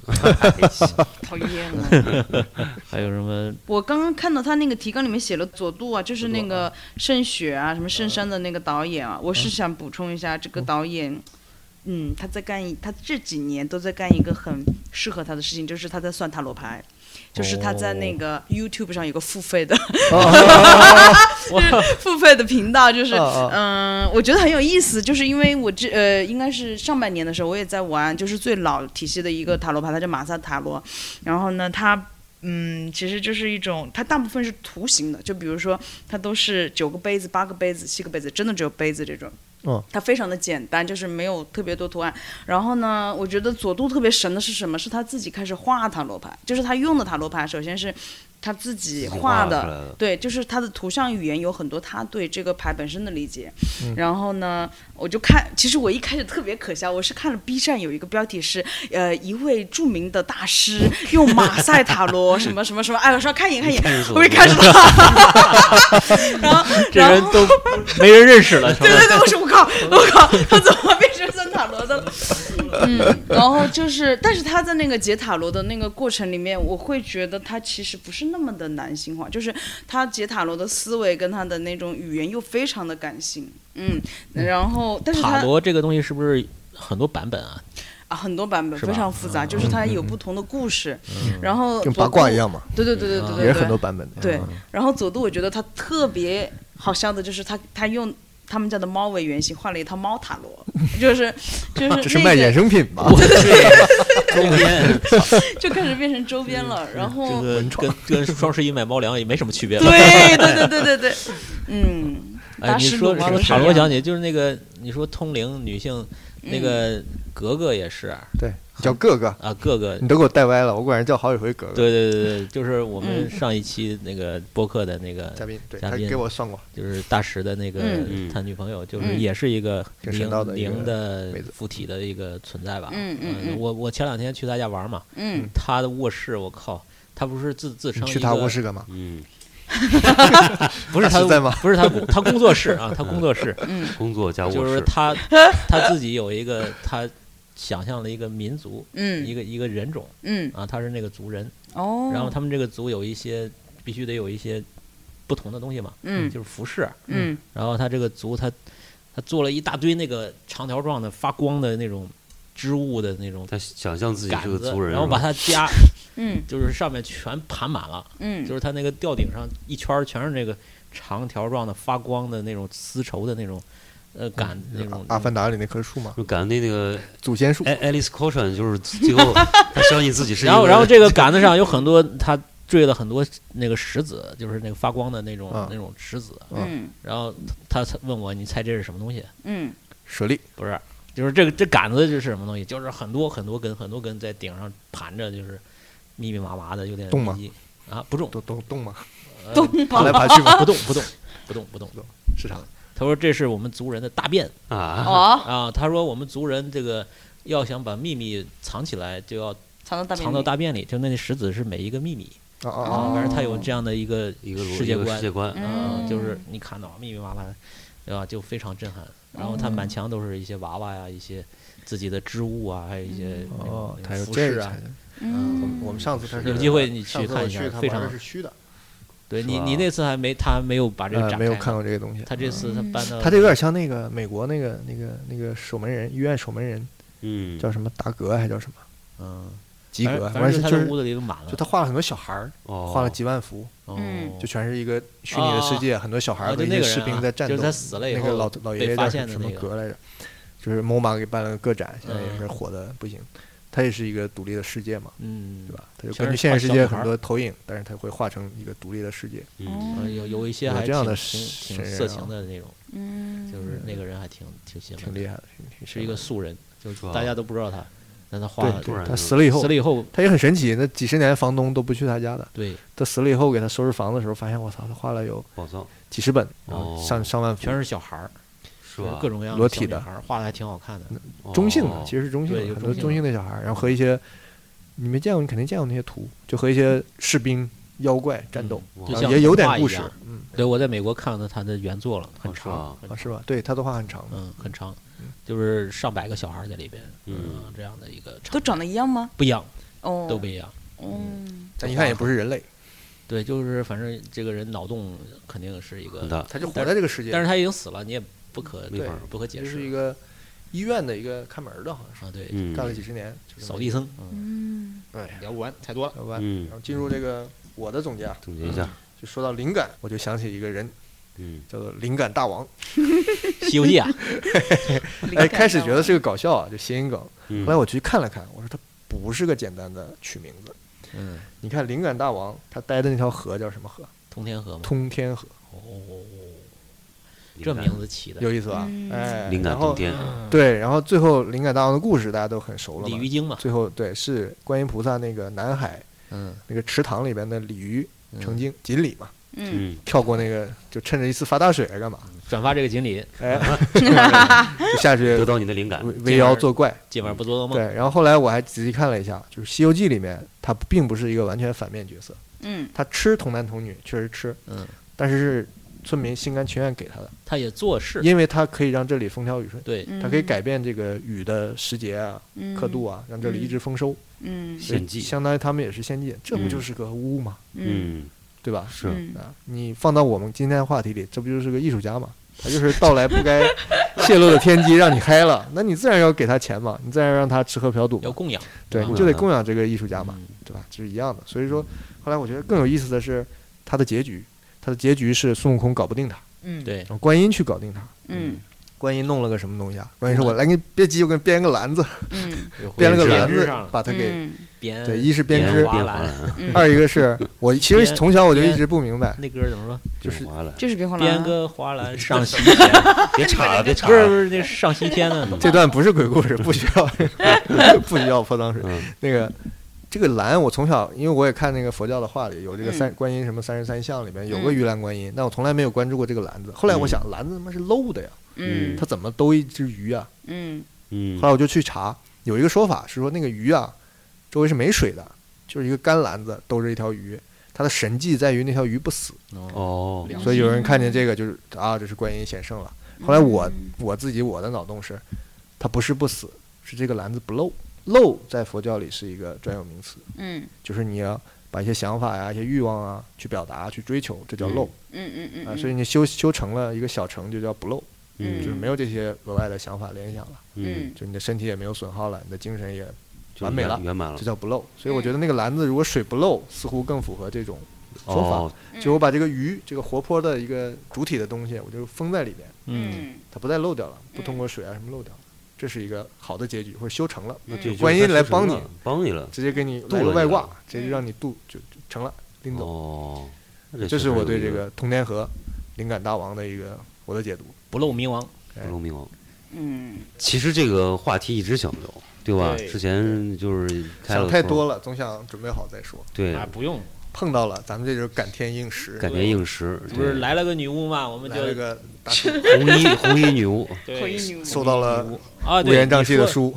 讨厌啊了。还有什么我刚刚看到他那个提纲里面写了佐渡啊，就是那个圣雪啊，什么圣山的那个导演啊，我是想补充一下，这个导演，嗯，他在干一，他这几年都在干一个很适合他的事情，就是他在算塔罗牌。就是他在那个 YouTube 上有个付费的哦 付费的频道，就是哦哦嗯，我觉得很有意思，就是因为我这呃，应该是上半年的时候，我也在玩，就是最老体系的一个塔罗牌，它叫马萨塔罗。然后呢，它嗯，其实就是一种，它大部分是图形的，就比如说它都是九个杯子、八个杯子、七个杯子，真的只有杯子这种。哦它非常的简单，就是没有特别多图案。然后呢，我觉得佐渡特别神的是什么？是他自己开始画塔罗牌，就是他用的塔罗牌，首先是他自己自己画画的，出来的对，就是他的图像语言有很多他对这个牌本身的理解。嗯然后呢，我就看，其实我一开始特别可笑，我是看了 B 站有一个标题是，呃，一位著名的大师用马赛塔罗什么什么什么，哎，我说看一眼看一看眼人，锁我 一开始他，然后这然人后。都没人认识了，成 对了对对，我说我靠，我靠，他怎么变成算塔罗的了？ 嗯，然后就是，但是他在那个解塔罗的那个过程里面，我会觉得他其实不是那么的男性化，就是他解塔罗的思维跟他的那种语言又非常的感性，嗯，然后但是他塔罗这个东西是不是很多版本啊？啊很多版本是非吧嗯常复杂，就是它有不同的故事，然后跟佐八卦渡一样嘛，对对对对对对对，也是很多版本的。对，然后佐渡我觉得他特别好笑的就是他他用他们家的猫为原型画了一套猫塔罗， 就是就是那个这是卖衍生品吧？ 周边就开始变成周边了，然这后个跟跟双十一买猫粮也没什么区别吧？对对对对对对，嗯，哎，达你什说鲁什猫么的塔啥罗讲样？解，就是那个你说通灵女性嗯那个格格也是对，叫 哥哥，啊，各个你都给我带歪了，我管人叫好几回哥哥。对对对对，就是我们嗯上一期那个播客的那个嘉宾，对嘉他宾给我算过，就是大石的那个嗯嗯他女朋友，就是嗯也是一个挺神道灵的一个灵的妹子附体的一个存在吧。呃嗯嗯嗯我我前两天去他家玩嘛，嗯，他的卧室，我靠，他不是自自你称去一他个卧室干嘛？嗯，不是他他实在吗？不是他工他工作室啊，他工作室工作加卧就是室，他他自己有一个他想象了一个民族，一嗯个一个人种嗯啊，他是那个族人，哦，然后他们这个族有一些必须得有一些不同的东西嘛，嗯就是服饰，嗯然后他这个族他他做了一大堆那个长条状的发光的那种织物的那种他想象自己杆是个子族，人，然后把他家嗯就是上面全盘满了。嗯就是它那个吊顶上一圈儿全是那个长条状的发光的那种丝绸的那种，呃，杆那种嗯阿凡达里那棵树嘛，就感觉那个祖先树哎爱。爱丽丝· c o t t o n 哎就是最后他相信自己是一个，然后，然后这 个杆子上有很多，它缀了很多那个石子，就是那个发光的那种、嗯那种石子。嗯然后他他问我，你猜这是什么东西？嗯舍利，不是，就是这个这杆子是什么东西？就是很多很多根，很多根在顶上盘着，就是密密麻麻的，有点动吗密集啊，不重，动动 动嘛，呃动爬吗？来爬去嘛， 不动，不动，不动，不动。是啥？他说这是我们族人的大便。啊，哦，啊，他说我们族人这个要想把秘密藏起来，就要藏到大便藏里到大便里，就那石子是每一个秘密啊啊啊！啊，反正他有哦这样的一个一个世界一个观世界观，啊，就是嗯你看到密密麻麻，对吧？就非常震撼。然后他嗯满墙都是一些娃娃呀，一些自己的织物啊，还有一些那种哦，那他种有服这饰个啊才。能。我嗯们我们上次他是有机会你去上次我看一下去他非玩的常是虚的，对是你，吧你那次还没他还没有把这个呃展没有开看呢。过这个东西。嗯他这次他嗯搬到他这有点像那个美国那个那个那个守门人，医院守门人嗯，叫什么达格还叫什么嗯，吉反格，正反反是正就他是的屋子里都满了，就他画了很多小孩儿，哦，画了几万幅，哦嗯就全是一个虚拟的世界，很多小孩啊儿和就一那些个人士啊兵在战斗。就是他死了以那个后老老爷被爷发叫现的什什么那个格来着？就是 MoMA 给办了个个展，现在也是火的不行。它也是一个独立的世界嘛，嗯对，吧？它就全根据是现画实世小界女孩很儿多投影，但是它会画成一个独立的世界。嗯，呃有有一些有还这样挺的挺挺神人色啊情的那种，嗯就是那个人还挺挺邪挺门的，厉害的，挺挺是一个素人，就是吧大家都不知道他，但他画对了突然他就死了以后死，了以后，他也很神奇。那几十年房东都不去他家的，对，他死了以后给他收拾房子的时候，发现我操，他画了有宝藏几十本，然后哦上上万幅全，是小孩儿，是吧？各种各样裸小体女的嗯孩儿，画的还挺好看的，中性的哦，其实是中性对有的，很多中性的中性的小孩儿，然后和一些你没见过，你肯定见过那些图，就和一些士兵、妖怪战斗，哇就然像后啊也有点画一故事样，嗯，对，我在美国看到他的原作了，很哦是长吧，很啊，长是吧？对，他的话很长的，嗯，很长，就是上百个小孩儿在里边，嗯，这样的一个都场长得一样吗？不一样，哦，都不一样。嗯咱一看也不是人类，对，就是反正这个人脑洞肯定是一很个，大，他就活在这个世界，但是他已经死了，你也不可没法儿不可解这是一释个医院的一个看门儿的，好像是啊，对，嗯，干了几十年，就这么扫地僧，嗯嗯哎，聊不完，太多了。好吧，嗯然后进入这个我的总结啊，总结一下，就说到灵感，我就想起一个人嗯，叫做灵感大王， 《西游记》啊，哎，开始觉得是个搞笑啊，就谐音梗，嗯后来我去看了看，我说他不是个简单的取名字。嗯，你看灵感大王他待的那条河叫什么河？通天河嘛。通天河，哦，灵这感名字起的，有意思吧？嗯哎，灵感然通后天，对，然后最后灵感大王的故事大家都很熟了鲤嘛鱼。精嘛。最后对，是观音菩萨那个南海嗯那个池塘里边的鲤鱼成精锦鲤嘛，嗯，嗯，跳过那个就趁着一次发大水来啊干嘛？转发这个锦鲤，哎， 就下去得到你的灵感围，围妖做怪。今晚不做噩嗯对梦。，然后后来我还仔细看了一下，就是《西游记》里面他并不是一个完全反面角色，嗯，他吃童男童女确实吃，嗯，但是是村民心甘情愿给他的，他也做事，因为他可以让这里风调雨顺，对，嗯他可以改变这个雨的时节啊、刻度啊，让这里一直丰收，嗯，所以献祭相当于他们也是献祭，这不嗯就是个巫嘛，嗯嗯，对吧？是嗯啊，你放到我们今天的话题里，这不就是个艺术家嘛？他就是到来不该泄露的天机，让你嗨了， 那你自然要给他钱嘛，你自然让他吃喝嫖赌嘛要供养。对，供你养就得他供养这个艺术家嗯嘛，对吧？这是一样的。所以说，后来我觉得更有意思的是他的结局，他的结局是孙悟空搞不定他，嗯，对，让观音去搞定他。嗯观音弄了个什么东西嗯啊？观音说：“我来给你别急，我给你编个篮子，嗯，编了个编篮织织上了，把他给嗯编对，一是编变织，变花化篮了，嗯二一 个是我其实编从小我就一直不明白，那歌怎么说？就是变化了，就是变化编了。个花篮上西 天，别岔了，别岔不是不了，是，那是上西天呢？这段不是鬼故事，不需 要，不需要泼脏水。嗯 那个这个蓝，我从小因为我也看那个佛教的画里嗯有这个三观音什么三十三像里面有个嗯鱼篮观音，但我从来没有关注过这个篮子。嗯后来我想，篮子他妈是漏的呀，嗯它怎么兜一只鱼啊？嗯嗯后来我就去查，有一个说法是说那个鱼啊，周围是没水的，就是一个干篮子兜着一条鱼，它的神迹在于那条鱼不死。哦，所以有人看见这个就是啊，这是观音显圣了。嗯后来我我自己我的脑洞是，它不是不死，是这个篮子不漏。漏在佛教里是一个专有名词，嗯就是你要把一些想法呀、一些欲望啊去表达、去追求，这叫漏嗯嗯嗯啊。所以你修修成了一个小成，就叫不漏，嗯就是没有这些额外的想法联想了，嗯，就你的身体也没有损耗了，你的精神也就完美了圆满了这，叫不漏。所以我觉得那个篮子如果水不漏，似乎更符合这种说法。哦，就我把这个鱼这个活泼的一个主体的东西，我就封在里面，嗯，它不再漏掉了，不通过水啊什么漏掉了，这是一个好的结局，或者修成了，那这就观音该来说帮成你了，帮你了，直接给你嗯渡来个了你外了挂，直接就让你渡就就成了，拎走。哦，那这确是实我有对一这个通天河灵感大王的一个我的解读。不露冥王，哎《龙冥王》。嗯其实这个话题一直想聊，对吧？对之前就是开想了太头多了，总想准备好再说。对，啊，不用，碰到了，咱们这就是感天应时，感觉应时，不是对来了个女巫嘛，我们来了就个大叔红衣红衣女巫，对口音女巫收到了女巫啊，乌对烟瘴气的你说书，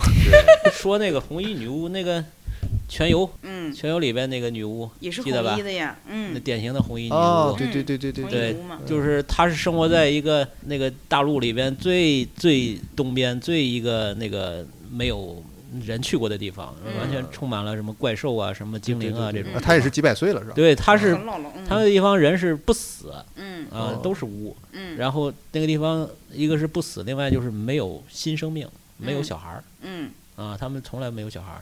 说那个红衣女巫那个全游，嗯全游里边那个女巫也是记得吧红衣？的呀，那嗯典型的红衣女哦，巫，对对对对对红对，对衣女巫嘛，就是她是生活在一个那个大陆里边最最东边最一个那个没有人去过的地方，嗯完全充满了什么怪兽啊、什么精灵啊这种。啊他也是几百岁了是吧？对，她是很老了，他嗯那地方人是不死嗯啊哦，都是巫。嗯然后那个地方一个是不死，另外就是没有新生命，没有嗯小孩儿嗯啊，他们从来没有小孩儿。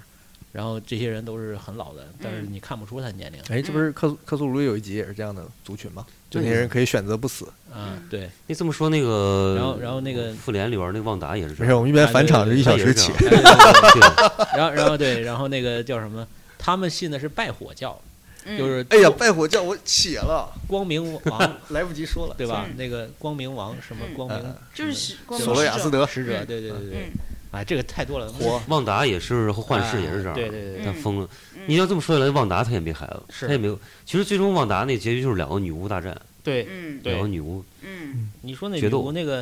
然后这些人都是很老的，但是嗯你看不出他年龄哎，这不是克苏克苏鲁有一集也是这样的族群吗？就那对些人可以选择不死。啊。嗯对， 你这么说那个，然后然后那个复联里边那旺达也是这没事，样，我们一啊般返场是一小时起 他。也是这样，对然后然后对，然后那个叫什么？他们信的是拜火教，嗯，就是哎呀，拜火教我写了，光明 王来不及说了。对吧嗯？那个光明王什么嗯光嗯明就是光索罗明亚斯使者德使者？对对对对嗯，哎，这个太多了。火旺达也是幻视也是这样，啊对对对他嗯疯了。嗯你要这么说起来，旺达他也没孩子，是他也没有。其实最终旺达那结局就是两个女巫大战，对。嗯对两个女巫嗯你说那决女斗巫那个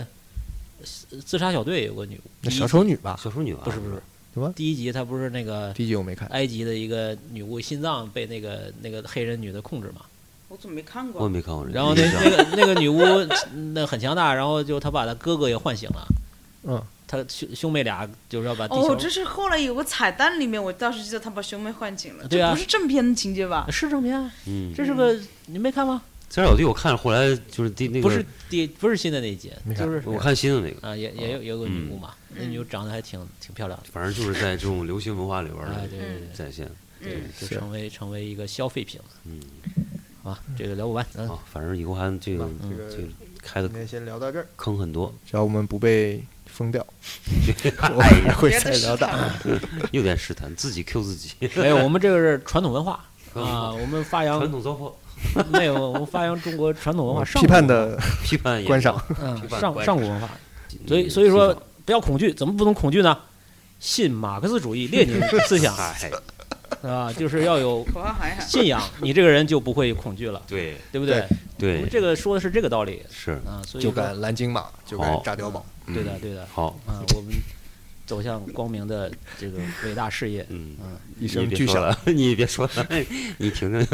呃自杀小队有个女巫，那第一小丑女吧，小丑女啊，不是不是什么第一集她不是那个第一集我没看，埃及的一个女巫心脏被那个那个黑人女的控制嘛，我怎么没看我也过？没看过这个。然后那那个那个女巫那很强大，然后就她把她哥哥也唤醒了，嗯，她兄兄妹俩就是要把地球哦，这是后来有个彩蛋里面，我倒是记得他把兄妹唤醒了，对这啊不是正片的情节吧？是正片啊，嗯，这是个你没看吗？三小弟我看后来就是第那个不是第不是新的那一集，没看就是我看新的那个，啊也也有有个女巫嘛，那女巫长得还挺挺漂亮的，反正就是在这种流行文化里边儿哎的对对对嗯展现。对，就成为成为一个消费品了，嗯，好吧，这个聊不完，嗯，啊，反正以后还这个这个这个开的今天先聊到这儿，坑很多，只要我们不被封 掉，我们还会再聊的。又在试探自己 Q 自己，没有，我们这个是传统文化啊，我们发扬 传统糟粕，没有，我们发扬中国传统文化，上啊批古判文的批判也观赏，化，嗯，批判上观上赏古文化，嗯，所以所以欣说赏不要恐惧，怎么不能恐惧呢？信马克思主义列宁思想，哎，啊，就是要有口号喊一喊。信仰，你这个人就不会恐惧了，对对不对？我对们，这个说的是这个道理是啊，所以就说敢蓝鲸马，就好敢炸碉堡。嗯对的对的好，啊，我们走向光明的这个伟大事业，嗯，一你声别巨说响，了， 你别说了，你听听。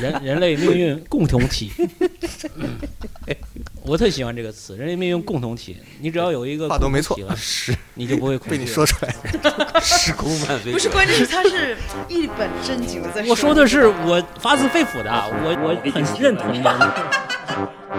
人人类命运共同体。 嗯我特喜欢这个词，人类命运共同体。你只要有一个话都没错共同体了是你就不会恐惧。被你说，出来。时空漫飞不是，关键是他是一本正经的在我说的是我发自肺腑的，啊我我很认同的。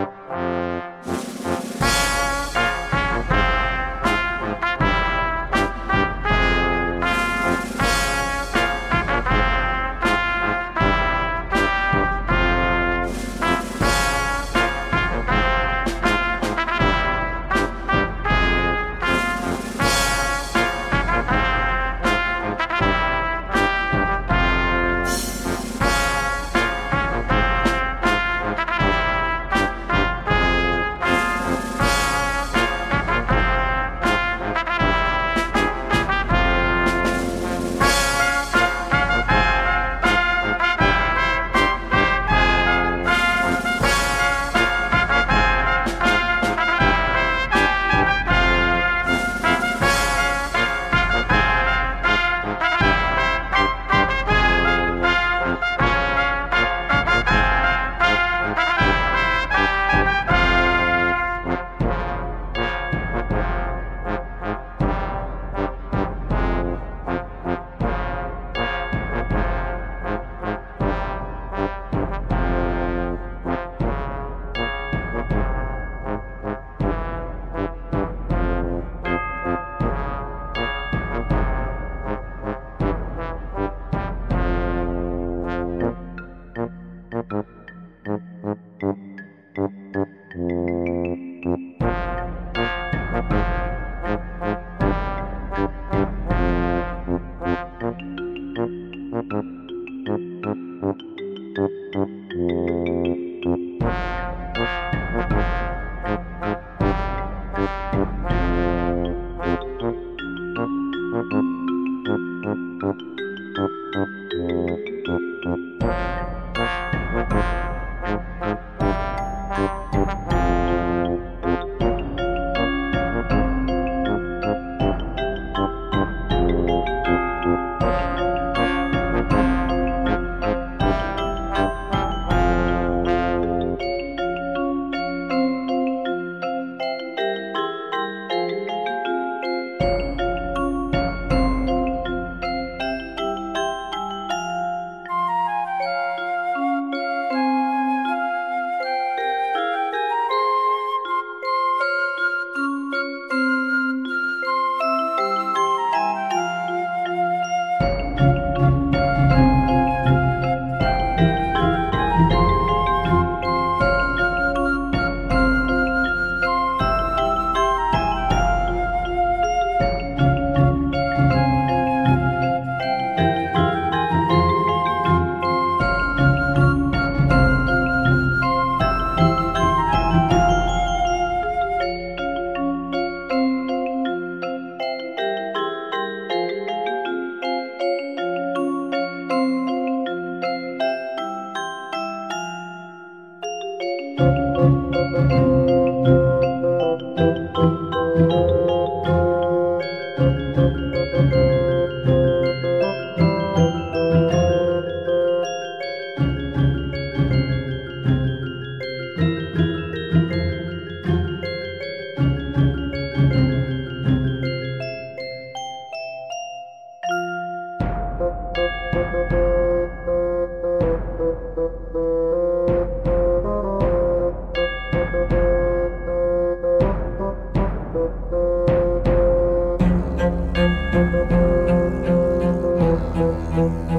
Thank